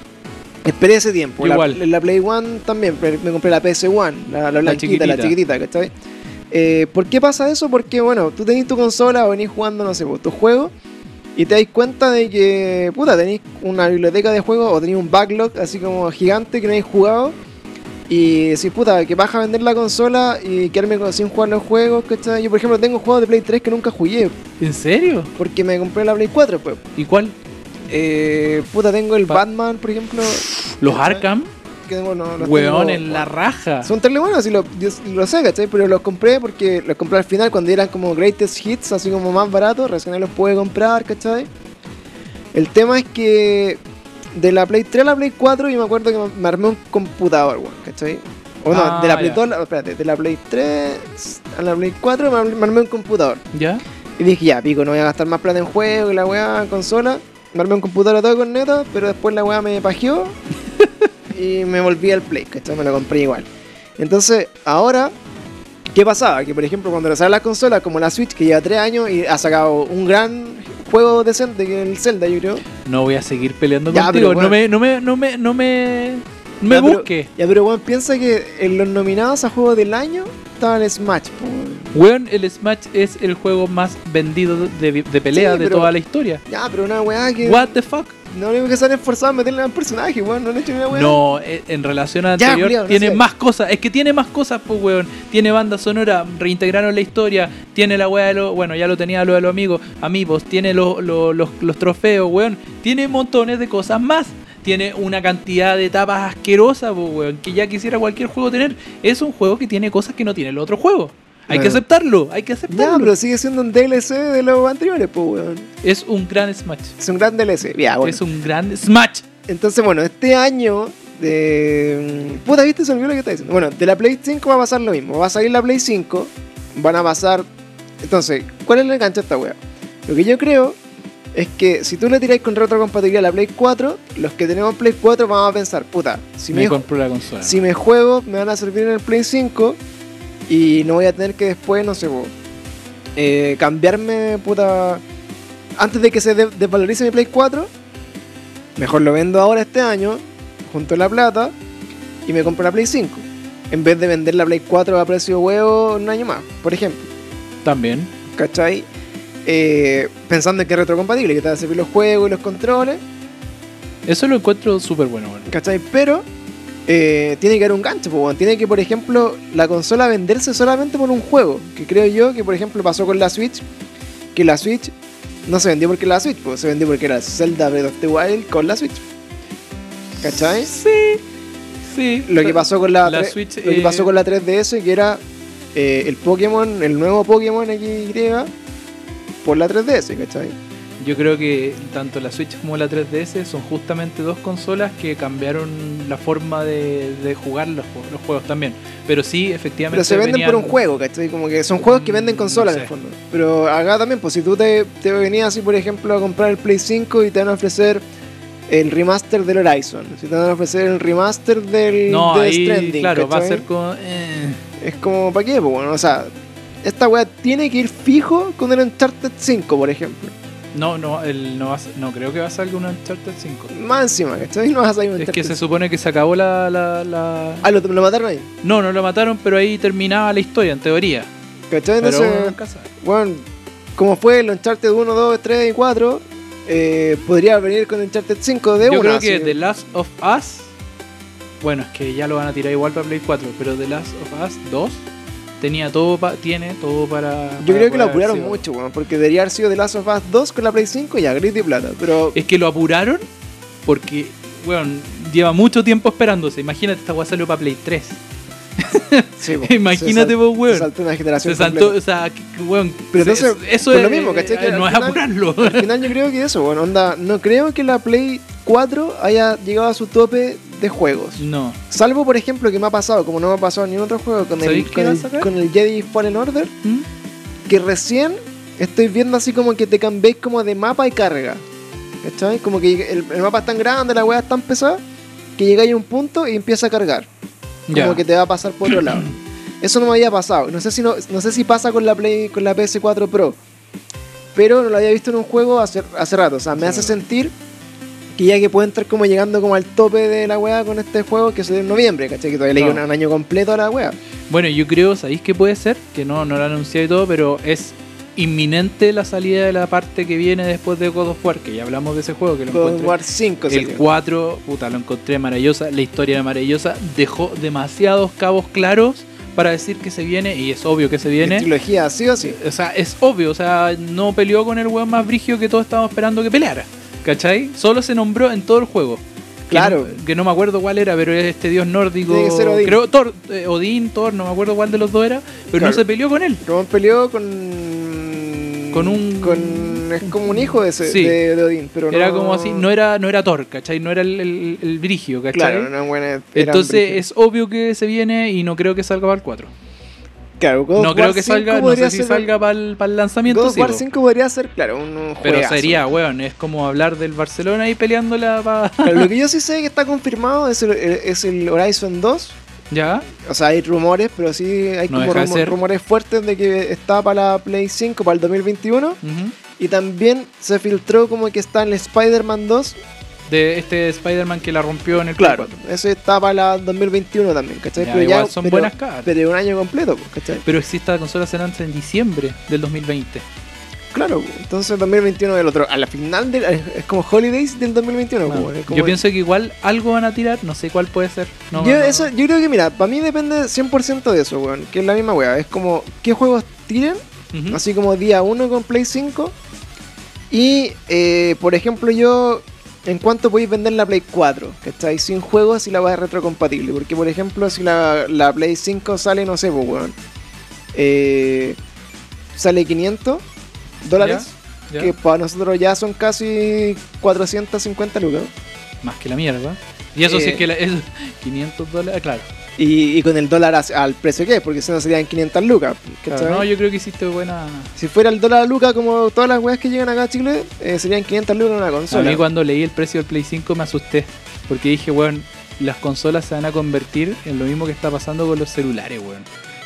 [SPEAKER 1] Esperé ese tiempo. La- La,
[SPEAKER 2] Igual.
[SPEAKER 1] Play One también, pero me compré la PS One, la, la blanquita, la
[SPEAKER 2] chiquitita.
[SPEAKER 1] chiquitita, ¿cachai? Eh, ¿Por qué pasa eso? Porque, bueno, tú tenés tu consola o venís jugando, no sé, pues, tu juego y te dais cuenta de que, puta, tenéis una biblioteca de juegos o tenéis un backlog así como gigante que no habéis jugado y decís, puta, que vas a vender la consola y quedarme con- sin jugar los juegos, ¿cachai? Yo, por ejemplo, tengo juegos de Play 3 que nunca jugué
[SPEAKER 2] ¿En serio?
[SPEAKER 1] porque me compré la Play 4, pues.
[SPEAKER 2] ¿Y cuál?
[SPEAKER 1] Eh, puta, tengo el
[SPEAKER 2] Pa-
[SPEAKER 1] Batman, por ejemplo,
[SPEAKER 2] Los
[SPEAKER 1] ¿Cachai?
[SPEAKER 2] Arkham,
[SPEAKER 1] que tengo, no, los
[SPEAKER 2] weón,
[SPEAKER 1] tengo-
[SPEAKER 2] en la raja.
[SPEAKER 1] son terrible buenos, y lo, yo lo sé, ¿cachai? Pero los compré porque los compré al final cuando eran como greatest hits, así como más baratos, recién ahí los pude comprar, ¿cachai? El tema es que de la Play 3 a la Play 4 yo me acuerdo que me- me armé un computador, weón, ¿cachai? O no,
[SPEAKER 2] Ah,
[SPEAKER 1] de la Play
[SPEAKER 2] ya.
[SPEAKER 1] 2, a la- espérate, de la Play 3 a la Play 4 me armé- me armé un computador.
[SPEAKER 2] ¿Ya?
[SPEAKER 1] Y dije, ya, pico, no voy a gastar más plata en juego y la weá en consola. Me armé un computador a todo con neto, pero después la weá me
[SPEAKER 2] [laughs]
[SPEAKER 1] pajeó y me volví al Play, ¿cachai? Me lo compré igual. Entonces, ahora, ¿qué pasaba? Que por ejemplo, cuando lanzaron las consolas, como la Switch, que lleva 3 años y ha sacado un gran juego decente, que es el Zelda, yo creo.
[SPEAKER 2] No voy a seguir peleando
[SPEAKER 1] Ya,
[SPEAKER 2] contigo.
[SPEAKER 1] pero,
[SPEAKER 2] no
[SPEAKER 1] weón.
[SPEAKER 2] me, no me, no me, no me, no me
[SPEAKER 1] Ya, pero-
[SPEAKER 2] busque.
[SPEAKER 1] Ya, pero weón, piensa que en los nominados a juego del año estaba el Smash, po, weón.
[SPEAKER 2] Weón, el Smash es el juego más vendido de, de pelea
[SPEAKER 1] Sí,
[SPEAKER 2] de
[SPEAKER 1] pero-
[SPEAKER 2] toda la historia.
[SPEAKER 1] Ya, pero una weá que.
[SPEAKER 2] What the fuck?
[SPEAKER 1] No único que se han esforzado en meterle al personaje, weón. No han hecho ni una weá.
[SPEAKER 2] No, e- en relación a
[SPEAKER 1] Ya,
[SPEAKER 2] anterior
[SPEAKER 1] culiao, no
[SPEAKER 2] tiene
[SPEAKER 1] sé.
[SPEAKER 2] más cosas. Es que tiene más cosas, pues, weón. Tiene banda sonora, reintegraron la historia, tiene la weá de los... Bueno, ya lo tenía lo de los amigos, amigos, tiene lo- lo- los, los trofeos, weón. Tiene montones de cosas más. Tiene una cantidad de etapas asquerosas, pues, weón, que ya quisiera cualquier juego tener. Es un juego que tiene cosas que no tiene el otro juego. Hay que
[SPEAKER 1] Claro.
[SPEAKER 2] aceptarlo, hay que aceptarlo.
[SPEAKER 1] Ya, pero sigue siendo un DLC de los anteriores, pues, weón.
[SPEAKER 2] Es un gran Smash.
[SPEAKER 1] Es un gran DLC. Ya, Ah, bueno.
[SPEAKER 2] Es un gran Smash.
[SPEAKER 1] Entonces, bueno, este año. De... mm, Puta, viste, se olvidó lo que está diciendo. Bueno, de la Play 5 va a pasar lo mismo. Va a salir la Play 5. Van a pasar. Entonces, ¿cuál es el gancho de esta wea? Lo que yo creo es que si tú le tiráis con retrocompatibilidad a la Play 4, los que tenemos Play 4 vamos a pensar, puta, si
[SPEAKER 2] me
[SPEAKER 1] mi,
[SPEAKER 2] compro la consola.
[SPEAKER 1] si mis juegos me van a servir en el Play 5 y no voy a tener que después, no sé, po, eh, cambiarme, puta, antes de que se de- desvalorice mi Play 4, mejor lo vendo ahora este año, junto a la plata, y me compro la Play 5. En vez de vender la Play 4 a precio huevo un año más, por ejemplo.
[SPEAKER 2] También.
[SPEAKER 1] ¿cachai? Eh, pensando en que es retrocompatible, que te va a servir los juegos y los controles,
[SPEAKER 2] Eso lo encuentro súper bueno, bueno.
[SPEAKER 1] ¿cachai? Pero eh, tiene que haber un gancho, po, weón. tiene que, por ejemplo, la consola venderse solamente por un juego, que creo yo que, por ejemplo, pasó con la Switch, que la Switch no se vendió porque era la Switch, po, se vendió porque era Zelda Breath of the Wild con la Switch. ¿Cachai?
[SPEAKER 2] Sí. Sí.
[SPEAKER 1] Lo que pasó con la,
[SPEAKER 2] La
[SPEAKER 1] tre-
[SPEAKER 2] Switch,
[SPEAKER 1] lo que
[SPEAKER 2] eh,
[SPEAKER 1] pasó con la 3DS, que era eh, el Pokémon, el nuevo Pokémon XY, por la 3DS, ¿cachai?
[SPEAKER 2] Yo creo que tanto la Switch como la 3DS son justamente dos consolas que cambiaron la forma de, de jugar los, ju- los juegos también. Pero sí, efectivamente.
[SPEAKER 1] Pero se venden
[SPEAKER 2] venían-
[SPEAKER 1] por un juego, ¿cachai? Como que son juegos que venden
[SPEAKER 2] Mm,
[SPEAKER 1] consolas
[SPEAKER 2] no
[SPEAKER 1] en el
[SPEAKER 2] sé.
[SPEAKER 1] fondo. Pero acá también, pues si tú te, te venías así, por ejemplo, a comprar el Play 5 y te van a ofrecer el remaster del Horizon, si te van a ofrecer el remaster del
[SPEAKER 2] No,
[SPEAKER 1] Death
[SPEAKER 2] ahí,
[SPEAKER 1] Stranding,
[SPEAKER 2] claro, va a
[SPEAKER 1] ¿cachai?
[SPEAKER 2] ser con. eh,
[SPEAKER 1] Es como, ¿para qué? Pues bueno, o sea, esta weá tiene que ir fijo con el Uncharted 5, por ejemplo.
[SPEAKER 2] no, no, el, no, va a ser- no, creo que va a salir un Uncharted 5.
[SPEAKER 1] Más encima, ¿cachai? [laughs] No vas a salir un
[SPEAKER 2] Es que
[SPEAKER 1] Uncharted
[SPEAKER 2] se
[SPEAKER 1] 5.
[SPEAKER 2] supone que se acabó la. la- la-
[SPEAKER 1] Ah, lo, lo mataron ahí,
[SPEAKER 2] No, no lo mataron, pero ahí terminaba la historia, en teoría.
[SPEAKER 1] ¿cachai?
[SPEAKER 2] Pero
[SPEAKER 1] Entonces,
[SPEAKER 2] uno nunca sabe.
[SPEAKER 1] bueno, como fue el Uncharted 1, 2, 3 y 4, eh, podría venir con Uncharted 5 de
[SPEAKER 2] Yo
[SPEAKER 1] una.
[SPEAKER 2] creo que
[SPEAKER 1] así.
[SPEAKER 2] The Last of Us. Bueno, es que ya lo van a tirar igual para Play 4, pero The Last of Us 2 tenía todo pa- tiene todo para.
[SPEAKER 1] Yo
[SPEAKER 2] para
[SPEAKER 1] creo que lo
[SPEAKER 2] poder Ah, haber
[SPEAKER 1] apuraron
[SPEAKER 2] sido.
[SPEAKER 1] mucho, weón, porque debería haber sido The Last of Us 2 con la Play 5 y ya, gris y plata. Pero
[SPEAKER 2] [laughs] Es que lo apuraron porque, weón, lleva mucho tiempo esperándose. Imagínate, esta weá salió para Play
[SPEAKER 1] [laughs]
[SPEAKER 2] 3.
[SPEAKER 1] sí, po,
[SPEAKER 2] [laughs] Imagínate
[SPEAKER 1] se
[SPEAKER 2] vos,
[SPEAKER 1] sal- se
[SPEAKER 2] weón.
[SPEAKER 1] saltó una generación.
[SPEAKER 2] Se saltó,
[SPEAKER 1] completa.
[SPEAKER 2] o sea, que- que, weón.
[SPEAKER 1] Pero
[SPEAKER 2] se-
[SPEAKER 1] entonces,
[SPEAKER 2] eso
[SPEAKER 1] por
[SPEAKER 2] es eh,
[SPEAKER 1] lo mismo, ¿cachai? Que
[SPEAKER 2] No
[SPEAKER 1] al
[SPEAKER 2] es
[SPEAKER 1] final-
[SPEAKER 2] apurarlo.
[SPEAKER 1] Al final yo creo que eso, bueno, onda, no creo que la Play 4 haya llegado a su tope de juegos.
[SPEAKER 2] [laughs] No.
[SPEAKER 1] Salvo, por ejemplo, que me ha pasado, como no me ha pasado en ningún otro juego, con el,
[SPEAKER 2] ¿Sabéis qué
[SPEAKER 1] con
[SPEAKER 2] va a
[SPEAKER 1] el-
[SPEAKER 2] sacar?
[SPEAKER 1] con el Jedi Fallen Order,
[SPEAKER 2] ¿Mm?
[SPEAKER 1] que recién estoy viendo así como que te cambiéis como de mapa y carga. ¿Cachai? Como que el, el mapa es tan grande, la weá es tan pesada, que llegáis a un punto y empieza a cargar. [laughs]
[SPEAKER 2] Ya.
[SPEAKER 1] como que te va a pasar por otro
[SPEAKER 2] [clears throat]
[SPEAKER 1] lado. Eso no me había pasado. No sé si no, no sé si pasa con la Play, con la PS4 Pro. Pero no lo había visto en un juego hace, hace rato. O sea, me
[SPEAKER 2] Sí.
[SPEAKER 1] hace sentir que ya que puede entrar como llegando como al tope de la wea con este juego que salió en noviembre, ¿cachai? Que todavía le queda
[SPEAKER 2] Claro.
[SPEAKER 1] un año completo a la wea.
[SPEAKER 2] Bueno, yo creo, ¿sabéis qué puede ser? Que no, no lo anuncié y todo, pero es inminente la salida de la parte que viene después de God of War, que ya hablamos de ese juego, que lo
[SPEAKER 1] Con
[SPEAKER 2] encontré-
[SPEAKER 1] War 5
[SPEAKER 2] El
[SPEAKER 1] salió.
[SPEAKER 2] 4, puta, lo encontré maravillosa, la historia era maravillosa, dejó demasiados cabos claros para decir que se viene, y es obvio que se
[SPEAKER 1] Es
[SPEAKER 2] viene.
[SPEAKER 1] trilogía, sí o sí.
[SPEAKER 2] O sea, es obvio, o sea, no peleó con el weón más brigio que todos estábamos esperando que peleara, ¿cachai? Solo se nombró en todo el juego. Que
[SPEAKER 1] Claro.
[SPEAKER 2] no- Que, no me acuerdo cuál era, pero es este dios nórdico.
[SPEAKER 1] Tiene que ser Odín.
[SPEAKER 2] Creo Thor, eh, Odín, Thor, no me acuerdo cuál de los dos era, pero
[SPEAKER 1] Claro.
[SPEAKER 2] no se peleó con él.
[SPEAKER 1] Como peleó con.
[SPEAKER 2] Con un-
[SPEAKER 1] con- es como un hijo de, ese,
[SPEAKER 2] Sí.
[SPEAKER 1] de, de Odín, pero
[SPEAKER 2] Era
[SPEAKER 1] no-
[SPEAKER 2] como así, no era, no era Thor, ¿cachai? No era el, el, el brigio, ¿cachai?
[SPEAKER 1] Claro, no, bueno, era un
[SPEAKER 2] Entonces
[SPEAKER 1] brígido.
[SPEAKER 2] es obvio que se viene y no creo que salga para el 4.
[SPEAKER 1] Claro, God
[SPEAKER 2] No
[SPEAKER 1] of
[SPEAKER 2] creo
[SPEAKER 1] War
[SPEAKER 2] que
[SPEAKER 1] 5
[SPEAKER 2] salga, no
[SPEAKER 1] podría
[SPEAKER 2] sé si
[SPEAKER 1] ser-
[SPEAKER 2] salga para el, lanzamiento.
[SPEAKER 1] God of
[SPEAKER 2] sí,
[SPEAKER 1] War
[SPEAKER 2] po.
[SPEAKER 1] 5 podría ser, claro, un un
[SPEAKER 2] pero
[SPEAKER 1] juegazo.
[SPEAKER 2] sería, weón, es como hablar del Barcelona ahí peleándola para...
[SPEAKER 1] Pero lo que yo sí sé que está confirmado es el, es el Horizon 2.
[SPEAKER 2] [laughs] ¿Ya?
[SPEAKER 1] O sea, hay rumores, pero sí hay
[SPEAKER 2] No
[SPEAKER 1] como
[SPEAKER 2] deja de
[SPEAKER 1] rumo-
[SPEAKER 2] ser.
[SPEAKER 1] rumores fuertes de que está para la Play 5 para el 2021.
[SPEAKER 2] Ujú.
[SPEAKER 1] Y también se filtró como que está en el Spider-Man 2.
[SPEAKER 2] De este Spider-Man que la rompió en el
[SPEAKER 1] Claro,
[SPEAKER 2] 4.
[SPEAKER 1] eso está para el 2021 también, ¿cachai?
[SPEAKER 2] Ya,
[SPEAKER 1] pero
[SPEAKER 2] igual son
[SPEAKER 1] pero-
[SPEAKER 2] buenas caras.
[SPEAKER 1] Pero un año completo, pues, ¿cachai?
[SPEAKER 2] Pero si esta consola se lanza en diciembre del 2020.
[SPEAKER 1] Claro, pues, entonces 2021 del otro. A la final del, es como Holidays del 2021.
[SPEAKER 2] No,
[SPEAKER 1] pues, es como-
[SPEAKER 2] Yo pienso que igual algo van a tirar, no sé cuál puede ser. No,
[SPEAKER 1] yo,
[SPEAKER 2] no, no.
[SPEAKER 1] eso, yo creo que, mira, para mí depende 100% de eso, weón. Que es la misma weá. Es como, ¿qué juegos tiren?
[SPEAKER 2] Ujú.
[SPEAKER 1] Así como día 1 con Play 5. Y, eh, por ejemplo, yo, ¿en cuánto podéis vender la Play 4? ¿Cachai? Sin juegos y la weá es retrocompatible. Porque, por ejemplo, si la, la Play 5 sale, no sé, pues, weón. eh, sale 500 dólares.
[SPEAKER 2] Ya.
[SPEAKER 1] Que para nosotros ya son casi 450 lucas.
[SPEAKER 2] Más que la mierda. Y eso
[SPEAKER 1] Eh.
[SPEAKER 2] sí [laughs] es que la- es 500 dólares, claro.
[SPEAKER 1] Y, y con el dólar as- al precio que es, porque si no serían 500 lucas. ¿cachai?
[SPEAKER 2] no, yo creo que hiciste buena.
[SPEAKER 1] Si fuera el dólar a lucas, como todas las weas que llegan acá a Chile, eh, serían 500 lucas una
[SPEAKER 2] A
[SPEAKER 1] consola.
[SPEAKER 2] mí cuando leí el precio del Play 5 me asusté. Porque dije, weón, las consolas se van a convertir en lo mismo que está pasando con los celulares, weón.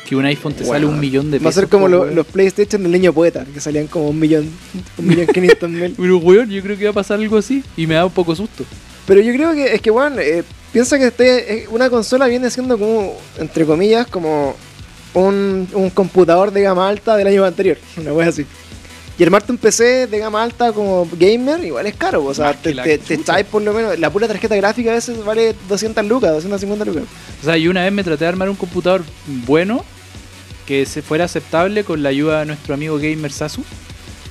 [SPEAKER 2] Que un iPhone te
[SPEAKER 1] Weón.
[SPEAKER 2] sale un millón de pesos.
[SPEAKER 1] Va a ser como
[SPEAKER 2] po,
[SPEAKER 1] lo-
[SPEAKER 2] weón.
[SPEAKER 1] los PlayStation del niño poeta, que salían como un millón, un millón quinientos
[SPEAKER 2] [laughs]
[SPEAKER 1] mil.
[SPEAKER 2] Pero, weón, yo creo que va a pasar algo así. Y me da un poco susto.
[SPEAKER 1] Pero yo creo que es que, weón, eh, piensa que este, eh, una consola viene siendo como, entre comillas, como un, un computador de gama alta del año anterior, [laughs] una wea así. Y armarte un PC de gama alta como gamer, igual es caro, o sea,
[SPEAKER 2] Más que
[SPEAKER 1] te,
[SPEAKER 2] la
[SPEAKER 1] te, te
[SPEAKER 2] chucha.
[SPEAKER 1] echáis por lo menos, la pura tarjeta gráfica a veces vale 200 lucas, 250 lucas.
[SPEAKER 2] O sea, yo una vez me traté de armar un computador bueno, que se fuera aceptable con la ayuda de nuestro amigo gamer Sasu, [laughs]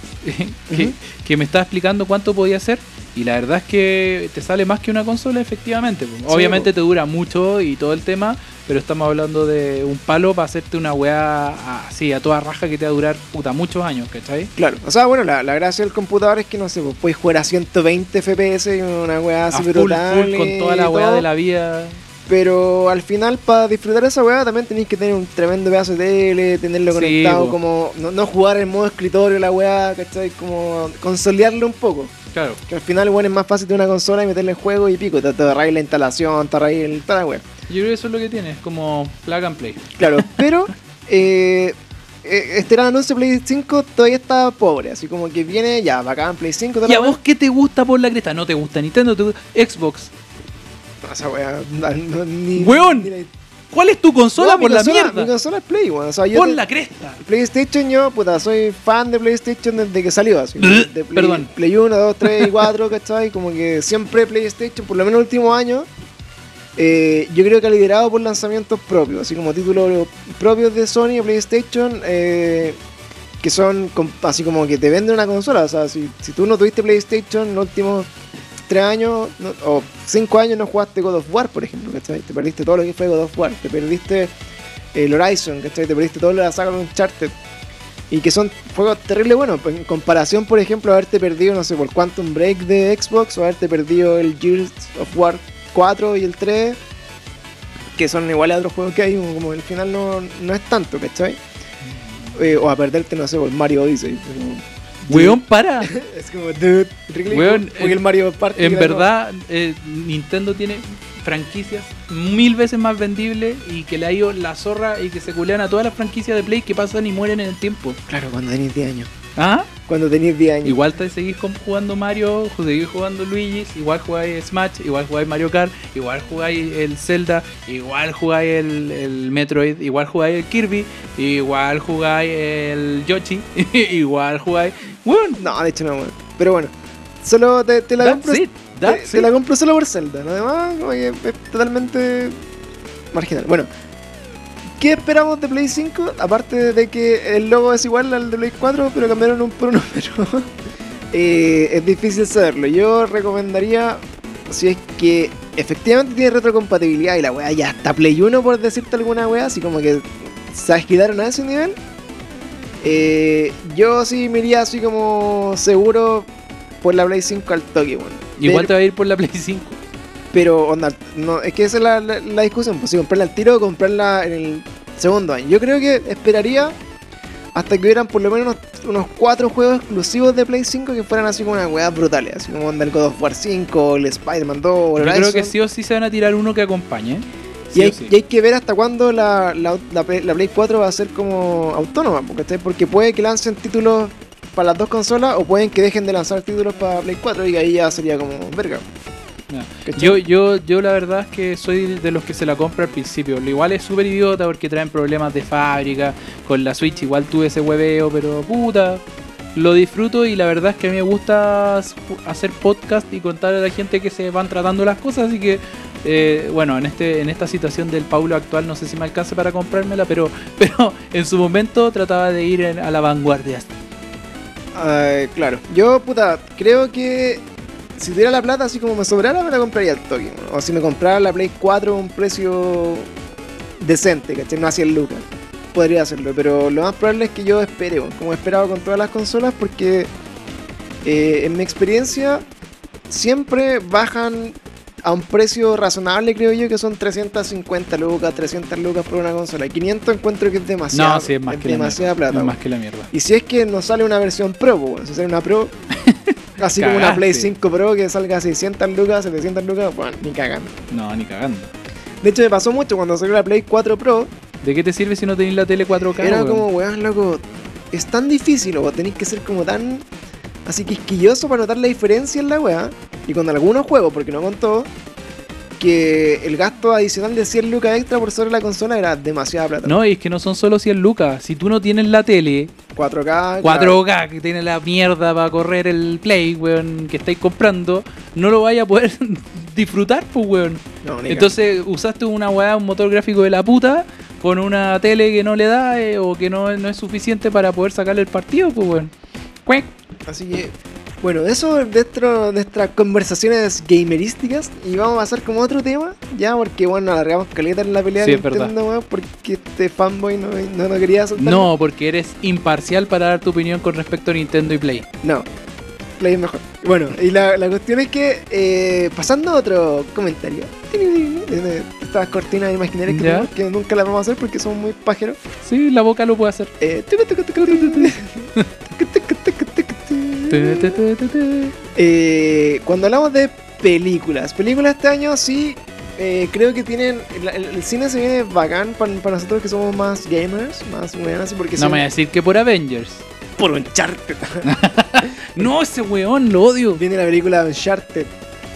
[SPEAKER 2] que,
[SPEAKER 1] Ujú.
[SPEAKER 2] que me estaba explicando cuánto podía hacer. Y la verdad es que te sale más que una consola, efectivamente. po. Obviamente
[SPEAKER 1] po.
[SPEAKER 2] te dura mucho y todo el tema, pero estamos hablando de un palo para hacerte una weá así, a toda raja que te va a durar puta muchos años, ¿cachai?
[SPEAKER 1] Claro, o sea, bueno, la, la gracia del computador es que no sé, pues puedes jugar a 120 FPS y una weá
[SPEAKER 2] a
[SPEAKER 1] así
[SPEAKER 2] full,
[SPEAKER 1] brutal.
[SPEAKER 2] full con
[SPEAKER 1] y
[SPEAKER 2] toda la weá
[SPEAKER 1] todo,
[SPEAKER 2] de la vida.
[SPEAKER 1] Pero al final, para disfrutar esa weá, también tenéis que tener un tremendo pedazo de tele, tenerlo
[SPEAKER 2] Sí,
[SPEAKER 1] conectado,
[SPEAKER 2] po.
[SPEAKER 1] como no, no jugar en modo escritorio la weá, ¿cachai? Como consolidarlo un poco.
[SPEAKER 2] Claro.
[SPEAKER 1] Que al final, weón, es más fácil de una consola y meterle juego y pico. Te, te arreglas la instalación, te arreglas el- toda la weá.
[SPEAKER 2] Yo creo que eso es lo que tiene, es como plug and play. [laughs]
[SPEAKER 1] Claro, pero eh, eh, este gran anuncio de Play 5 todavía está pobre, así como que viene ya, bacán Play 5. toda
[SPEAKER 2] ¿Y
[SPEAKER 1] la
[SPEAKER 2] a
[SPEAKER 1] weá.
[SPEAKER 2] vos qué te gusta por la cresta? ¿No te gusta Nintendo? ¿Te gusta Xbox?
[SPEAKER 1] No, esa weá, no, no, ni.
[SPEAKER 2] Weón,
[SPEAKER 1] ni la-
[SPEAKER 2] ¿Cuál es tu consola
[SPEAKER 1] No, mi
[SPEAKER 2] por la
[SPEAKER 1] consola- Mi
[SPEAKER 2] mierda?
[SPEAKER 1] consola es Play, weón. O sea, yo
[SPEAKER 2] Por
[SPEAKER 1] te-
[SPEAKER 2] la cresta.
[SPEAKER 1] PlayStation, yo, puta, soy fan de PlayStation desde que salió. Así,
[SPEAKER 2] Bleh,
[SPEAKER 1] de Play,
[SPEAKER 2] perdón.
[SPEAKER 1] Play 1, 2, 3 y 4, ¿cachai? Como que siempre PlayStation, por lo menos el último año, eh, yo creo que ha liderado por lanzamientos propios, así como títulos propios de Sony o PlayStation, eh, que son com- así como que te venden una consola. O sea, si, si tú no tuviste PlayStation los últimos 3 años no- o 5 años no jugaste God of War, por ejemplo, ¿cachai? Te perdiste todo lo que fue God of War, te perdiste el Horizon, ¿cachai? Te perdiste toda la saga de Uncharted. Y que son juegos terrible buenos. pues, En comparación, por ejemplo, a haberte perdido, no sé, por Quantum Break de Xbox o haberte perdido el Gears of War 4 y el 3, que son iguales a otros juegos que hay, como- como el final no, no es tanto, ¿cachai? Eh, o a perderte, no sé, por Mario Odyssey. pues, como- [laughs]
[SPEAKER 2] Weón, para.
[SPEAKER 1] Es como, dude, terrible,
[SPEAKER 2] Weón,
[SPEAKER 1] porque el Mario Party
[SPEAKER 2] En
[SPEAKER 1] era como-
[SPEAKER 2] verdad, eh, Nintendo tiene franquicias mil veces más vendibles y que le ha ido la zorra y que se culean a todas las franquicias de Play que pasan y mueren en el tiempo.
[SPEAKER 1] Claro, cuando tenéis 10 años.
[SPEAKER 2] ¿Ah?
[SPEAKER 1] Cuando tenéis 10 años.
[SPEAKER 2] Igual te seguís con- jugando Mario, seguís jugando Luigi, igual jugáis Smash, igual jugáis Mario Kart, igual jugáis el Zelda, igual jugáis el, el Metroid, igual jugáis el Kirby, igual jugáis el Yoshi, [laughs] igual jugáis. Bueno,
[SPEAKER 1] No, de hecho no, weón. Pero bueno, solo te, te la compro.
[SPEAKER 2] that's it,
[SPEAKER 1] Te,
[SPEAKER 2] that's
[SPEAKER 1] te
[SPEAKER 2] it.
[SPEAKER 1] Eh, la compro solo por Zelda, lo demás como que es totalmente marginal. Bueno, ¿qué esperamos de Play 5? Aparte de que el logo es igual al de Play 4, pero cambiaron un por un número. [laughs] Eh, es difícil saberlo. Yo recomendaría, si es que efectivamente tiene retrocompatibilidad y la weá ya está Play 1, por decirte alguna weá, así como que se agitaron a ese nivel. eh, yo sí me iría así como seguro por la Play 5 al toque, weón.
[SPEAKER 2] Igual
[SPEAKER 1] Pero-
[SPEAKER 2] te va a ir por la Play 5.
[SPEAKER 1] pero, onda, no, es que esa es la, la- la discusión, pues si comprarla al tiro o comprarla en el segundo año. Yo creo que esperaría hasta que hubieran por lo menos unos- unos cuatro juegos exclusivos de Play 5 que fueran así como unas weas brutales, así como onda el God of War 5, el Spider-Man 2,
[SPEAKER 2] Yo
[SPEAKER 1] el
[SPEAKER 2] creo
[SPEAKER 1] Horizon.
[SPEAKER 2] que sí o sí se van a tirar uno que acompañe. Sí
[SPEAKER 1] y, hay,
[SPEAKER 2] o sí.
[SPEAKER 1] y hay que ver hasta cuándo la, la- la Play- la Play 4 va a ser como autónoma, ¿cachai? porque puede que lancen títulos para las dos consolas o pueden que dejen de lanzar títulos para Play 4 y ahí ya sería como verga.
[SPEAKER 2] Ya.
[SPEAKER 1] ¿cachai?
[SPEAKER 2] Yo, yo, yo la verdad es que soy de los que se la compra al principio. Lo igual es súper idiota porque traen problemas de fábrica. Con la Switch igual tuve ese hueveo, pero puta. Lo disfruto y la verdad es que a mí me gusta s- hacer podcast y contar a la gente que se van tratando las cosas. Así que, eh, bueno, en este en esta situación del Paulo actual no sé si me alcance para comprármela, pero, [laughs] pero en su momento trataba de ir en- a la vanguardia.
[SPEAKER 1] Ay, claro. Yo, puta, creo que si tuviera la plata así como me sobrara, me la compraría al toque. ¿no? O si me comprara la Play 4 a un precio decente, ¿cachai? No a 100 lucas. Podría hacerlo, pero lo más probable es que yo espere, ¿no? como he esperado con todas las consolas, porque eh, en mi experiencia siempre bajan a un precio razonable, creo yo, que son 350 lucas, 300 lucas por una consola. 500 encuentro que es demasiado.
[SPEAKER 2] No, sí, es más que la
[SPEAKER 1] demasiada
[SPEAKER 2] mierda.
[SPEAKER 1] plata.
[SPEAKER 2] Es más
[SPEAKER 1] weón.
[SPEAKER 2] que la mierda.
[SPEAKER 1] Y si es que nos sale una versión Pro, pues, weón, si sale una
[SPEAKER 2] [laughs]
[SPEAKER 1] Pro, así como una
[SPEAKER 2] Cagaste.
[SPEAKER 1] Play 5 Pro que salga a 600 lucas, 700 lucas, bueno, ni cagando.
[SPEAKER 2] No, ni cagando.
[SPEAKER 1] De hecho, me pasó mucho cuando salió la Play 4 Pro,
[SPEAKER 2] ¿De qué te sirve si no tenés la tele 4K?
[SPEAKER 1] Era
[SPEAKER 2] weón?
[SPEAKER 1] como, weón, loco, es tan difícil, o tenéis que ser como tan así quisquilloso para notar la diferencia en la weá. Y con algunos juegos, porque no con todo, que el gasto adicional de 100 lucas extra por sobre la consola era demasiada plata.
[SPEAKER 2] No, y es que no son solo 100 lucas. Si tú no tienes la tele
[SPEAKER 1] 4K.
[SPEAKER 2] 4K que tiene la mierda para correr el Play, weón, que estáis comprando, no lo vaya a poder [laughs] disfrutar, pues, weón.
[SPEAKER 1] claro. No, ni
[SPEAKER 2] Entonces usaste una weá, un motor gráfico de la puta, con una tele que no le da eh, o que no, no es suficiente para poder sacarle el partido, pues, weón. Cuec.
[SPEAKER 1] cagar. Así que, bueno, eso es dentro de nuestras conversaciones gamerísticas. Y vamos a pasar como a otro tema, ya, porque, bueno, alargamos caleta en la pelea
[SPEAKER 2] Sí,
[SPEAKER 1] de
[SPEAKER 2] es verdad.
[SPEAKER 1] Nintendo, weón, porque este fanboy no, no, no quería soltar.
[SPEAKER 2] No, porque eres imparcial para dar tu opinión con respecto a Nintendo y Play.
[SPEAKER 1] No, Play es mejor. Bueno, y la, la cuestión es que, eh, pasando a otro comentario, de estas cortinas imaginarias que,
[SPEAKER 2] Ya.
[SPEAKER 1] tenemos, que nunca las vamos a hacer porque son muy pájaros.
[SPEAKER 2] Sí, la boca lo puede hacer.
[SPEAKER 1] Eh, tucu, tucu, tucu,
[SPEAKER 2] [laughs]
[SPEAKER 1] tucu, tucu, tucu, tucu,
[SPEAKER 2] Te, te,
[SPEAKER 1] tucu.
[SPEAKER 2] te, te, te.
[SPEAKER 1] Eh, cuando hablamos de películas, películas este año sí, eh, creo que tienen. El, el- el cine se viene bacán para, para nosotros que somos más gamers, más buenas, porque
[SPEAKER 2] No
[SPEAKER 1] se-
[SPEAKER 2] me voy a decir que por Avengers.
[SPEAKER 1] por un charte. [laughs]
[SPEAKER 2] No, ese weón, lo odio.
[SPEAKER 1] Viene la película Uncharted.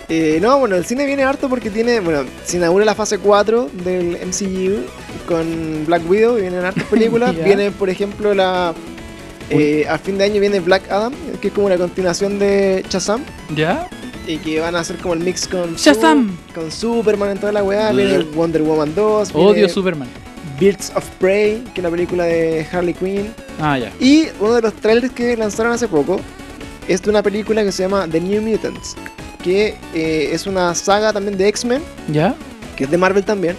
[SPEAKER 1] Eh, no, bueno, el cine viene harto porque tiene, bueno, se inaugura la fase 4 del MCU con Black Widow y vienen
[SPEAKER 2] [laughs]
[SPEAKER 1] hartas películas.
[SPEAKER 2] Ya.
[SPEAKER 1] Viene, por ejemplo, la... eh, a fin de año viene Black Adam, que es como la continuación de Shazam,
[SPEAKER 2] ¿Ya?
[SPEAKER 1] y que van a hacer como el mix con... Su-
[SPEAKER 2] Shazam.
[SPEAKER 1] Con Superman en toda la weá, viene
[SPEAKER 2] Bleh.
[SPEAKER 1] Wonder Woman 2, viene
[SPEAKER 2] Odio Superman.
[SPEAKER 1] Birds of Prey, que es la película de Harley Quinn,
[SPEAKER 2] Ah, ya.
[SPEAKER 1] y uno de los trailers que lanzaron hace poco es de una película que se llama The New Mutants, que eh, es una saga también de X-Men,
[SPEAKER 2] ¿Ya?
[SPEAKER 1] que es de Marvel también,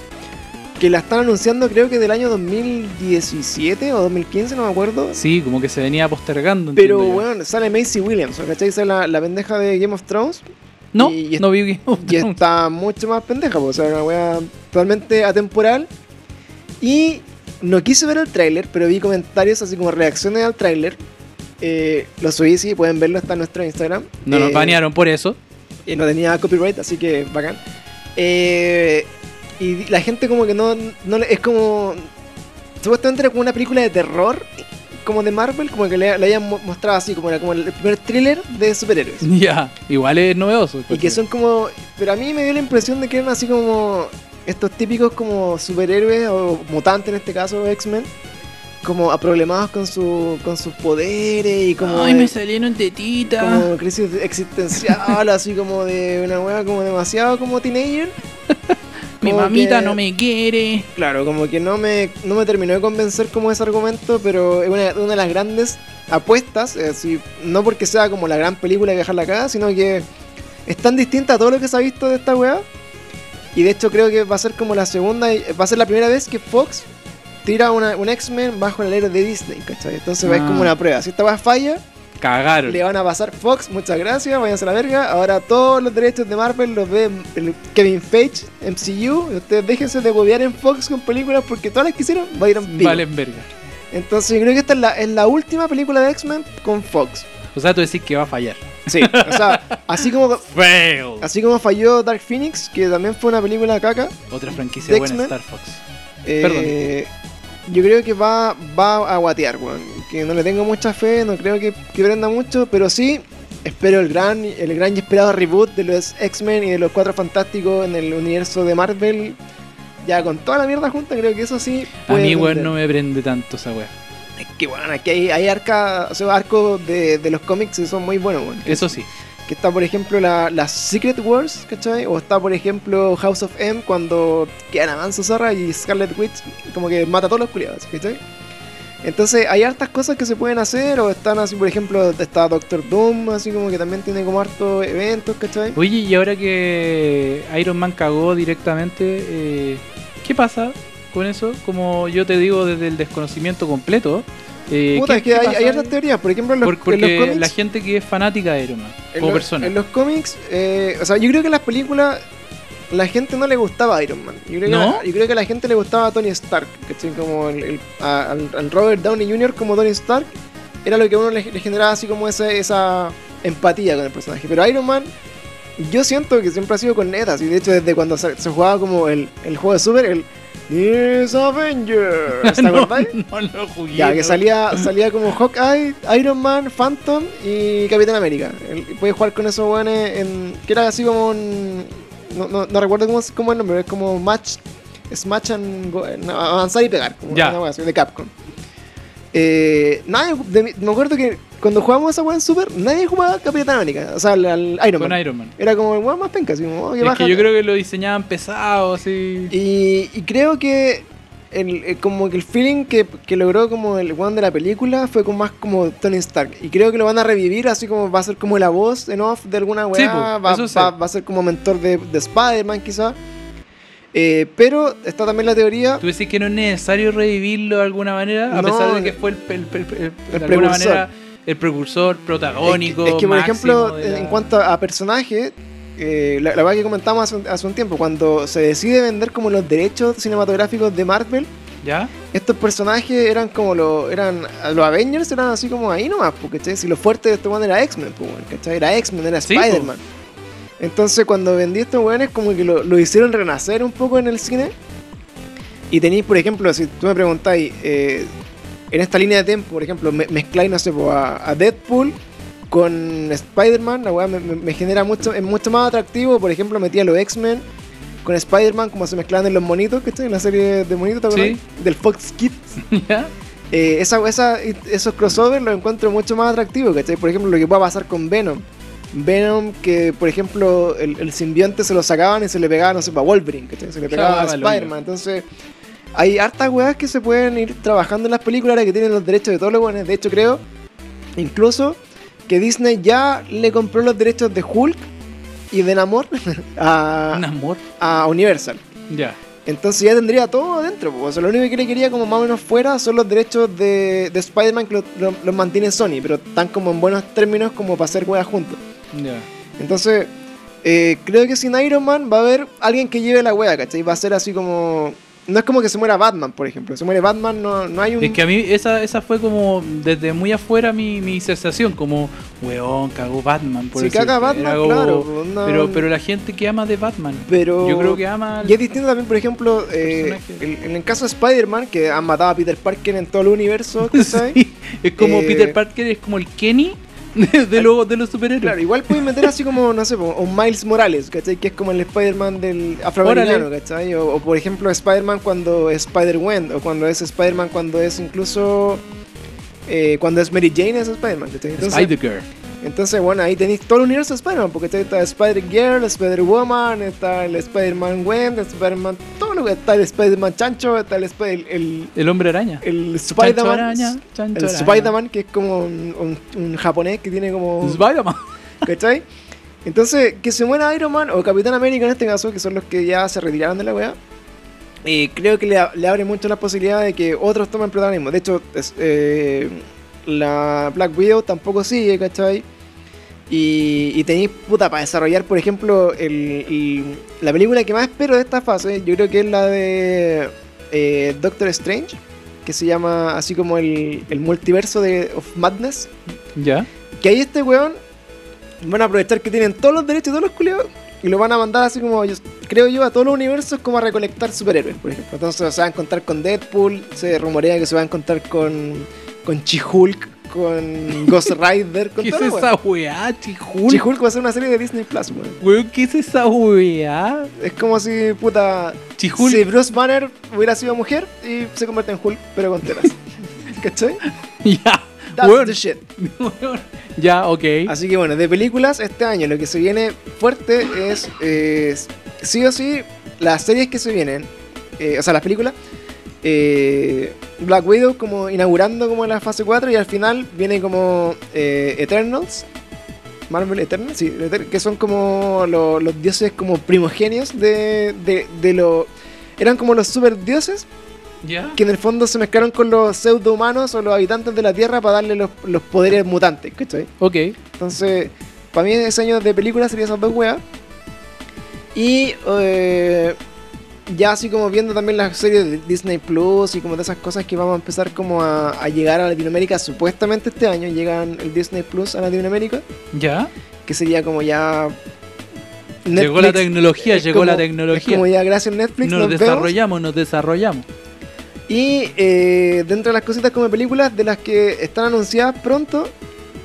[SPEAKER 1] que la están anunciando creo que del año 2017 o 2015, no me acuerdo.
[SPEAKER 2] Sí, como que se venía postergando.
[SPEAKER 1] Pero
[SPEAKER 2] entiendo yo.
[SPEAKER 1] bueno, sale Macy Williams, ¿o ¿cachai? Sale la, la pendeja de Game of Thrones
[SPEAKER 2] No,
[SPEAKER 1] y- y-
[SPEAKER 2] no vi Game of
[SPEAKER 1] y
[SPEAKER 2] Thrones.
[SPEAKER 1] está mucho más pendeja, po, o sea, una wea totalmente atemporal. Y no quise ver el tráiler, pero vi comentarios así como reacciones al tráiler. Eh, lo subí, sí, pueden verlo, está en nuestro Instagram.
[SPEAKER 2] No nos
[SPEAKER 1] Eh,
[SPEAKER 2] banearon por eso.
[SPEAKER 1] eh, no tenía copyright, así que bacán. Eh, y di- la gente como que no, no le- es como... Supuestamente era como una película de terror, como de Marvel, como que le, le habían mo- mostrado así, como era como el primer thriller de superhéroes.
[SPEAKER 2] [laughs] Ya, igual es novedoso.
[SPEAKER 1] Y que son como. Pero a mí me dio la impresión de que eran así como. Estos típicos como superhéroes o mutantes en este caso, X-Men. Como aproblemados con, su, con sus poderes y como. de-
[SPEAKER 2] salieron tetitas.
[SPEAKER 1] como crisis existencial, así como de una wea como demasiado como teenager. como que-
[SPEAKER 2] me quiere.
[SPEAKER 1] Claro, como que no me, no me terminó de convencer como ese argumento, pero es una, una de las grandes apuestas, eh, si- no porque sea como la gran película que dejarla acá, sino que es tan distinta a todo lo que se ha visto de esta weá. Y de hecho creo que va a ser como la segunda, y- va a ser la primera vez que Fox tira una, un X-Men bajo el alero de Disney, ¿cachai? Entonces va a ser
[SPEAKER 2] Ah.
[SPEAKER 1] como una prueba. Si esta weá falla,
[SPEAKER 2] Cagaron.
[SPEAKER 1] le van a pasar Fox, muchas gracias, váyanse a la verga. Ahora todos los derechos de Marvel los ve el Kevin Feige, MCU. y Ustedes déjense de gobear en Fox con películas porque todas las que hicieron va a ir en pico.
[SPEAKER 2] Valen verga.
[SPEAKER 1] Entonces yo creo que esta es la, es la última película de X-Men con Fox.
[SPEAKER 2] O sea, tú decís que va a fallar.
[SPEAKER 1] Sí, o sea, así como,
[SPEAKER 2] Fail.
[SPEAKER 1] así como falló Dark Phoenix, que también fue una película caca.
[SPEAKER 2] Otra franquicia buena,
[SPEAKER 1] X-Men.
[SPEAKER 2] Star Fox.
[SPEAKER 1] eh, Yo creo que va, va a guatear, weón. Que no le tengo mucha fe, no creo que, que prenda mucho, pero sí espero el gran, el gran y esperado reboot de los X-Men y de los Cuatro Fantásticos en el universo de Marvel. Ya con toda la mierda junta, creo que eso sí.
[SPEAKER 2] A
[SPEAKER 1] puede
[SPEAKER 2] mí, weón,
[SPEAKER 1] prender.
[SPEAKER 2] no me prende tanto esa weá.
[SPEAKER 1] Es que bueno, aquí hay, hay arca, o sea, arcos de, de los cómics que son muy buenos, weón.
[SPEAKER 2] Eso sí.
[SPEAKER 1] Que está, por ejemplo, la, la Secret Wars, ¿cachai? O está, por ejemplo, House of M cuando quedan avanzo zorra y Scarlet Witch como que mata a todos los culiados, ¿cachai? Entonces hay hartas cosas que se pueden hacer, o están así, por ejemplo, está Doctor Doom, así como que también tiene como hartos eventos, ¿cachai?
[SPEAKER 2] Oye, y ahora que Iron Man cagó directamente, eh, ¿qué pasa con eso? Como yo te digo desde el desconocimiento completo. eh,
[SPEAKER 1] Puta,
[SPEAKER 2] ¿qué-
[SPEAKER 1] es que
[SPEAKER 2] qué
[SPEAKER 1] hay,
[SPEAKER 2] pasa
[SPEAKER 1] hay
[SPEAKER 2] ahí?
[SPEAKER 1] hartas teorías, por ejemplo, en los,
[SPEAKER 2] Por-
[SPEAKER 1] en
[SPEAKER 2] Porque
[SPEAKER 1] los cómics...
[SPEAKER 2] la gente que es fanática de Iron Man,
[SPEAKER 1] En
[SPEAKER 2] como
[SPEAKER 1] los-
[SPEAKER 2] persona.
[SPEAKER 1] En los cómics, eh, o sea, yo creo que las películas la gente no le gustaba Iron Man. Yo creo, que,
[SPEAKER 2] ¿No?
[SPEAKER 1] la- yo creo que a la gente le gustaba a Tony Stark, ¿cachai? Como el- el- a- al, al Robert Downey Jr. como Tony Stark, era lo que a uno le, le generaba así como ese- esa empatía con el personaje. Pero Iron Man, yo siento que siempre ha sido con netas, y de hecho desde cuando se, se jugaba como el, el juego de Super, el Yes Avengers, ¿te
[SPEAKER 2] [laughs] no,
[SPEAKER 1] acordáis?
[SPEAKER 2] [laughs] no lo jugué.
[SPEAKER 1] Ya, que
[SPEAKER 2] no.
[SPEAKER 1] salía, salía como Hawkeye, Iron Man, Phantom y Capitán América. El- Puedes jugar con esos weones en. que era así como un. No, no, no recuerdo cómo es, cómo es el nombre, es como match. Smash and go- no, avanzar y pegar, como
[SPEAKER 2] Ya.
[SPEAKER 1] una wea así de Capcom. Eh, nadie, de mí- me acuerdo que cuando jugamos esa weá en Super, nadie jugaba Capitán América, o sea, al, al Iron
[SPEAKER 2] Con
[SPEAKER 1] Man.
[SPEAKER 2] Iron Man.
[SPEAKER 1] Era como el weón más penca, así como, oh, qué
[SPEAKER 2] Es
[SPEAKER 1] baja.
[SPEAKER 2] que yo creo que lo diseñaban pesado, así.
[SPEAKER 1] Y, y creo que el, eh, como que el feeling que, que logró como el one de la película fue con más como Tony Stark. Y creo que lo van a revivir así como va a ser como la voz en off de alguna weá.
[SPEAKER 2] po,
[SPEAKER 1] va,
[SPEAKER 2] eso sí.
[SPEAKER 1] va- va a ser como mentor de, de Spider-Man quizá. Eh, pero está también la teoría.
[SPEAKER 2] ¿Tú decís que no es necesario revivirlo de alguna manera? A
[SPEAKER 1] No,
[SPEAKER 2] pesar de que fue el, el- el- el- de alguna
[SPEAKER 1] precursor.
[SPEAKER 2] manera el precursor, protagónico.
[SPEAKER 1] Es que, por ejemplo,
[SPEAKER 2] máximo de la-
[SPEAKER 1] en cuanto a personajes, eh, la, la verdad que comentamos hace un, hace un tiempo, cuando se decide vender como los derechos cinematográficos de Marvel,
[SPEAKER 2] ¿Ya? [laughs]
[SPEAKER 1] estos personajes eran como los eran los Avengers eran así como ahí nomás porque si lo fuerte de este weón era X-Men pues, weón, ¿cachai? era X-Men era
[SPEAKER 2] Sí,
[SPEAKER 1] Spider-Man entonces cuando vendí estos weones como que lo, lo hicieron renacer un poco en el cine y tenéis por ejemplo si tú me preguntáis eh, en esta línea de tiempo por ejemplo me, mezcláis no sé po, a, a Deadpool con Spider-Man la weá me, me- me genera mucho es mucho más atractivo por ejemplo metí a los X-Men con Spider-Man, como se mezclaban en los monitos, ¿cachai? En la serie de monitos, ¿te acuerdas? Del Fox Kids.
[SPEAKER 2] ¿Ya?
[SPEAKER 1] Eh, esa, esa- esos crossovers los encuentro mucho más atractivos, ¿cachai? Por ejemplo, lo que pueda pasar con Venom. Venom, que por ejemplo, el, el simbionte se lo sacaban y se le pegaba, no sé, a Wolverine, ¿cachai? Se le
[SPEAKER 2] Claro,
[SPEAKER 1] pegaba a
[SPEAKER 2] da lo mismo.
[SPEAKER 1] Spider-Man. Entonces, hay hartas weas que se pueden ir trabajando en las películas ahora que tienen los derechos de todos los weones. De hecho, creo, incluso, que Disney ya le compró los derechos de Hulk y de Namor [laughs]
[SPEAKER 2] Un
[SPEAKER 1] a,
[SPEAKER 2] amor.
[SPEAKER 1] a Universal.
[SPEAKER 2] Ya.
[SPEAKER 1] Entonces ya tendría todo adentro. po. O sea, lo único que le quería como más o menos fuera son los derechos de, de Spider-Man que lo- lo- los mantiene Sony, pero están como en buenos términos como para hacer weas juntos.
[SPEAKER 2] Ya.
[SPEAKER 1] Entonces, eh, creo que sin Iron Man va a haber alguien que lleve la wea, ¿cachai? Va a ser así como... No es como que se muera Batman, por ejemplo. Se muere Batman, no, no hay un...
[SPEAKER 2] Es que a mí esa, esa fue como desde muy afuera mi, mi sensación, como, weón, cagó Batman. Por
[SPEAKER 1] si
[SPEAKER 2] decirte.
[SPEAKER 1] caga Batman,
[SPEAKER 2] Era como-
[SPEAKER 1] claro. po, no-
[SPEAKER 2] Pero, pero la gente que ama de Batman.
[SPEAKER 1] pero-
[SPEAKER 2] Yo creo que ama. al-
[SPEAKER 1] Y es distinto también, por ejemplo, eh,
[SPEAKER 2] Personaje.
[SPEAKER 1] en, en el caso de Spider-Man, que han matado a Peter Parker en todo el
[SPEAKER 2] [laughs]
[SPEAKER 1] universo, ¿cachai?
[SPEAKER 2] [laughs] Sí, es como
[SPEAKER 1] Eh,
[SPEAKER 2] Peter Parker, es como el Kenny [laughs] de, de los- de los superhéroes.
[SPEAKER 1] Claro, igual pueden meter así como, no sé, po, un Miles Morales, ¿cachai? Que es como el Spider-Man del afroamericano,
[SPEAKER 2] Órale.
[SPEAKER 1] ¿cachai? O, o, por ejemplo Spider-Man cuando es Spider-Gwen, o cuando es Spider-Man cuando es incluso... eh, cuando es Mary Jane es Spider-Man, ¿cachai? Entonces,
[SPEAKER 2] Spider-Girl.
[SPEAKER 1] entonces, bueno, ahí tenéis todo el universo de Spider-Man, porque ¿cachai? está Spider-Girl, Spider-Woman, está el Spider-Man Gwen, el Spider-Man, todo lo que está el Spider-Man Chancho, está el, Sp- el, el,
[SPEAKER 2] El hombre araña.
[SPEAKER 1] el
[SPEAKER 2] Chancho
[SPEAKER 1] eh, Spider-Man...
[SPEAKER 2] araña, chancho
[SPEAKER 1] El
[SPEAKER 2] araña.
[SPEAKER 1] Spider-Man, que es como un, un- un japonés que tiene como...
[SPEAKER 2] Spider-Man. [laughs]
[SPEAKER 1] ¿Cachai? Entonces, que se muera Iron Man o Capitán América en este caso, que son los que ya se retiraron de la weá, eh, creo que le, a- le abre mucho la posibilidad de que otros tomen protagonismo. De hecho, es- eh, la Black Widow tampoco sigue, ¿cachai? Y, y tenéis puta para desarrollar, por ejemplo, el, el- la película que más espero de esta fase, yo creo que es la de eh, Doctor Strange, que se llama así como el, el multiverso de, of Madness.
[SPEAKER 2] Ya.
[SPEAKER 1] Que ahí este weón van a aprovechar que tienen todos los derechos de todos los culiados y lo van a mandar así como, yo, creo yo, a todos los universos como a recolectar superhéroes, por ejemplo. Entonces se va a encontrar con Deadpool, se rumorea que se va a encontrar con, con Chihulk,
[SPEAKER 2] [laughs]
[SPEAKER 1] con Ghost Rider, con
[SPEAKER 2] ¿Qué es
[SPEAKER 1] todo.
[SPEAKER 2] esa weá, Chihul?
[SPEAKER 1] Chihulk va a ser una serie de Disney Plus, weón.
[SPEAKER 2] Weón, ¿qué es esa weá?
[SPEAKER 1] Es como si, puta,
[SPEAKER 2] Chihul. [laughs]
[SPEAKER 1] si Bruce Banner hubiera sido mujer y se convierte en Hulk, pero con
[SPEAKER 2] [laughs]
[SPEAKER 1] telas. ¿Cachai?
[SPEAKER 2] Ya.
[SPEAKER 1] That's
[SPEAKER 2] Weón.
[SPEAKER 1] the shit.
[SPEAKER 2] [laughs] Weón. Ya, ok.
[SPEAKER 1] Así que bueno, de películas este año lo que se viene fuerte es eh, sí o sí las series que se vienen, eh, o sea las películas. eh, Black Widow como inaugurando como la fase 4 y al final viene como eh, Eternals, Marvel Eternals, sí, Eter- que son como lo- los dioses como primogenios de, de, de lo... Eran como los super dioses
[SPEAKER 2] Ya.
[SPEAKER 1] que en el fondo se mezclaron con los pseudo humanos o los habitantes de la Tierra para darle los, los poderes mutantes, ¿cachai?
[SPEAKER 2] Ok.
[SPEAKER 1] Entonces, para mí ese año de películas sería esas dos weas. Y eh, ya así como viendo también las series de Disney Plus y como de esas cosas que vamos a empezar como a, a llegar a Latinoamérica supuestamente este año, llegan el Disney Plus a Latinoamérica,
[SPEAKER 2] ¿Ya?
[SPEAKER 1] que sería como ya...
[SPEAKER 2] llegó la
[SPEAKER 1] Netflix,
[SPEAKER 2] tecnología,
[SPEAKER 1] es
[SPEAKER 2] llegó la
[SPEAKER 1] como- es
[SPEAKER 2] tecnología.
[SPEAKER 1] Como ya gracias Netflix
[SPEAKER 2] nos
[SPEAKER 1] nos vemos.
[SPEAKER 2] desarrollamos, nos desarrollamos.
[SPEAKER 1] Y eh, dentro de las cositas como películas de las que están anunciadas pronto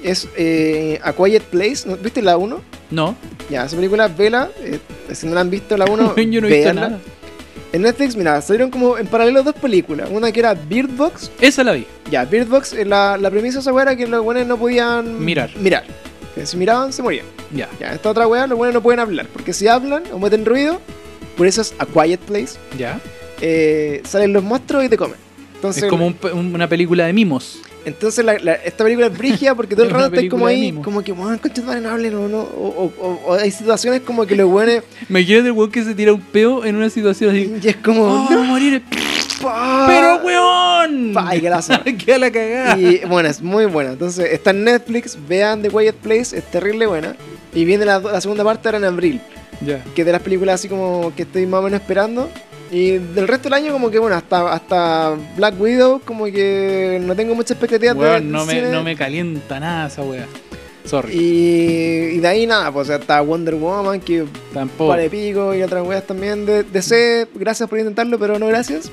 [SPEAKER 1] es eh, A Quiet Place. ¿No- ¿Viste la 1?
[SPEAKER 2] No,
[SPEAKER 1] Ya, esa película, vela. eh, si no la han visto, la 1,
[SPEAKER 2] [laughs] yo no he visto
[SPEAKER 1] véanla.
[SPEAKER 2] nada.
[SPEAKER 1] En Netflix, mira, salieron como en paralelo dos películas. Una que era Bird Box.
[SPEAKER 2] Esa la vi.
[SPEAKER 1] Ya, Bird Box, eh, la, la premisa de esa wea era que los buenos no podían
[SPEAKER 2] Mirar.
[SPEAKER 1] mirar. Que si miraban, se morían.
[SPEAKER 2] Ya,
[SPEAKER 1] Ya, esta otra wea, los buenos no pueden hablar. Porque si hablan o meten ruido, por eso es A Quiet Place,
[SPEAKER 2] ya.
[SPEAKER 1] eh, salen los monstruos y te comen. Entonces,
[SPEAKER 2] es como un pe- un- una película de mimos.
[SPEAKER 1] Entonces la- la- esta película es brígida porque todo el
[SPEAKER 2] [laughs] Es una
[SPEAKER 1] rato estáis como
[SPEAKER 2] película de
[SPEAKER 1] ahí,
[SPEAKER 2] mimo.
[SPEAKER 1] como que, weón, concha tu madre, no hablen o no. O, o- o- o hay situaciones como que los weones.
[SPEAKER 2] Me quiere del weón que se tira un peo en una situación así.
[SPEAKER 1] [laughs] Y es como.
[SPEAKER 2] ¡Oh,
[SPEAKER 1] "No,
[SPEAKER 2] va a morir!
[SPEAKER 1] pa".
[SPEAKER 2] ¡Pero weón!
[SPEAKER 1] Pa,
[SPEAKER 2] [laughs]
[SPEAKER 1] y que la zorra.
[SPEAKER 2] ¡Qué la cagada!
[SPEAKER 1] Y bueno, es muy buena. Entonces está en Netflix, vean The Quiet Place, es terrible buena. Y viene la, la segunda parte ahora en abril,
[SPEAKER 2] Ya.
[SPEAKER 1] que es de las películas así como que estoy más o menos esperando. Y del resto del año, como que bueno, hasta, hasta Black Widow, como que no tengo mucha expectativa de
[SPEAKER 2] Weón,
[SPEAKER 1] del
[SPEAKER 2] no, me,
[SPEAKER 1] cine.
[SPEAKER 2] no me calienta nada esa wea. Sorry.
[SPEAKER 1] Y, y de ahí nada, pues o sea, está Wonder Woman, que
[SPEAKER 2] Tampoco.
[SPEAKER 1] Vale Pico y otras weas también de DC. Gracias por intentarlo, pero no gracias.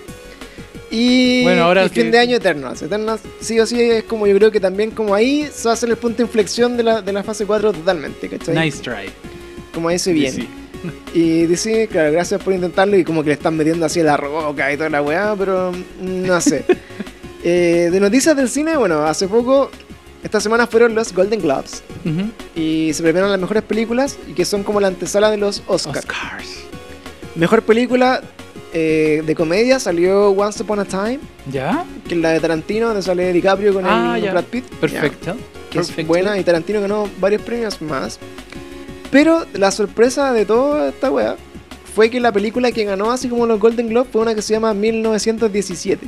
[SPEAKER 1] Y,
[SPEAKER 2] Bueno, ahora
[SPEAKER 1] y
[SPEAKER 2] que-
[SPEAKER 1] fin de año Eternals. Eternals sí o sí es como yo creo que también como ahí se va a hacer el punto de inflexión de la, de la fase 4 totalmente, ¿cachai?
[SPEAKER 2] Nice try.
[SPEAKER 1] Como ahí se viene.
[SPEAKER 2] Sí.
[SPEAKER 1] Y DC, claro, gracias por intentarlo y como que le están metiendo así a la roca y toda la weá, pero mm, no
[SPEAKER 2] [laughs]
[SPEAKER 1] sé. Eh, de noticias del cine, bueno, hace poco, esta semana fueron los Golden Globes
[SPEAKER 2] Ujú.
[SPEAKER 1] y se premiaron las mejores películas y que son como la antesala de los Oscars.
[SPEAKER 2] Oscars.
[SPEAKER 1] Mejor película eh, de comedia salió Once Upon a Time,
[SPEAKER 2] ¿Ya?
[SPEAKER 1] que es la de Tarantino, donde sale DiCaprio con
[SPEAKER 2] Ah,
[SPEAKER 1] el
[SPEAKER 2] ya.
[SPEAKER 1] Brad Pitt.
[SPEAKER 2] Perfecto.
[SPEAKER 1] ya, que es
[SPEAKER 2] Perfecto.
[SPEAKER 1] buena, y Tarantino ganó varios premios más. Pero la sorpresa de toda esta wea fue que la película que ganó así como los Golden Globe fue una que se llama 1917,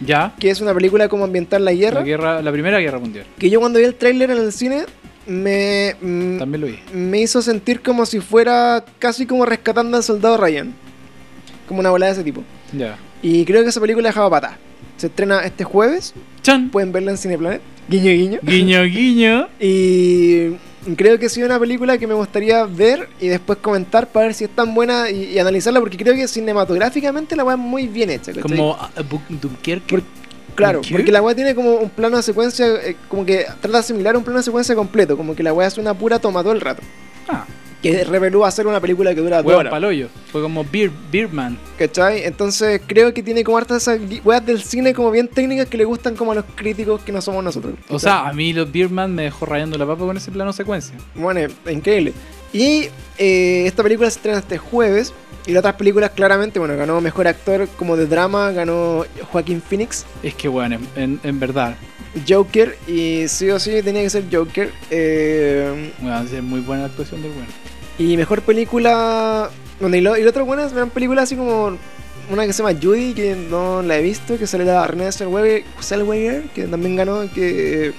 [SPEAKER 2] ¿Ya?
[SPEAKER 1] que es una película como ambientar la guerra,
[SPEAKER 2] La, guerra, la primera guerra mundial.
[SPEAKER 1] que yo cuando vi el tráiler en el cine me, mm,
[SPEAKER 2] También lo vi.
[SPEAKER 1] me hizo sentir como si fuera casi como rescatando al soldado Ryan, como una volada de ese tipo.
[SPEAKER 2] Ya.
[SPEAKER 1] Y creo que esa película dejaba patada. Se estrena este jueves,
[SPEAKER 2] Chan.
[SPEAKER 1] pueden verla en Cineplanet. Guiño, guiño.
[SPEAKER 2] Guiño, guiño.
[SPEAKER 1] Y creo que sí es una película que me gustaría ver y después comentar para ver si es tan buena y, y analizarla, porque creo que cinematográficamente la weá es muy bien hecha. ¿cachai?
[SPEAKER 2] Como a- a Buk- Dunkerque.
[SPEAKER 1] Por- claro,
[SPEAKER 2] ¿Qué?
[SPEAKER 1] porque la weá tiene como un plano de secuencia, eh, como que trata de asimilar un plano de secuencia completo, como que la weá es una pura toma todo el rato.
[SPEAKER 2] Ah,
[SPEAKER 1] Que reveló hacer una película que dura dos
[SPEAKER 2] hueón
[SPEAKER 1] horas.
[SPEAKER 2] paloyo. Fue como Beer, Beerman.
[SPEAKER 1] ¿Cachai? Entonces creo que tiene como hartas esas gui- weas del cine como bien técnicas que le gustan como a los críticos que no somos nosotros.
[SPEAKER 2] O sea, a mí los Beerman me dejó rayando la papa con ese plano secuencia.
[SPEAKER 1] bueno, es increíble. Y eh, esta película se estrena este jueves. Y las otras películas claramente, bueno, ganó Mejor Actor como de drama, ganó Joaquín Phoenix,
[SPEAKER 2] Es que, bueno, en, en- en verdad,
[SPEAKER 1] Joker, y sí o sí tenía que ser Joker. eh,
[SPEAKER 2] weón, es muy buena la actuación del bueno.
[SPEAKER 1] y Mejor Película... Bueno, y lo, y lo otro bueno es una película así como... Una que se llama Judy, que no la he visto, que sale la Renée Zellweger, Zellweger, que también ganó que,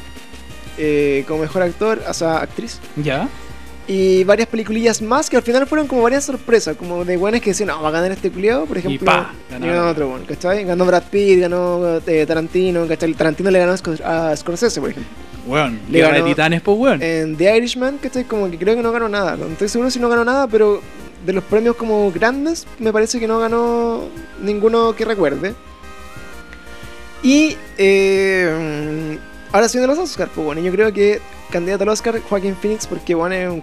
[SPEAKER 1] eh, como Mejor Actor, o sea, actriz.
[SPEAKER 2] ¿Ya?
[SPEAKER 1] y varias peliculillas más que al final fueron como varias sorpresas, como de buenas que decían, no, va a ganar este culiao, por ejemplo.
[SPEAKER 2] pa,
[SPEAKER 1] y
[SPEAKER 2] ganó.
[SPEAKER 1] ganó otro bueno, ¿cachai? Ganó Brad Pitt, ganó eh, Tarantino, ¿cachai? Tarantino le ganó a, Scor- a Scorsese, por ejemplo.
[SPEAKER 2] Weón,
[SPEAKER 1] Le
[SPEAKER 2] Guerra de
[SPEAKER 1] ganó- eh,
[SPEAKER 2] Titanes, pues, weón.
[SPEAKER 1] En The Irishman, ¿cachai? Como que creo que no ganó nada, no estoy seguro si no ganó nada, pero de los premios como grandes, me parece que no ganó ninguno que recuerde. Y eh, ahora sí de los Oscars, pues bueno, yo creo que candidato al Oscar, Joaquín Phoenix, porque bueno, es un-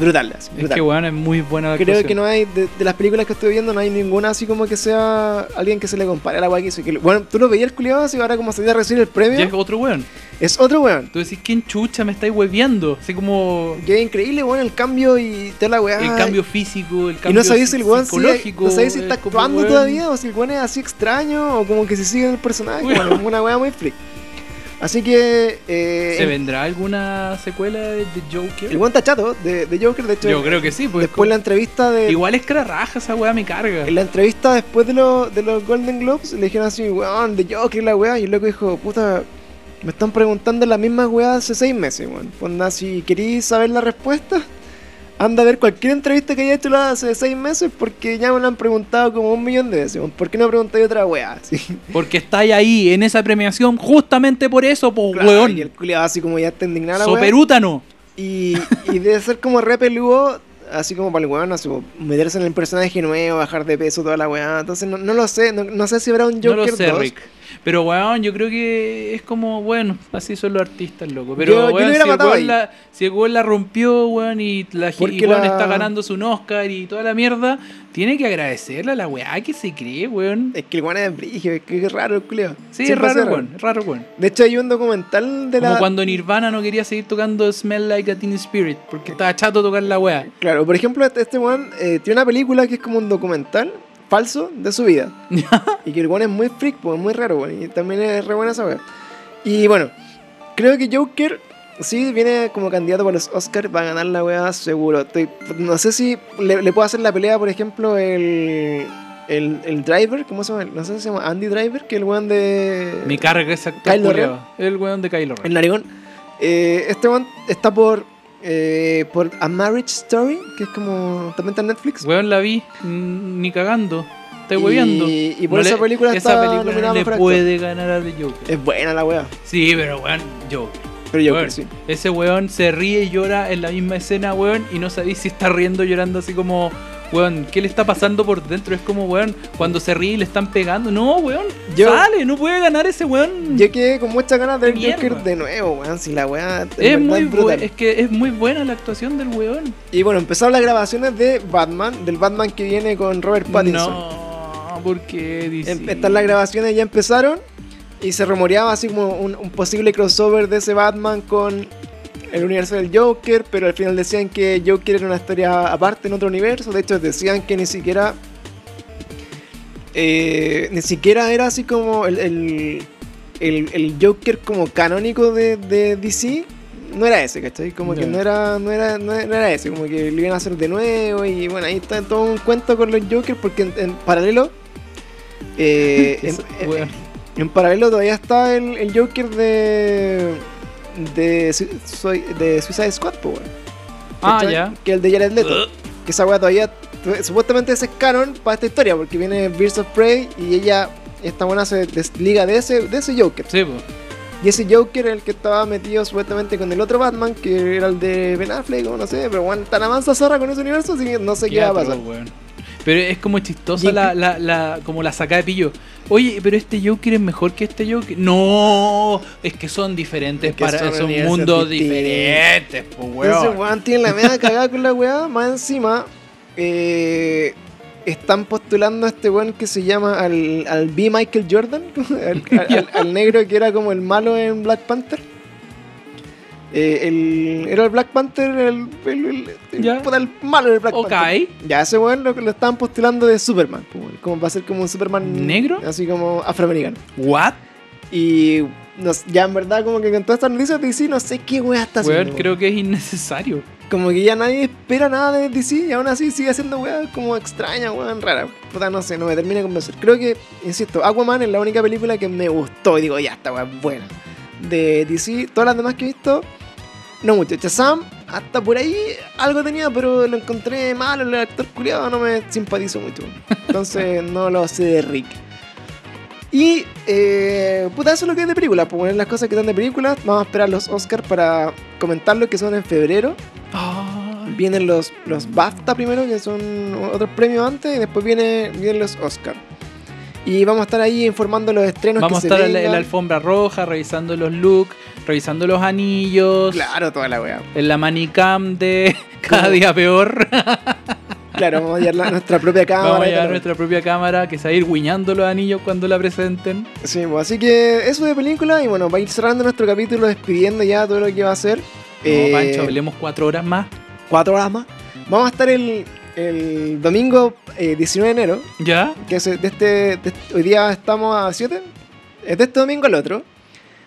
[SPEAKER 1] brutal, así,
[SPEAKER 2] es
[SPEAKER 1] brutal.
[SPEAKER 2] que, weón, es muy buena la
[SPEAKER 1] Creo
[SPEAKER 2] actuación.
[SPEAKER 1] que no hay, de, de las películas que estoy viendo, no hay ninguna así como que sea alguien que se le compare a la weá que hizo. Que, lo- bueno, tú lo veías el culiado así, ahora como se iba a recibir el premio,
[SPEAKER 2] Ya es otro weón.
[SPEAKER 1] es otro weón.
[SPEAKER 2] Tú decís, ¿quién chucha me estáis hueveando? Así como
[SPEAKER 1] Que es increíble, weón, el cambio y toda la weá.
[SPEAKER 2] el cambio físico, el
[SPEAKER 1] y
[SPEAKER 2] cambio
[SPEAKER 1] no sabéis si el
[SPEAKER 2] psi-
[SPEAKER 1] weón sigue,
[SPEAKER 2] psicológico.
[SPEAKER 1] no sabéis si
[SPEAKER 2] es
[SPEAKER 1] está
[SPEAKER 2] como,
[SPEAKER 1] actuando
[SPEAKER 2] weón,
[SPEAKER 1] todavía o si el weón es así extraño o como que se sigue en el personaje.
[SPEAKER 2] Weón.
[SPEAKER 1] bueno, es una weá muy freak. Así que. eh,
[SPEAKER 2] ¿Se vendrá alguna secuela de de Joker?
[SPEAKER 1] el weón está chato de, de Joker, de hecho.
[SPEAKER 2] Yo creo que sí, pues.
[SPEAKER 1] Después la entrevista de,
[SPEAKER 2] Igual es que la raja esa weá me carga.
[SPEAKER 1] En la entrevista después de, lo- de los Golden Globes le dijeron así, weón, de Joker la weá. Y el loco dijo, puta, me están preguntando la misma weá hace seis meses, weón. Pues nada, si querís saber la respuesta, Anda a ver cualquier entrevista que haya hecho hace seis meses porque ya me lo han preguntado como un millón de veces. ¿Por qué no preguntáis otra weá? [laughs] Sí.
[SPEAKER 2] Porque estáis ahí en esa premiación justamente por eso, po,
[SPEAKER 1] Claro,
[SPEAKER 2] weón.
[SPEAKER 1] Y el culiado así como ya está indignado la weá.
[SPEAKER 2] Soperútano.
[SPEAKER 1] Y, y debe ser como re peludo, así como para el weón, así como meterse en el personaje nuevo, bajar de peso, toda la weá. Entonces no, no lo sé, no, no sé si habrá un Joker
[SPEAKER 2] no lo sé,
[SPEAKER 1] 2.
[SPEAKER 2] Rick. Pero, weón, yo creo que es como, bueno, así son los artistas, loco. Pero,
[SPEAKER 1] Yo- yo lo
[SPEAKER 2] weón,
[SPEAKER 1] hubiera
[SPEAKER 2] si, el
[SPEAKER 1] matado ahí.
[SPEAKER 2] weón la, si el weón la rompió, weón, y la je- y,
[SPEAKER 1] Porque
[SPEAKER 2] weón
[SPEAKER 1] la-
[SPEAKER 2] está ganándose un Oscar y toda la mierda, tiene que agradecerle a la weá que se cree, weón.
[SPEAKER 1] Es que el weón es brillo, es que es raro el culiado.
[SPEAKER 2] Sí, es raro, weón, es raro, weón.
[SPEAKER 1] De hecho hay un documental de
[SPEAKER 2] Como
[SPEAKER 1] la...
[SPEAKER 2] cuando Nirvana no quería seguir tocando Smell Like a Teen Spirit, porque estaba chato tocar la weá.
[SPEAKER 1] Claro, por ejemplo, este, este weón eh, tiene una película que es como un documental falso de su
[SPEAKER 2] [laughs]
[SPEAKER 1] vida. y que el weón es muy freak, pues, es muy raro, weón. Y también es re buena esa weá. Y bueno, creo que Joker, si viene como candidato para los Oscars, va a ganar la weá seguro. Estoy- no sé si le, le puedo hacer la pelea, por ejemplo, el, el, el driver, ¿cómo se llama? No sé si se llama Andy Driver, que el weón de...
[SPEAKER 2] Me carga ese actor
[SPEAKER 1] Kylo
[SPEAKER 2] culiao. El weón de Kylo
[SPEAKER 1] El
[SPEAKER 2] Ren.
[SPEAKER 1] narigón. Eh, este weón está por... eh, por A Marriage Story, que es como... También está en Netflix.
[SPEAKER 2] Weón la vi, mm, ni cagando. Está
[SPEAKER 1] Y-
[SPEAKER 2] hueveando.
[SPEAKER 1] y por esa película
[SPEAKER 2] esa
[SPEAKER 1] está
[SPEAKER 2] película
[SPEAKER 1] nominada
[SPEAKER 2] no le
[SPEAKER 1] mejor actor.
[SPEAKER 2] puede ganar a The Joker.
[SPEAKER 1] Es buena la wea.
[SPEAKER 2] Sí, pero weón, Joker.
[SPEAKER 1] Pero yo
[SPEAKER 2] Weón,
[SPEAKER 1] creo que sí.
[SPEAKER 2] Ese weón se ríe y llora en la misma escena, weón, y no sabéis si está riendo o llorando así como, weón, ¿qué le está pasando por dentro? Es como, weón, cuando se ríe y le están pegando. No, weón,
[SPEAKER 1] Yo-
[SPEAKER 2] sale, no puede ganar ese weón.
[SPEAKER 1] Yo quedé con muchas ganas de ver
[SPEAKER 2] Mierda.
[SPEAKER 1] Joker de nuevo, weón. Si la wea en verdad
[SPEAKER 2] es muy bu-
[SPEAKER 1] brutal.
[SPEAKER 2] es que es muy buena la actuación del weón.
[SPEAKER 1] Y bueno, empezaron las grabaciones de Batman, del Batman que viene con Robert Pattinson.
[SPEAKER 2] No, porque dice.
[SPEAKER 1] Em- Están las grabaciones, ya empezaron. Y se rumoreaba así como un, un posible crossover de ese Batman con el universo del Joker. Pero al final decían que Joker era una historia aparte en otro universo. De hecho, decían que ni siquiera. eh, ni siquiera era así como el, el, el- el Joker como canónico de, de DC. No era ese, ¿cachai? Como que
[SPEAKER 2] Ya.
[SPEAKER 1] no era, no, era, no era- no era ese, como que lo iban a hacer de nuevo y bueno, ahí está todo un cuento con los Jokers porque en- en paralelo
[SPEAKER 2] [laughs]
[SPEAKER 1] eh,
[SPEAKER 2] Que
[SPEAKER 1] en,
[SPEAKER 2] es-
[SPEAKER 1] en-
[SPEAKER 2] weón.
[SPEAKER 1] en paralelo todavía está el, el Joker de. De, Su- Sui- de Suicide Squad, po, weón.
[SPEAKER 2] Ah,
[SPEAKER 1] ¿Cachai?
[SPEAKER 2] ya.
[SPEAKER 1] Que el de Jared Leto. Que esa weá todavía. Supuestamente ese es canon para esta historia, porque viene Birds of Prey y ella, esta buena se desliga de ese, de ese Joker.
[SPEAKER 2] Sí, po.
[SPEAKER 1] Y ese Joker era el que estaba metido supuestamente con el otro Batman, que era el de Ben Affleck, o no sé, pero bueno, tan avanza zorra con ese universo, así que no sé qué va a
[SPEAKER 2] Teatro,
[SPEAKER 1] pasar.
[SPEAKER 2] weón. Pero es como chistosa
[SPEAKER 1] Y-
[SPEAKER 2] la, la, la- como la saca de pillo. Oye, pero este Joker es mejor que este Joker. No, es que son diferentes
[SPEAKER 1] Es que
[SPEAKER 2] para
[SPEAKER 1] son
[SPEAKER 2] son
[SPEAKER 1] universos
[SPEAKER 2] mundos
[SPEAKER 1] distintos.
[SPEAKER 2] diferentes, po,
[SPEAKER 1] Entonces,
[SPEAKER 2] weón.
[SPEAKER 1] weón, tienen la media cagada con la weá. Más encima, eh, están postulando a este weón que se llama al, al B. Michael Jordan, [laughs] al, al- al negro que era como el malo en Black Panther. Eh, el, era el Black Panther, el, el- el- el-
[SPEAKER 2] Ya.
[SPEAKER 1] puta, el malo del Black
[SPEAKER 2] Ok.
[SPEAKER 1] Panther. Ya, ese weón lo, lo estaban postulando de Superman, pues, weón, como va a ser como un Superman
[SPEAKER 2] ¿Negro?
[SPEAKER 1] así como afroamericano.
[SPEAKER 2] What?
[SPEAKER 1] Y nos- ya en verdad, como que con todas estas noticias de DC, no sé qué weá está haciendo.
[SPEAKER 2] Weón,
[SPEAKER 1] weón.
[SPEAKER 2] creo que es innecesario.
[SPEAKER 1] Como que ya nadie espera nada de DC y aún así sigue haciendo weas como extraña, weón, rara. Puta, no sé, no me termina de convencer. Creo que, insisto, Aquaman es la única película que me gustó y digo, ya, esta wea es buena. De DC, todas las demás que he visto, no mucho. Shazam, hasta por ahí algo tenía, pero lo encontré malo, el actor culiado no me simpatizó mucho. Entonces no lo sé de Rick. Y, eh, puta, eso es lo que es de películas. Pues poner las cosas que están de películas, vamos a esperar los Oscars para comentarlo, que son en febrero.
[SPEAKER 2] Ay,
[SPEAKER 1] Vienen los, los BAFTA primero, que son otros premios antes, y después viene, vienen los Oscar. Y vamos a estar ahí informando los estrenos
[SPEAKER 2] Vamos a
[SPEAKER 1] que
[SPEAKER 2] estar
[SPEAKER 1] se
[SPEAKER 2] en la, en la
[SPEAKER 1] vengan.
[SPEAKER 2] alfombra roja, revisando los looks, revisando los anillos.
[SPEAKER 1] Claro, toda la wea.
[SPEAKER 2] En la manicam de [laughs] cada
[SPEAKER 1] Como-
[SPEAKER 2] día peor.
[SPEAKER 1] Claro, vamos a llevar la- nuestra propia cámara.
[SPEAKER 2] [laughs] Vamos a
[SPEAKER 1] y
[SPEAKER 2] llevar
[SPEAKER 1] todo.
[SPEAKER 2] nuestra propia cámara que se va a ir guiñando los anillos cuando la presenten.
[SPEAKER 1] Sí, pues, así que eso de película, y bueno, va a ir cerrando nuestro capítulo, despidiendo ya todo lo que va a ser.
[SPEAKER 2] No,
[SPEAKER 1] Eh,
[SPEAKER 2] Pancho, hablemos cuatro horas más.
[SPEAKER 1] cuatro horas más. Vamos a estar el, el domingo eh, 19 de enero,
[SPEAKER 2] ¿Ya?
[SPEAKER 1] que es de este, de este- hoy día estamos a 7, es de este domingo al otro.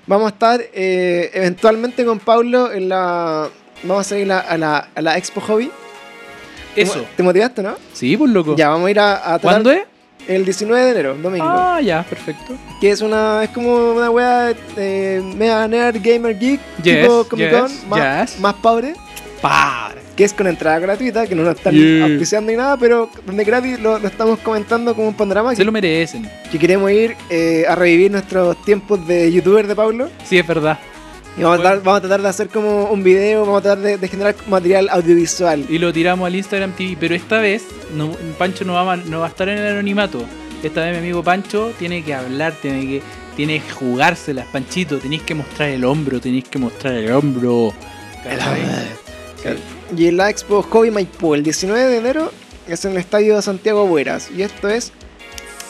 [SPEAKER 1] Vamos a estar eh, eventualmente con Pablo en la. Vamos a ir a la, a la, a la Expo Hobby. ¿Te mo-
[SPEAKER 2] Eso.
[SPEAKER 1] ¿Te motivaste, no?
[SPEAKER 2] Sí, pues loco.
[SPEAKER 1] Ya, vamos a ir a, a tratar
[SPEAKER 2] ¿Cuándo es?
[SPEAKER 1] el 19 de enero, domingo.
[SPEAKER 2] Ah, ya, perfecto.
[SPEAKER 1] Que es una. Es como una wea eh, mega nerd gamer geek,
[SPEAKER 2] Yes,
[SPEAKER 1] tipo Comic Con,
[SPEAKER 2] yes,
[SPEAKER 1] más,
[SPEAKER 2] yes.
[SPEAKER 1] más pobre.
[SPEAKER 2] Para.
[SPEAKER 1] que es con entrada gratuita, que no nos están
[SPEAKER 2] Yeah.
[SPEAKER 1] auspiciando ni nada, pero donde gratis lo, lo estamos comentando como un panorama
[SPEAKER 2] Se
[SPEAKER 1] que,
[SPEAKER 2] lo merecen.
[SPEAKER 1] que queremos ir eh, a revivir nuestros tiempos de youtuber de Pablo.
[SPEAKER 2] Sí, es verdad.
[SPEAKER 1] Y vamos, a
[SPEAKER 2] Bueno.
[SPEAKER 1] tratar, vamos a tratar de hacer como un video, vamos a tratar de, de generar material audiovisual.
[SPEAKER 2] Y lo tiramos al Instagram TV, pero esta vez no- Pancho no va, a- no va a estar en el anonimato. Esta vez mi amigo Pancho tiene que hablar, tiene que, tiene que jugárselas, Panchito, tenéis que mostrar el hombro, tenéis que mostrar el hombro. ¿Cachai?
[SPEAKER 1] Claro. Y en la expo Hobby Maipú, el 19 de enero, es en el estadio Santiago Bueras. Y esto es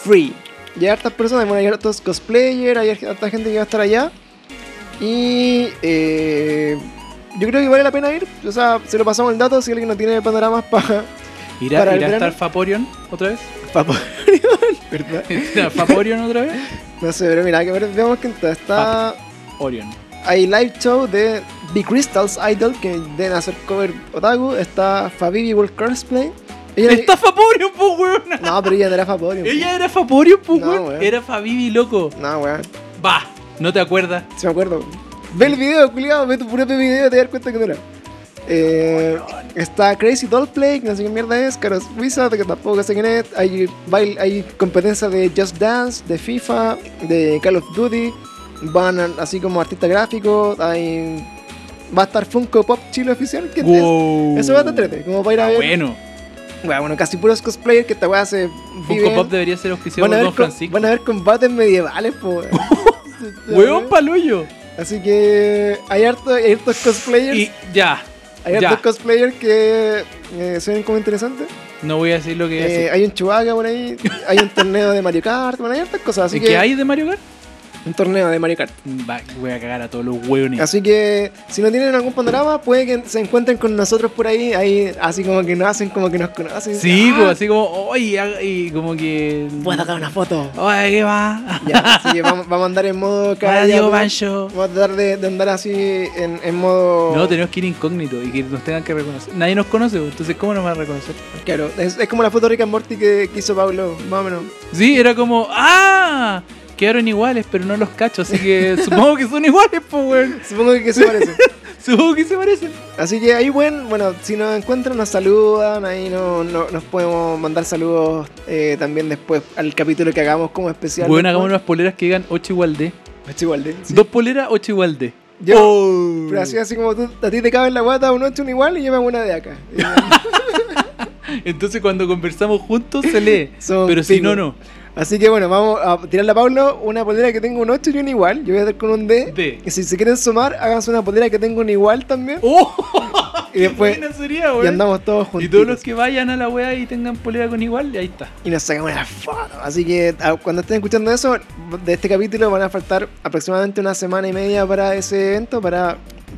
[SPEAKER 1] free. Y hay hartas personas, bueno, hay hartos cosplayers, hay harta gente que va a estar allá. Y eh, yo creo que vale la pena ir. O sea, se lo pasamos el dato si alguien no tiene panoramas [laughs] para.
[SPEAKER 2] ¿Irá,
[SPEAKER 1] Para el
[SPEAKER 2] irá a estar
[SPEAKER 1] verano.
[SPEAKER 2] Faporion otra vez?
[SPEAKER 1] ¿Verdad?
[SPEAKER 2] ¿Irá ¿Faporion otra vez?
[SPEAKER 1] No sé, pero mira, que ver- veamos que está. está
[SPEAKER 2] Orion.
[SPEAKER 1] hay live show de The Crystals Idol que deben hacer cover Otaku. Está Fabibi World Cosplay. Ella-
[SPEAKER 2] ¡Está Faporion, po, weón!
[SPEAKER 1] [laughs] No, pero ella no era Faporium.
[SPEAKER 2] Ella era Faporion, po,
[SPEAKER 1] No,
[SPEAKER 2] weón.
[SPEAKER 1] weón.
[SPEAKER 2] Era Fabibi, loco.
[SPEAKER 1] No, weón.
[SPEAKER 2] Va, no te acuerdas.
[SPEAKER 1] Si me acuerdo. Ve el video, culiado. Ve tu propio video y te das cuenta que no era. Eh, está Crazy Doll Play, que no sé qué mierda es. Caros Wizard, que tampoco sé quién es. Hay, bail- hay competencia de Just Dance, de FIFA, de Call of Duty. Van a- así como artistas gráficos. Hay. Va a estar Funko Pop Chile oficial. Que
[SPEAKER 2] Wow.
[SPEAKER 1] es- Eso va a estar entrete, como para ir a
[SPEAKER 2] Ah,
[SPEAKER 1] ver.
[SPEAKER 2] bueno,
[SPEAKER 1] Weá, bueno, casi puros cosplayers que esta weá se.
[SPEAKER 2] Funko
[SPEAKER 1] viven.
[SPEAKER 2] Pop debería ser auspiciado
[SPEAKER 1] van, a
[SPEAKER 2] por
[SPEAKER 1] ver
[SPEAKER 2] Don
[SPEAKER 1] com-
[SPEAKER 2] Francisco.
[SPEAKER 1] van a ver combates medievales, po.
[SPEAKER 2] [laughs]
[SPEAKER 1] weón. Este,
[SPEAKER 2] ¡Huevón palullo!
[SPEAKER 1] Así que hay, harto, hay hartos cosplayers.
[SPEAKER 2] Y ya,
[SPEAKER 1] hay
[SPEAKER 2] ya.
[SPEAKER 1] hartos cosplayers que eh, suenan como interesantes.
[SPEAKER 2] no voy a decir lo que voy a
[SPEAKER 1] Eh,
[SPEAKER 2] decir.
[SPEAKER 1] hay un Chewbacca por ahí. Hay un torneo de Mario Kart. Bueno, hay hartas cosas. Así
[SPEAKER 2] ¿Y
[SPEAKER 1] que,
[SPEAKER 2] ¿Qué hay de Mario Kart? Mm,
[SPEAKER 1] un torneo de Mario Kart.
[SPEAKER 2] Va, voy a cagar a todos los hueones.
[SPEAKER 1] Así que si no tienen algún panorama, puede que se encuentren con nosotros por ahí. ahí así como que nos hacen, como que nos conocen.
[SPEAKER 2] Sí,
[SPEAKER 1] Ah,
[SPEAKER 2] pues así como, ¡ay! haga- Y como que.
[SPEAKER 1] Puedo sacar una foto.
[SPEAKER 2] ¡Ay, qué va!
[SPEAKER 1] Ya, así que vamos, vamos a andar en
[SPEAKER 2] [laughs]
[SPEAKER 1] modo
[SPEAKER 2] ¡Hola,
[SPEAKER 1] día
[SPEAKER 2] Diego
[SPEAKER 1] todo.
[SPEAKER 2] Bancho!
[SPEAKER 1] Vamos a tratar de, de andar así en, en modo.
[SPEAKER 2] No, tenemos que ir incógnito y que nos tengan que reconocer. Nadie nos conoce, pues, entonces, ¿cómo nos van a reconocer?
[SPEAKER 1] Claro, es, es como la foto de Rick and Morty que, que hizo Pablo, más o menos.
[SPEAKER 2] Sí, era como, ¡ah! Quedaron iguales, pero no los cacho,
[SPEAKER 1] [laughs]
[SPEAKER 2] así que supongo que son iguales, pues, weón.
[SPEAKER 1] Supongo que se
[SPEAKER 2] [laughs]
[SPEAKER 1] parece.
[SPEAKER 2] Supongo que se parecen.
[SPEAKER 1] Así que ahí, bueno, bueno, si nos encuentran, nos saludan. Ahí no, no- nos podemos mandar saludos eh, también después al capítulo que hagamos como especial.
[SPEAKER 2] Bueno, hagamos
[SPEAKER 1] después.
[SPEAKER 2] unas poleras que digan 8 igual de.
[SPEAKER 1] Es igual de. sí.
[SPEAKER 2] Dos poleras, 8 igual de.
[SPEAKER 1] Yo-
[SPEAKER 2] Oh.
[SPEAKER 1] Pero así, así como tú, a ti te cabe en la guata un 8, un igual y yo me hago una de
[SPEAKER 2] [laughs]
[SPEAKER 1] acá. Y,
[SPEAKER 2] Entonces cuando conversamos juntos se lee.
[SPEAKER 1] [laughs] Son
[SPEAKER 2] pero si
[SPEAKER 1] pico.
[SPEAKER 2] no, no.
[SPEAKER 1] Así que bueno, vamos a tirarle a Pablo una polera que tenga un 8 y un igual. Yo voy a estar con un D.
[SPEAKER 2] D.
[SPEAKER 1] Y si se quieren sumar, háganse una polera que tenga un igual también. [laughs]
[SPEAKER 2] ¡Oh!
[SPEAKER 1] y después,
[SPEAKER 2] Buena sería,
[SPEAKER 1] y
[SPEAKER 2] güey.
[SPEAKER 1] andamos todos juntos.
[SPEAKER 2] Y todos los que vayan a la weá y tengan polera con igual, ahí está.
[SPEAKER 1] y nos sacamos la foto. Así que a- cuando estén escuchando eso, de este capítulo van a faltar aproximadamente una semana y media para ese evento, para,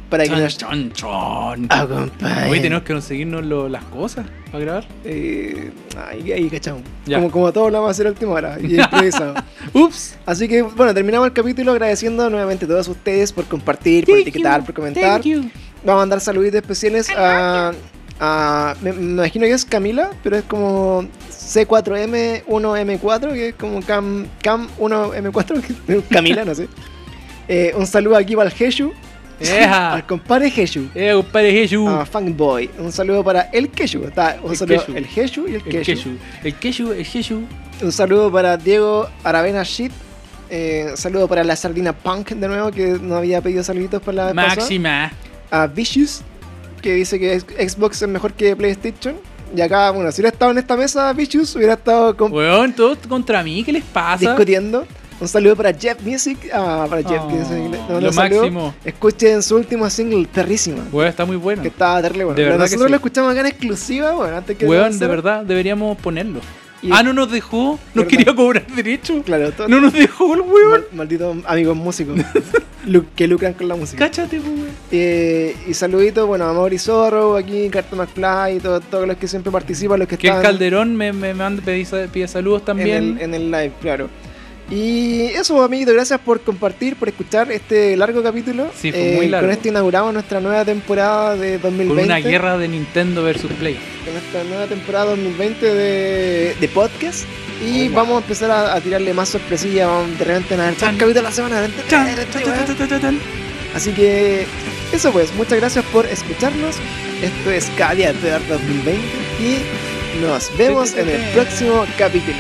[SPEAKER 1] para que
[SPEAKER 2] Chon,
[SPEAKER 1] nos
[SPEAKER 2] chon, chon.
[SPEAKER 1] acompañen.
[SPEAKER 2] Hoy tenemos que conseguirnos lo- las cosas para grabar.
[SPEAKER 1] Eh, ahí, ahí cachamos.
[SPEAKER 2] Ya.
[SPEAKER 1] Como, como todos lo vamos a hacer a última hora y
[SPEAKER 2] [laughs]
[SPEAKER 1] improvisado.
[SPEAKER 2] Ups.
[SPEAKER 1] Así que bueno, terminamos el capítulo agradeciendo nuevamente a todos ustedes por compartir, por etiquetar, por comentar. Vamos a mandar saluditos especiales a. a- me, me imagino que es Camila, pero es como C4M1M4, que es como Cam, Cam1M4, [laughs] que es Camila, no sé. Eh, un saludo aquí para el Jeshu, al
[SPEAKER 2] Eja.
[SPEAKER 1] compadre Jeshu,
[SPEAKER 2] Eh, compadre Jesús.
[SPEAKER 1] a Funkboy. Un saludo para el Keshu, está, un
[SPEAKER 2] El
[SPEAKER 1] saludo
[SPEAKER 2] Keshu.
[SPEAKER 1] el Jeshu y el
[SPEAKER 2] El
[SPEAKER 1] Keshu.
[SPEAKER 2] Jesús. El Jesús, el Jesús.
[SPEAKER 1] Un saludo para Diego Aravena Shit. eh, un saludo para la sardina Punk de nuevo, que no había pedido saluditos para la vez pasada.
[SPEAKER 2] Máxima.
[SPEAKER 1] a Vicious, que dice que ex- Xbox es mejor que PlayStation. Y acá, bueno, si hubiera estado en esta mesa, Vicious hubiera estado con-
[SPEAKER 2] Weón, todos contra mí, ¿qué les pasa?
[SPEAKER 1] discutiendo. Un saludo para Jeff Music. Ah, para Jeff, que
[SPEAKER 2] Oh,
[SPEAKER 1] dice que le- no,
[SPEAKER 2] lo
[SPEAKER 1] no, saludo.
[SPEAKER 2] máximo.
[SPEAKER 1] Escuchen su último single, Perrísima,
[SPEAKER 2] Weón, está muy bueno.
[SPEAKER 1] que estaba terrible. Bueno,
[SPEAKER 2] De
[SPEAKER 1] Pero
[SPEAKER 2] verdad que
[SPEAKER 1] nosotros
[SPEAKER 2] sí.
[SPEAKER 1] lo escuchamos acá en exclusiva, bueno, antes que.
[SPEAKER 2] Weón, de
[SPEAKER 1] lanzara.
[SPEAKER 2] verdad, deberíamos ponerlo.
[SPEAKER 1] Y-
[SPEAKER 2] Ah, no nos dejó. Nos
[SPEAKER 1] ¿Verdad?
[SPEAKER 2] quería cobrar derecho.
[SPEAKER 1] Claro, todo-
[SPEAKER 2] No nos dejó el weón.
[SPEAKER 1] mal- malditos amigos
[SPEAKER 2] [laughs]
[SPEAKER 1] músicos lu- que lucran con la música.
[SPEAKER 2] Cáchate, weón.
[SPEAKER 1] Eh, y saluditos, bueno, a Mauri Zorro, aquí, Carta McFly, todo- todos los que siempre participan, los que
[SPEAKER 2] Que el
[SPEAKER 1] están.
[SPEAKER 2] Calderón me, me manda pide, sa- pide saludos
[SPEAKER 1] en
[SPEAKER 2] también.
[SPEAKER 1] el, en el live, claro. Y eso, amiguito, gracias por compartir, por escuchar este largo capítulo. Eh,
[SPEAKER 2] Sí, fue muy largo.
[SPEAKER 1] Con esto inauguramos nuestra nueva temporada de 2020.
[SPEAKER 2] Con una guerra de Nintendo versus Play.
[SPEAKER 1] Con esta nueva temporada 2020 de, de podcast. Y
[SPEAKER 2] Hola.
[SPEAKER 1] vamos a empezar a, a tirarle más sorpresillas. Vamos de repente a ver
[SPEAKER 2] Chan.
[SPEAKER 1] capítulo a la semana. de repente,
[SPEAKER 2] Chan,
[SPEAKER 1] de repente,
[SPEAKER 2] chan, chan, chan, chan, chan.
[SPEAKER 1] Así que eso pues, muchas gracias por escucharnos. Esto es Cadia Peor 2020 y nos vemos en el próximo capítulo.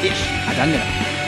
[SPEAKER 1] Adiós.
[SPEAKER 2] Atanga.